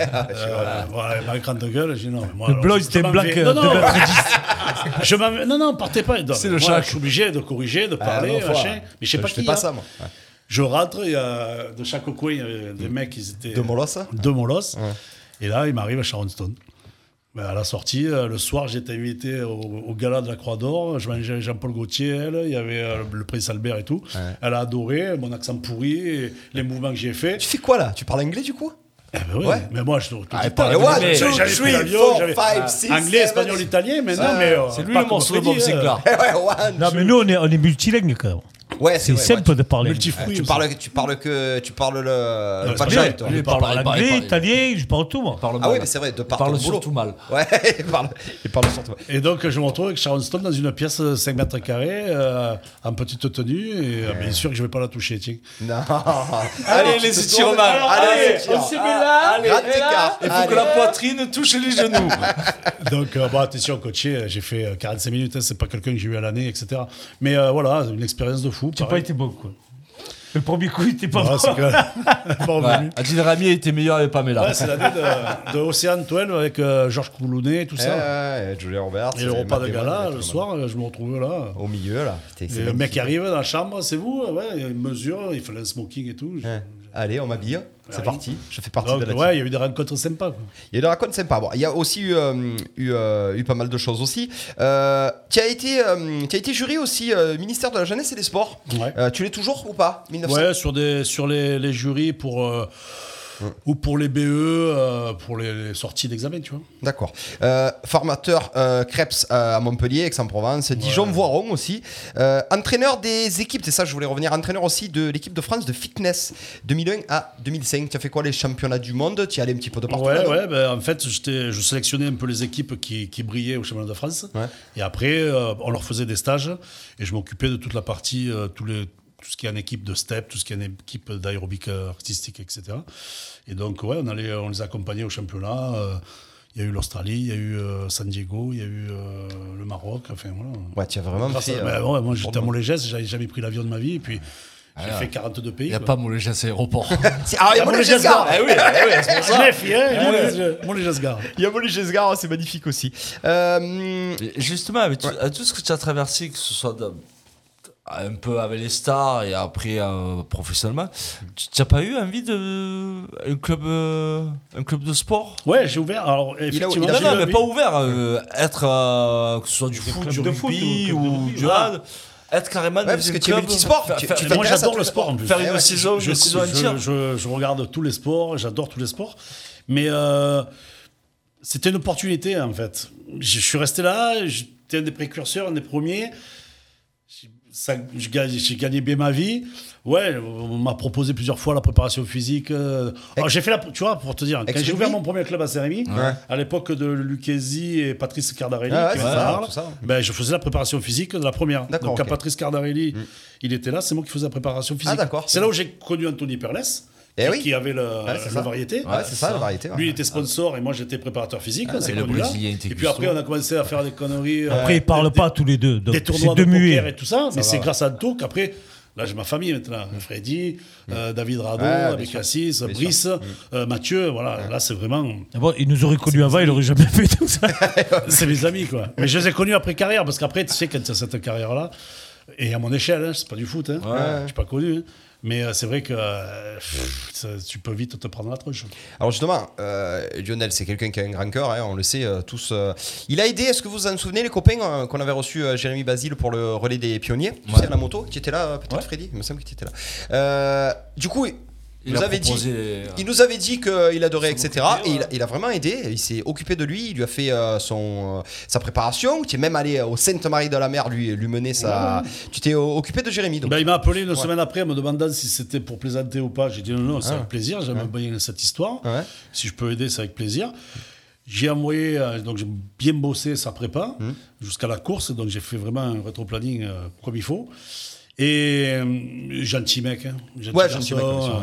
euh, voilà, ma grande gueule. J'ai dit Non, mais moi.
Le
alors,
blanc,
je-
c'était
je m'en
blanc,
vais.
euh,
Non,
de
non,
mètre
je m'en vais. non, non, partez pas. C'est
le
chat.
chat.
Je suis obligé de corriger, de
Ah,
parler,
l'enfoiré.
machin. Mais je sais pas
je
qui.
fais pas
hein.
ça, moi. Ouais.
Je rentre, il y a de chaque coin, il y avait des mecs, ils étaient.
Deux molosses. hein
Deux molosses. Et là, il m'arrive à Sharon Stone. Ben, à la sortie, euh, le soir, j'étais invité au, au gala de la Croix d'Or. Je mangeais avec Jean-Paul Gaultier, elle. Il y avait euh, le prince Albert et tout. Elle a adoré mon accent pourri, et les mouvements que j'ai fait.
Tu fais quoi là Tu parles anglais du coup
Eh ben oui,
Ouais. Ah,
Mais moi, je te te dis
Et
pas.
one,
j'avais-
two,
j'avais
three,
pris l'avion,
four,
j'avais- Ah,
five, six,
Anglais,
seven.
espagnol, italien, mais non, mais. euh,
C'est lui
pas
le
comme
morceau de
Freddy,
Bob
euh,
Sinclair.
Eh ouais, one,
Non,
two.
mais nous, on est, on est multilingue quand même.
Ouais,
C'est
vrai,
simple de parler.
Multifruit.
Tu
aussi.
parles, tu parles que tu parles le, le
c'est
pas de
bien.
gel, toi.
Lui, il
Je parle
parle- il parle- il
anglais,
parle-
italien, je parle tout, moi.
il parle
Ah oui,
mal.
mais c'est vrai, de
Il
par
parle
ton boulot.
surtout mal.
Ouais, il parle, il parle surtout mal.
Et donc, je me retrouve avec Sharon Stone dans une pièce de 5 mètres carrés, euh, en petite tenue, et euh, bien sûr que je vais pas la toucher, tiens.
Non.
Allez,
tu
les
te
étirements.
tournes. Allez, les
on
étirements.
se met là. Allez,
Gratte
et
tes
là.
cartes.
Il faut
Allez.
que la poitrine touche les genoux.
Donc, euh, bon, attention, coaché, euh, j'ai fait euh, 45 minutes, hein, c'est pas quelqu'un que j'ai eu à l'année, etc. Mais euh, voilà, une expérience de fou.
Tu n'as pas
pareil.
été bon, quoi. Le premier coup, il était pas
Ouais,
bon.
c'est que- Bon,
Ouais.
venu.
Adil Rami était meilleur avec Pamela.
Ouais, c'est l'année de, de Océane 12 avec euh, Georges Clounet et tout
Ouais,
ça.
ouais, ouais, Eh, Julia Roberts.
et le repas de
Matt
gala,
Damon,
le soir, euh, je me retrouve là.
Au milieu, là. Putain,
Et
Oh, c'est
le mec
magnifique.
qui arrive dans la chambre, c'est vous Ouais, il y a une mesure, il fallait un smoking et tout.
Ouais. Hein. Allez, on m'habille. C'est
Ouais.
parti. Je fais partie
Donc,
de la
Ah, ouais, il y a eu des rencontres sympas. quoi.
Il y a eu des racontes sympas. Bon, il y a aussi eu, euh, eu, euh, eu pas mal de choses aussi. Euh, tu as été, euh, tu as été jury aussi euh, ministère de la jeunesse et des sports.
Ouais.
Euh, tu l'es toujours ou pas 1900
Ouais, sur, des, sur les, les jurys pour. euh, Ou pour les BE, euh, pour les, les sorties d'examen, tu vois.
D'accord. Euh, formateur euh, Krebs euh, à Montpellier, Aix-en-Provence, Dijon, Voiron aussi. Euh, entraîneur des équipes, c'est ça, je voulais revenir. Entraîneur aussi de l'équipe de France de fitness 2001 à 2005. Tu as fait quoi les championnats du monde Tu y allais un petit peu de partout
Ouais,
là-dedans
ouais, ben, en fait, j'étais- je sélectionnais un peu les équipes qui, qui brillaient au championnat de France.
Ouais.
Et après, euh, on leur faisait des stages et je m'occupais de toute la partie, euh, tous les, tout ce qui est en équipe de step, tout ce qui est en équipe d'aérobic euh, artistique, etc. Et donc, ouais, on, allait, on les accompagnait au championnat. euh, Il y a eu l'Australie, il y a eu euh, San Diego, il y a eu euh, le Maroc, enfin voilà.
Ouais, tu as vraiment
Ah,
Grâce à-
fait.
bah
euh,
ouais, moi j'étais à
ben.
Montléges, j'avais jamais pris l'avion de ma vie, et puis j'ai fait 42 pays.
Il n'y Ah a
quoi.
pas Molégès à l'aéroport.
c'est- Ah, il y a Mollet Jesgar
Eh oui,
Ah
eh oui, c'est pour
Je
ça.
l'ai fait,
Ah
hein, Montléges- Montléges-Gare.
Il y a Mollet Jesgar, c'est magnifique aussi. Euh,
Et Justement, avec tout, à tout ce que tu as traversé, que ce soit de- un peu avec les stars et après euh, professionnellement, tu n'as pas eu envie de un club, euh, un club de sport
Ouais, j'ai ouvert. Alors, effectivement,
il a-
non,
j'ai
non,
eu
mais
la-
pas ouvert. euh, être, euh, que ce soit du foot,
clubs
du
de
rugby
foot ou clubs de
ou
rugby,
du
ouais.
hand, être carrément dans
Ouais, parce
un
que tu es
club,
multisport.
faire-
Tu-
faire-
tu
Mais moi,
t'intéresses à
j'adore
tous
le
les
sport en plus.
faire
Eh
une
ouais,
saison,
je,
une saison
je-
entière.
je- je regarde tous les sports, j'adore tous les sports. Mais euh, c'était une opportunité, en fait. Je, je suis resté là, j'étais un des précurseurs, un des premiers. J'ai- ça- je gagne- J'ai gagné bien ma vie. Ouais, on m'a proposé plusieurs fois la préparation physique. euh. Alors, j'ai fait la, tu vois, pour te dire, quand j'ai
Ex-rugby
ouvert mon premier club à Saint-Rémy,
Ouais.
à l'époque de Lucchesi et Patrice Cardarelli,
Ah ouais,
qui
c'est
m'en
ça,
parlent,
tout ça.
ben, je faisais la préparation physique de la première. Donc,
D'accord,
à
ok. Mm.
Patrice Cardarelli, il était là, c'est moi qui faisais la préparation physique.
Ah, d'accord.
C'est là où j'ai connu Anthony Perles,
Eh
qui,
oui.
qui avait le-
Ouais, c'est
la
ça.
variété.
Ouais, c'est ça, la variété. ouais. Ah,
Lui, il était sponsor et moi, j'étais préparateur physique. on s'est
et le
connus là.
Brésilien était
Et puis
cuistot.
après, on a commencé à faire des conneries. euh,
Après, ils parlent
des-
pas tous les deux. donc
des
C'est
tournois de
deux
poker et
muets.
tout ça, mais c'est grâce à Anto qu'après, là j'ai ma famille maintenant, Freddy, euh, David Rado,
Ouais, Mm. Ah, bien
avec
sûr.
Assis,
sûr. Mm.
Brice, euh, Mathieu, voilà, là c'est vraiment,
D'abord, ils nous auraient connus avant, ils n'auraient jamais fait tout ça.
c'est mes amis quoi. Mais je les ai connus après carrière, parce qu'après tu sais quand tu as cette carrière là, et à mon échelle, hein, c'est pas du foot, hein, je suis pas connu, hein. mais euh, c'est vrai que euh, pff, ça- tu peux vite te prendre la tronche.
Alors justement, euh, Lionel, c'est quelqu'un qui a un grand cœur, hein, on le sait euh, tous. euh. il a aidé, est-ce que vous vous en souvenez, les copains euh, qu'on avait reçus euh, Jérémy Basile pour le relais des pionniers Tu sais, à la moto, tu étais là euh, peut-être, Freddy Il me semble que tu étais là. Euh, du coup, il,
Il
nous
a
avait dit...
proposé, euh,
Il nous avait dit qu'il adorait,
S'en
etc.
occuper,
Et
ouais.
il a, il a vraiment aidé. Il s'est occupé de lui. Il lui a fait euh, son, euh, sa préparation. Tu es même allé euh, au Sainte-Marie de la Mer lui, lui mener sa. Tu t'es euh, occupé de Jérémy. Donc.
Bah,
Ben, il m'a appelé une semaine après en me demandant si c'était pour plaisanter ou pas. J'ai dit non, non, c'est avec plaisir, j'aime bien cette histoire.
Ah. Ouais.
Si je peux aider, c'est avec plaisir. J'ai envoyé, euh, donc j'ai bien bossé sa prépa
Hmm.
jusqu'à la course, donc j'ai fait vraiment un rétro-planning euh, comme il faut. Et euh, gentil mec, hein, gentil
Ouais, gentil
garçon,
mec, bien sûr,
euh,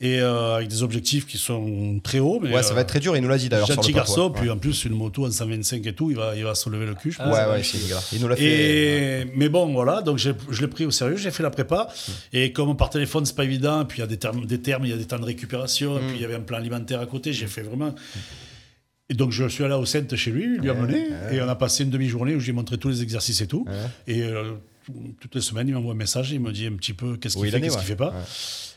Et euh, avec des objectifs qui sont très hauts. Mais,
ouais, ça va
euh,
être très dur. Il nous l'a dit d'ailleurs sur
Gentil
le plateau.
garçon, puis en plus une moto en 125 et tout, il va, il va se lever le cul. je pense.
Ouais, ouais, c'est le gars. Il nous l'a fait.
Et, mais bon, voilà, donc j'ai- je l'ai pris au sérieux, j'ai fait la prépa.
Mmh.
Et comme par téléphone, c'est pas évident, puis il y a des termes, des termes, il y a des temps de
Mmh.
récupération, et puis il y avait un plan alimentaire à côté, j'ai fait vraiment. Et donc je suis allé au centre chez lui, il lui a mené, et on a passé une demi-journée où j'ai montré tous les exercices et tout. Et euh, toutes les semaines, il m'envoie un message, il me dit un petit peu qu'est-ce
Où
qu'il
il
fait,
en est,
qu'est-ce
ouais.
qu'il fait pas.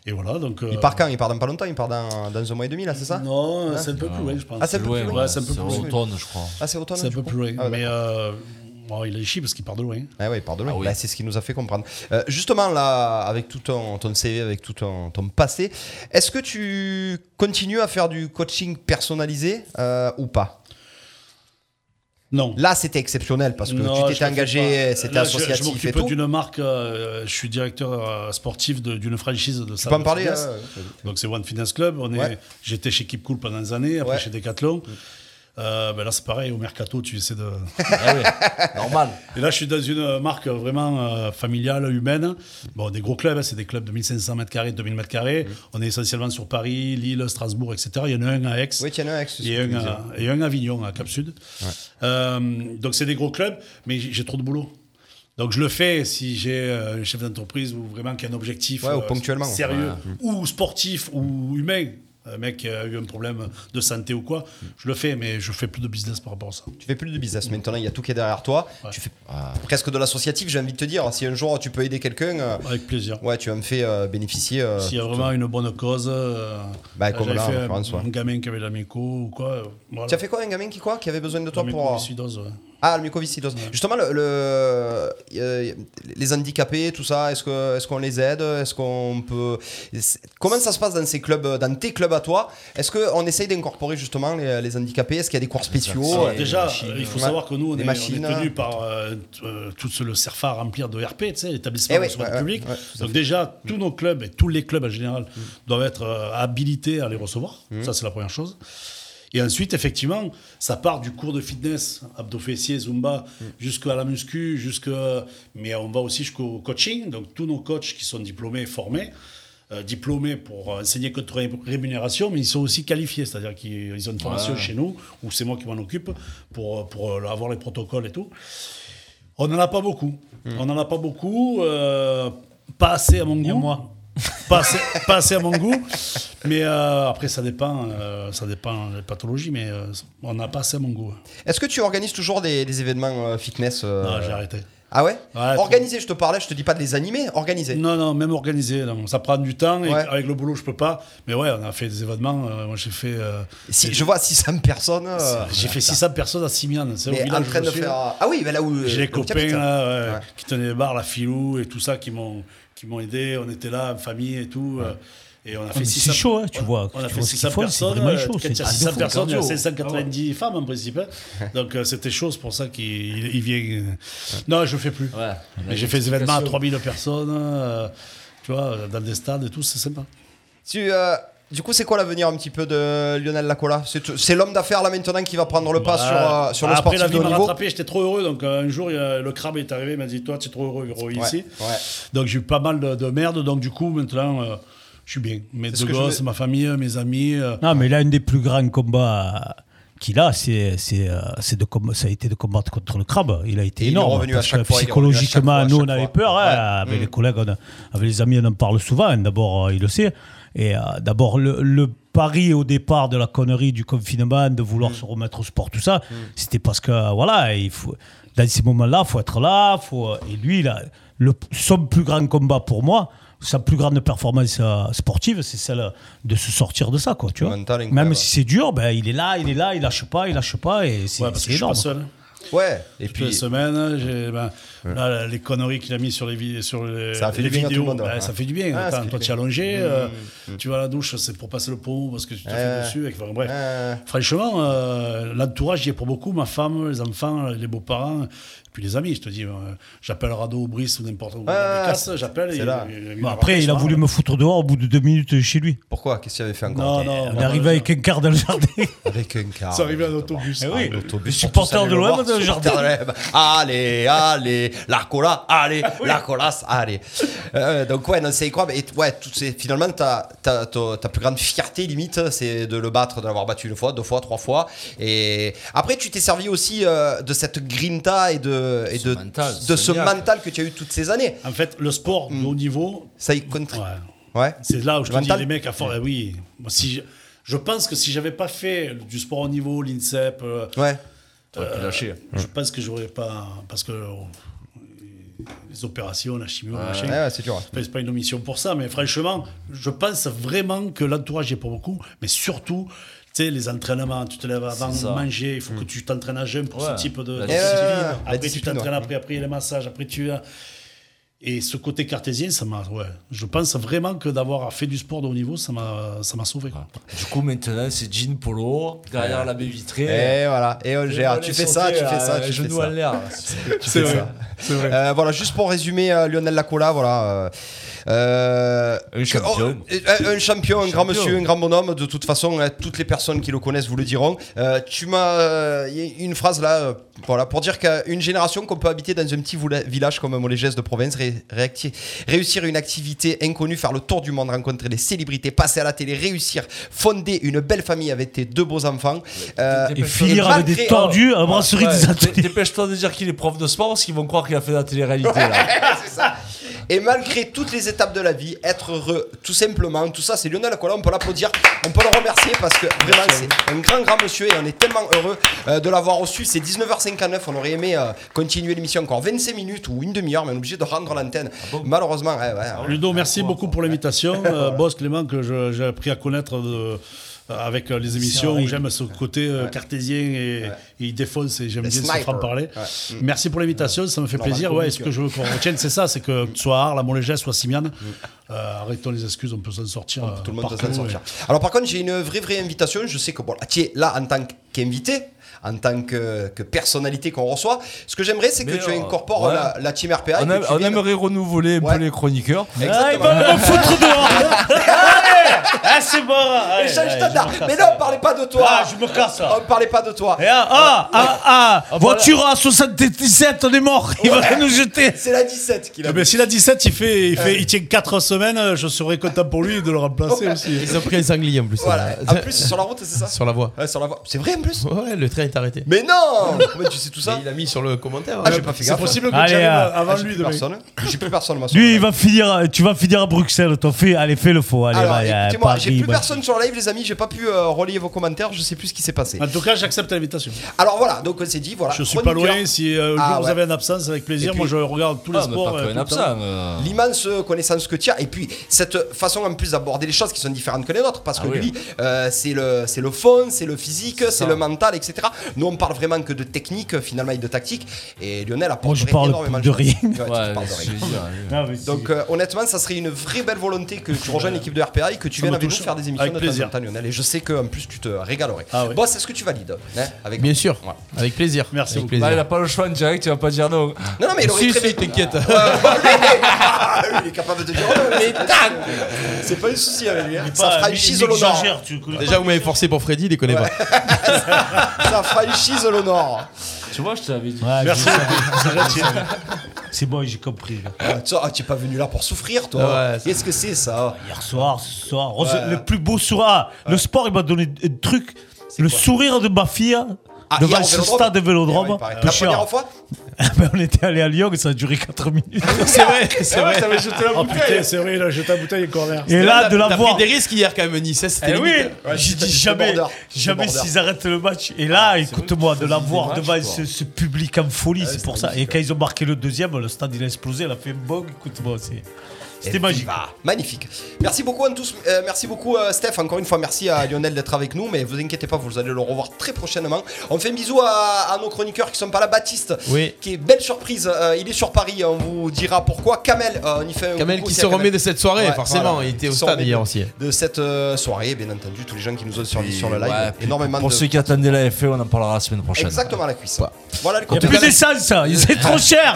Et voilà, donc. euh,
Il part quand Il part dans pas longtemps, il part dans, dans un mois et demi là, c'est ça
Non, c'est un peu plus loin, je pense.
Ah, c'est un peu
Ouais,
plus loin.
Ouais, c'est un peu
c'est
plus
en
Euh,
loin.
automne, je crois.
Ah, c'est automne
C'est un
du
peu
coup
plus loin.
Ah,
mais euh, Bon, il a chié parce qu'il part de loin.
Ah ouais, pardon. Bah, c'est ce qui nous a fait comprendre. Euh, justement, là, avec tout ton, ton CV, avec tout ton, ton passé, est-ce que tu continues à faire du coaching personnalisé euh, ou pas
Non.
Là, c'était exceptionnel parce que
Non,
tu
je
t'étais
le fais
engagé, euh,
pas.
c'était
Là, je- Je
associatif et
m'occupe
tout.
d'une marque, euh, je suis directeur euh, sportif de- d'une franchise de
Tu
salle
peux en
de
parler
fitness.
hein
Donc c'est One Fitness Club. On est,
Ouais.
j'étais chez Keep Cool pendant des années, après
Ouais. Mm.
chez Decathlon. Euh, ben là c'est pareil au mercato, tu essaies de.
Ah ouais, normal.
Et là je suis dans une marque vraiment euh, familiale, humaine. Bon, des gros clubs, hein, c'est des clubs de 1500 mètres carrés, 2000 mètres
Mm.
carrés. On est essentiellement sur Paris, Lille, Strasbourg, etc. Il y en a un à Aix.
Oui, tiens, avec ce-
Et un, à, et un à Avignon, à Cap Sud. Euh, donc c'est des gros clubs, mais j'ai j'ai trop de boulot. Donc je le fais si j'ai euh, un chef d'entreprise ou vraiment qui a un objectif euh,
Ouais, ou ponctuellement.
sérieux, ou sportif, ou humain. Un mec qui a eu un problème de santé ou quoi, je le fais, mais je fais plus de business par rapport à ça.
Tu fais plus de business maintenant, il y a tout qui est derrière toi. Tu fais presque de l'associatif, j'ai envie de te dire. Si un jour tu peux aider quelqu'un, euh,
Avec plaisir.
ouais, tu vas me faire euh, bénéficier. euh,
S'il y a vraiment une bonne cause, euh,
Bah, comme
j'avais
là, en
fait un,
l'occurrence, ouais.
un gamin qui avait de la myco ou quoi. euh, Voilà.
Tu as fait quoi, un gamin qui quoi Qui avait besoin de
La
toi pour. euh,
mucoviscidose, ouais.
Ah, le mucoviscidose. Justement, le, le- euh, les handicapés, tout ça, est-ce que est-ce qu'on les aide Est-ce qu'on peut c'est- Comment ça se passe dans ces clubs, dans tes clubs à toi Est-ce qu'on essaye d'incorporer justement les, les handicapés Est-ce qu'il y a des cours spéciaux
Alors, déjà, euh, il faut
Ouais.
savoir que nous, on
Des
est,
machines.
on est tenu par euh, t- euh, tout ce- le CERFA à remplir de RP, tu sais, l'établissement
Eh oui,
de soins
ouais,
public.
ouais, ouais, tout à Mm.
Donc déjà, tous nos clubs et tous les clubs en général doivent être euh, habilités à les recevoir. Ça, c'est la première chose. Et ensuite, effectivement, ça part du cours de fitness, abdos fessiers, zumba,
Mm.
jusqu'à la muscu, jusqu'à... mais on va aussi jusqu'au coaching. Donc, tous nos coachs qui sont diplômés et formés, euh, diplômés pour enseigner contre ré- rémunération, mais ils sont aussi qualifiés, c'est-à-dire qu'ils ils ont une
Ah.
formation chez nous, ou c'est moi qui m'en occupe, pour, pour euh, avoir les protocoles et tout. On n'en a pas beaucoup. On n'en a pas beaucoup. euh, pas assez à mon goût.
moi.
Pas assez, pas assez à mon goût. Mais euh, après, ça dépend, euh, ça dépend des pathologies, mais euh, on n'a pas assez à mon goût.
Est-ce que tu organises toujours des, des événements euh, fitness euh,
Ah, j'ai arrêté.
Ah ouais,
Ouais,
Organiser, je te parlais, je te dis pas de les animer, organiser.
Non, non, même organisé. non, ça prend du temps. Et
Ouais.
avec le boulot, je peux pas. Mais ouais, on a fait des événements. euh, moi, j'ai fait, euh,
Si, je vois 600 personnes. euh,
j'ai fait 600 personnes à Simian. C'est au
mais en
village où
train
je
de
suis.
faire. Ah oui, mais là où.
J'ai
le
les copains
capital.
là, ouais,
Ouais.
qui tenaient les bars, la filou et tout ça, qui m'ont qui m'ont aidé. On était là, en famille et tout. euh, Et on a fait
mais
600
c'est chaud, hein, tu
on-
vois,
On a
tu
fait
vois ce
600
qu'ils font, c'est
personnes.
vraiment
euh,
chaud,
quand il y
c'est
a
de
600
fou,
personnes, euh, il y a
cardio.
Ah
590 femmes en principe. hein. Donc euh, c'était chaud, c'est pour ça qu'il il- il vient. Non, je fais plus.
Ouais.
Mais j'ai fait des événements à 3000 personnes, euh, tu vois, dans des stades et tout, c'est sympa.
Tu, euh, du coup, c'est quoi l'avenir un petit peu de Lionel Lacola C'est c'est l'homme d'affaires là maintenant qui va prendre le pas sur, euh, sur le
Bah, Après,
sportif
la
de
vie
haut
m'a
niveau
rattrapé, j'étais trop heureux. Donc euh, un jour, il y a- le crabe est arrivé, il m'a dit Toi, tu es trop heureux, gros,
Ouais,
ici.
ouais.
Donc j'ai eu pas mal de, de merde. Donc du coup, maintenant, euh, je suis bien. Mes
ce
deux
que je
gosses,
voulais-
ma famille, mes amis. euh,
Non, mais là, un des plus grands combats euh, qu'il a, c'est, c'est, euh, c'est de comm- ça a été de combattre contre le crabe. Il a été
Et il est
énorme.
revenu à
parce
chaque
que
fois, il est revenu à chaque
Psychologiquement,
fois, à
nous,
chaque
on avait
fois.
peur. hein,
Ouais.
avec les collègues, on a- avec les amis, on en parle souvent. D'abord, euh, il le sait. Et euh, d'abord, le, le pari au départ de la connerie du confinement, de vouloir
Mm.
se remettre au sport, tout ça, c'était parce que, euh, voilà, il faut, dans ces moments-là, il faut être là. Faut, euh, et lui, là, le, son plus grand combat pour moi, sa plus grande performance euh, sportive, c'est celle de se sortir de ça, quoi. Tu vois.
Mental incroyable.
Même si c'est dur, ben, il est là, il est là, il lâche pas, il lâche pas, et c'est
ouais, parce
c'est
que je suis
énorme.
pas seul. hein.
Ouais, et
Puis, les
puis.
semaines, j'ai, ben, là, les conneries qu'il a mis sur les, vi- sur les,
Ça a fait
les
du bien à tout le
vidéos,
monde,
ben,
ouais.
ça fait du bien.
Ah, ça
Attends,
fait
toi,
du Mm,
tu es allongé, euh, tu vas à la douche, c'est pour passer le pont parce que tu te
Ouais.
fais dessus. et que- enfin, bref.
euh,
Franchement, euh, l'entourage y est pour beaucoup, ma femme, les enfants, les beaux-parents, et puis les amis, je te dis, euh, j'appelle Rado, Brice ou n'importe où, Casse, j'appelle.
c'est
il-
là.
il- il-
Bon, après, il a voulu me foutre dehors au bout de deux minutes chez lui.
pourquoi Qu'est-ce qu'il avait fait encore
Non, non,
On
non,
est arrivé
non,
avec un quart dans le jardin.
Avec un car. Eh
C'est arrivé en autobus.
oui.
Un autobus,
Les
pour
supporters
tous aller
de
le
l'OM
voir,
dans le
supporters
jardin.
de l'OM. Allez, allez, la cola, allez, la colas, allez. Euh, donc, ouais, non, c'est incroyable. Et ouais, tout, c'est- finalement, ta, ta, ta- ta plus grande fierté, limite, c'est de le battre, de l'avoir battu une fois, deux fois, trois fois. Et après, tu t'es servi aussi euh, de cette grinta et de, et
Ce
de,
mental,
de
ce
ce
niaque.
mental que tu as eu toutes ces années.
En fait, le sport
Mm.
de haut niveau,
Ça y contribue.
ouais.
Ouais.
c'est là où je
Le
te dis,
mental.
les mecs, à fort, eh oui, Moi, si je, je pense que si j'avais pas fait du sport haut niveau, l'INSEP, euh,
Ouais.
je pense que j'aurais pas, parce que euh, oh, les opérations, la chimio, le machin.
Ouais, ouais, c'est dur.
Enfin, c'est pas une omission pour ça, mais franchement, je pense vraiment que l'entourage est pour beaucoup, mais surtout, tu sais, les entraînements, tu te lèves avant
C'est
de
ça. Mm.
manger, il faut que tu t'entraînes à jeûne pour
Ouais.
ce type de
La
de
discipline.
Ouais, ouais, ouais. La
Après, tu
discipline,
t'entraînes
ouais.
après, après les massages, après tu as. Et ce côté cartésien, ça m'a. Ouais, je pense vraiment que d'avoir fait du sport de haut niveau, ça m'a, ça m'a sauvé. quoi.
Du coup, maintenant, c'est jean polo, Oh, derrière la baie vitrée.
Et voilà, et on gère. Tu fais ça, tu
euh,
fais ça, tu fais
Genou
ça.
à l'air.
C'est vrai. Euh, voilà, juste pour résumer, euh, Lionel Lacola, voilà. euh, euh,
Un champion.
oh, un- un champion, un grand
Champion.
monsieur, un grand bonhomme. De toute façon, euh, toutes les personnes qui le connaissent vous le diront. Euh, tu m'as euh, y a une phrase là, euh, voilà, pour dire qu'une génération qu'on peut habiter dans un petit voula- village comme Molégès de province, ré- réacti- réussir une activité inconnue, faire le tour du monde, rencontrer des célébrités, passer à la télé, réussir, fonder une belle famille avec tes deux beaux enfants. euh,
t'es
Et
Et
finir avec
malgré-
des tordus à la brasserie
Ouais,
des
dé-
athlètes.
Dépêche-toi de dire qu'il est prof de sport parce qu'ils vont croire qu'il a fait de la télé-réalité. là.
Et malgré toutes les étapes de la vie, être heureux, tout simplement, tout ça, c'est Lionel Acola, on peut l'applaudir, on peut le remercier parce que vraiment, c'est un grand, grand monsieur et on est tellement heureux euh, de l'avoir reçu. C'est 19h59, on aurait aimé euh, continuer l'émission encore 25 minutes ou une demi-heure, mais on est obligé de rendre l'antenne.
Ah
Malheureusement, eh ouais, ouais.
Ludo, merci beaucoup pour l'invitation. Euh, Boss Clément, que je- j'ai appris à connaître de- avec euh, les émissions
vrai.
où j'aime ce côté euh, cartésien et, et il défonce et j'aime
Les
bien ce
snipers.
franc-parler. Mm.
Ouais.
Merci pour l'invitation, ça me fait plaisir.
Normal
Ouais, ce que je veux qu'on retienne, c'est ça c'est que soit Arles, Montléger, soit Simiane, euh, arrêtons les excuses, on peut s'en sortir. euh,
Mm. Oh, hein, Tout le monde doit
partout,
s'en sortir.
ouais.
Alors par contre, j'ai une vraie vraie invitation. Je sais que bon, tu es là en tant qu'invité, en tant que, que personnalité qu'on reçoit. Ce que j'aimerais, c'est que
Mais,
tu
euh,
incorpores
ouais.
la, la team RPA. et
on,
que
aime-
tu
on
viennes-
aimerait renouveler un
Ouais.
peu les chroniqueurs.
Ah, il
Exactement.
va me foutre dehors Ah, c'est bon
Et
allez,
change
allez,
ta
je
date.
me casse.
Mais là, on parlait pas de toi.
Ah, je me casse là.
On parlait pas de toi.
Et ah, ah, ah, ah, voiture à 77, on est mort, il va nous jeter.
C'est la 17 qu'il a.
Ah, mais si la 17, il, fait, il, fait, il tient 4 semaines, euh, je serais content pour lui de le remplacer aussi.
Ils ont pris un sanglier en plus. euh,
Voilà. En plus, sur la route, c'est ça
Sur la voie.
Ouais, sur la voie. C'est vrai en plus
Ouais, le train est arrêté.
Mais non Comment tu sais tout ça
il a mis sur le commentaire. hein.
Ah, j'ai pas fait
C'est
gaffe.
possible que
Allez,
tu arrives
euh,
avant
Ah, j'ai
lui
plus
demain.
personne. J'ai plus personne, moi. sur
Lui,
le
il
live.
va finir, tu vas finir à Bruxelles, ton fils. Allez, fais le faux, allez, va,
Alors,
y a
écoutez-moi,
Paris,
j'ai plus
bah-
personne sur le live, les amis. J'ai pas pu euh, relayer vos commentaires. Je sais plus ce qui s'est passé.
En tout cas, j'accepte l'invitation.
Alors voilà, donc on s'est dit, voilà.
Ah. Je suis pas
chroniqueur.
loin. Si euh, un
Ah,
jour vous
ouais.
avez une absence, avec plaisir.
Et
Moi,
puis-
je regarde tous les
Ah, mais
sports.
pas
euh,
que
tout
un
le temps.
absent, mais-
l'immense connaissance que tu as et puis cette façon en plus d'aborder les choses qui sont différentes que les nôtres parce que
Ah oui.
lui euh, c'est le c'est le fond c'est le physique c'est
ça.
le mental etc nous on parle vraiment que de technique finalement et de tactique et Lionel a
Moi, je parle de rien.
Ouais, je veux dire, oui.
Ah, mais si.
donc euh, honnêtement ça serait une vraie belle volonté que tu rejoignes l'équipe de RPA et que tu
Ça
viennes
me
avec nous
touche.
faire des émissions
Avec
de temps en
plaisir.
temps, Lionel et je sais que en plus tu te régalerais
Ah ouais.
boss est-ce que tu valides hein, avec
Bien
nous
sûr.
Voilà.
Avec plaisir.
Merci
Avec
beaucoup.
Là, il
plaisir.
a pas le choix en direct, tu vas pas dire non.
non non mais il aurait
Si,
très
si,
bien-
t'inquiète.
Ah, lui, il est capable de dire oh, mais tac c'est pas un souci avec lui hein. ça
Pas
fera une
Mick
chise au l'honneur.
Jagger, Bah, tu connais
Déjà, vous m'avez forcé pour Freddy, déconnez pas.
Ça franchise le Nord.
Tu vois, je t'avais dit.
pas. Ouais,
Merci. C'est gentil.
C'est bon, j'ai compris. là.
Ah, t'es pas venu là pour souffrir,
Ah
toi.
ouais, ça-
Qu'est-ce que c'est ça
Hier soir, ce soir, oh, c'est le plus beau soir. Ah, Le sport, il m'a donné un truc. Le sourire de ma fille
Ah, hier,
devant
au
le
Vélodrome
stade de
Eh
Vélodrome.
ouais, pareil.
Peu
La
cher.
première fois
Ben, on était allé à Lyon et ça a duré 4 minutes.
C'est vrai, c'est
Ah
vrai.
Oh putain, c'est vrai, il a jeté la bouteille et corner.
Et là, de la
T'as
voir.
pris des risques hier quand même, Nice. C'était
Eh oui,
limite. hein. Ah,
j'ai
c'était-
dit
c'était
jamais,
border, c'était
jamais
border.
s'ils arrêtent le match. Et là, écoute-moi, de la voir
matchs,
devant
quoi.
ce, ce public en folie, c'est pour ça. Et quand ils ont marqué le deuxième, le stade il a explosé, il a fait un bug. Écoute-moi, c'est- c'était magique.
Viva. Eh ben, Magnifique. Merci beaucoup à tous. euh, merci beaucoup euh, Steph. Encore une fois, merci à Lionel d'être avec nous. Mais vous inquiétez pas, vous allez le revoir très prochainement. On fait un bisou à, à nos chroniqueurs qui sont pas là. Baptiste,
Oui.
qui est belle surprise. euh, il est sur Paris. On vous dira pourquoi. Kamel, euh, on y fait un
Kamel
coucou
qui
aussi
se
à Kamel.
remet de cette soirée,
Ouais,
forcément.
voilà.
Il était
Qui
au
se
stade
remet
hier
de-
aussi.
De cette euh, soirée, bien entendu, tous les gens qui nous ont sur, sur le live.
Ouais, puis
énormément
pour
de.
ceux qui attendaient la FE, on en parlera la semaine prochaine.
Exactement la cuisse. Voilà le
Il n'y a plus d'essence, ça. c'est trop cher.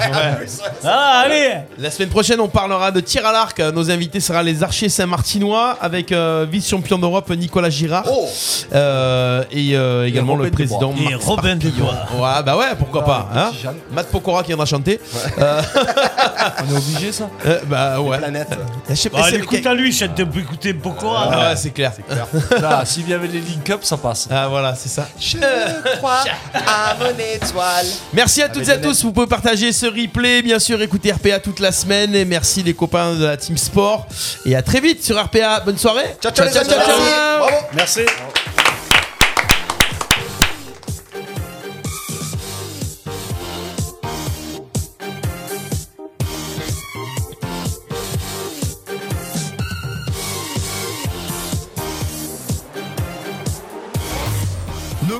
Ah, allez
La semaine prochaine, on parlera de tir à l'arc. Nos invités seront les archers Saint-Martinois avec euh, vice-champion d'Europe Nicolas Girard
Oh
Euh, et euh, également
Robin Ah,
le président
Et
Marc
Robin
Sparpillon.
Desbois.
Ouais, bah ouais, pourquoi pas.
le
Hein
petit Jeanne.
Matt Pokora qui en a chanté.
On est obligé, ça
Euh, bah ouais.
Planète.
Je sais
Bah,
pas si
écoute à lui, je te écouter Bokora.
Ah ouais, c'est clair.
Là, s'il y avait les link up, ça passe.
Ah voilà, c'est ça.
Je crois à mon étoile.
Merci à toutes et à tous. Vous pouvez partager ce replay, bien sûr, écouter RPA toute la semaine. Et merci les copains de la Team Sport. Et à très vite sur RPA. Bonne soirée.
Ciao, ciao, les amis. merci. Bravo.
Merci.
Nos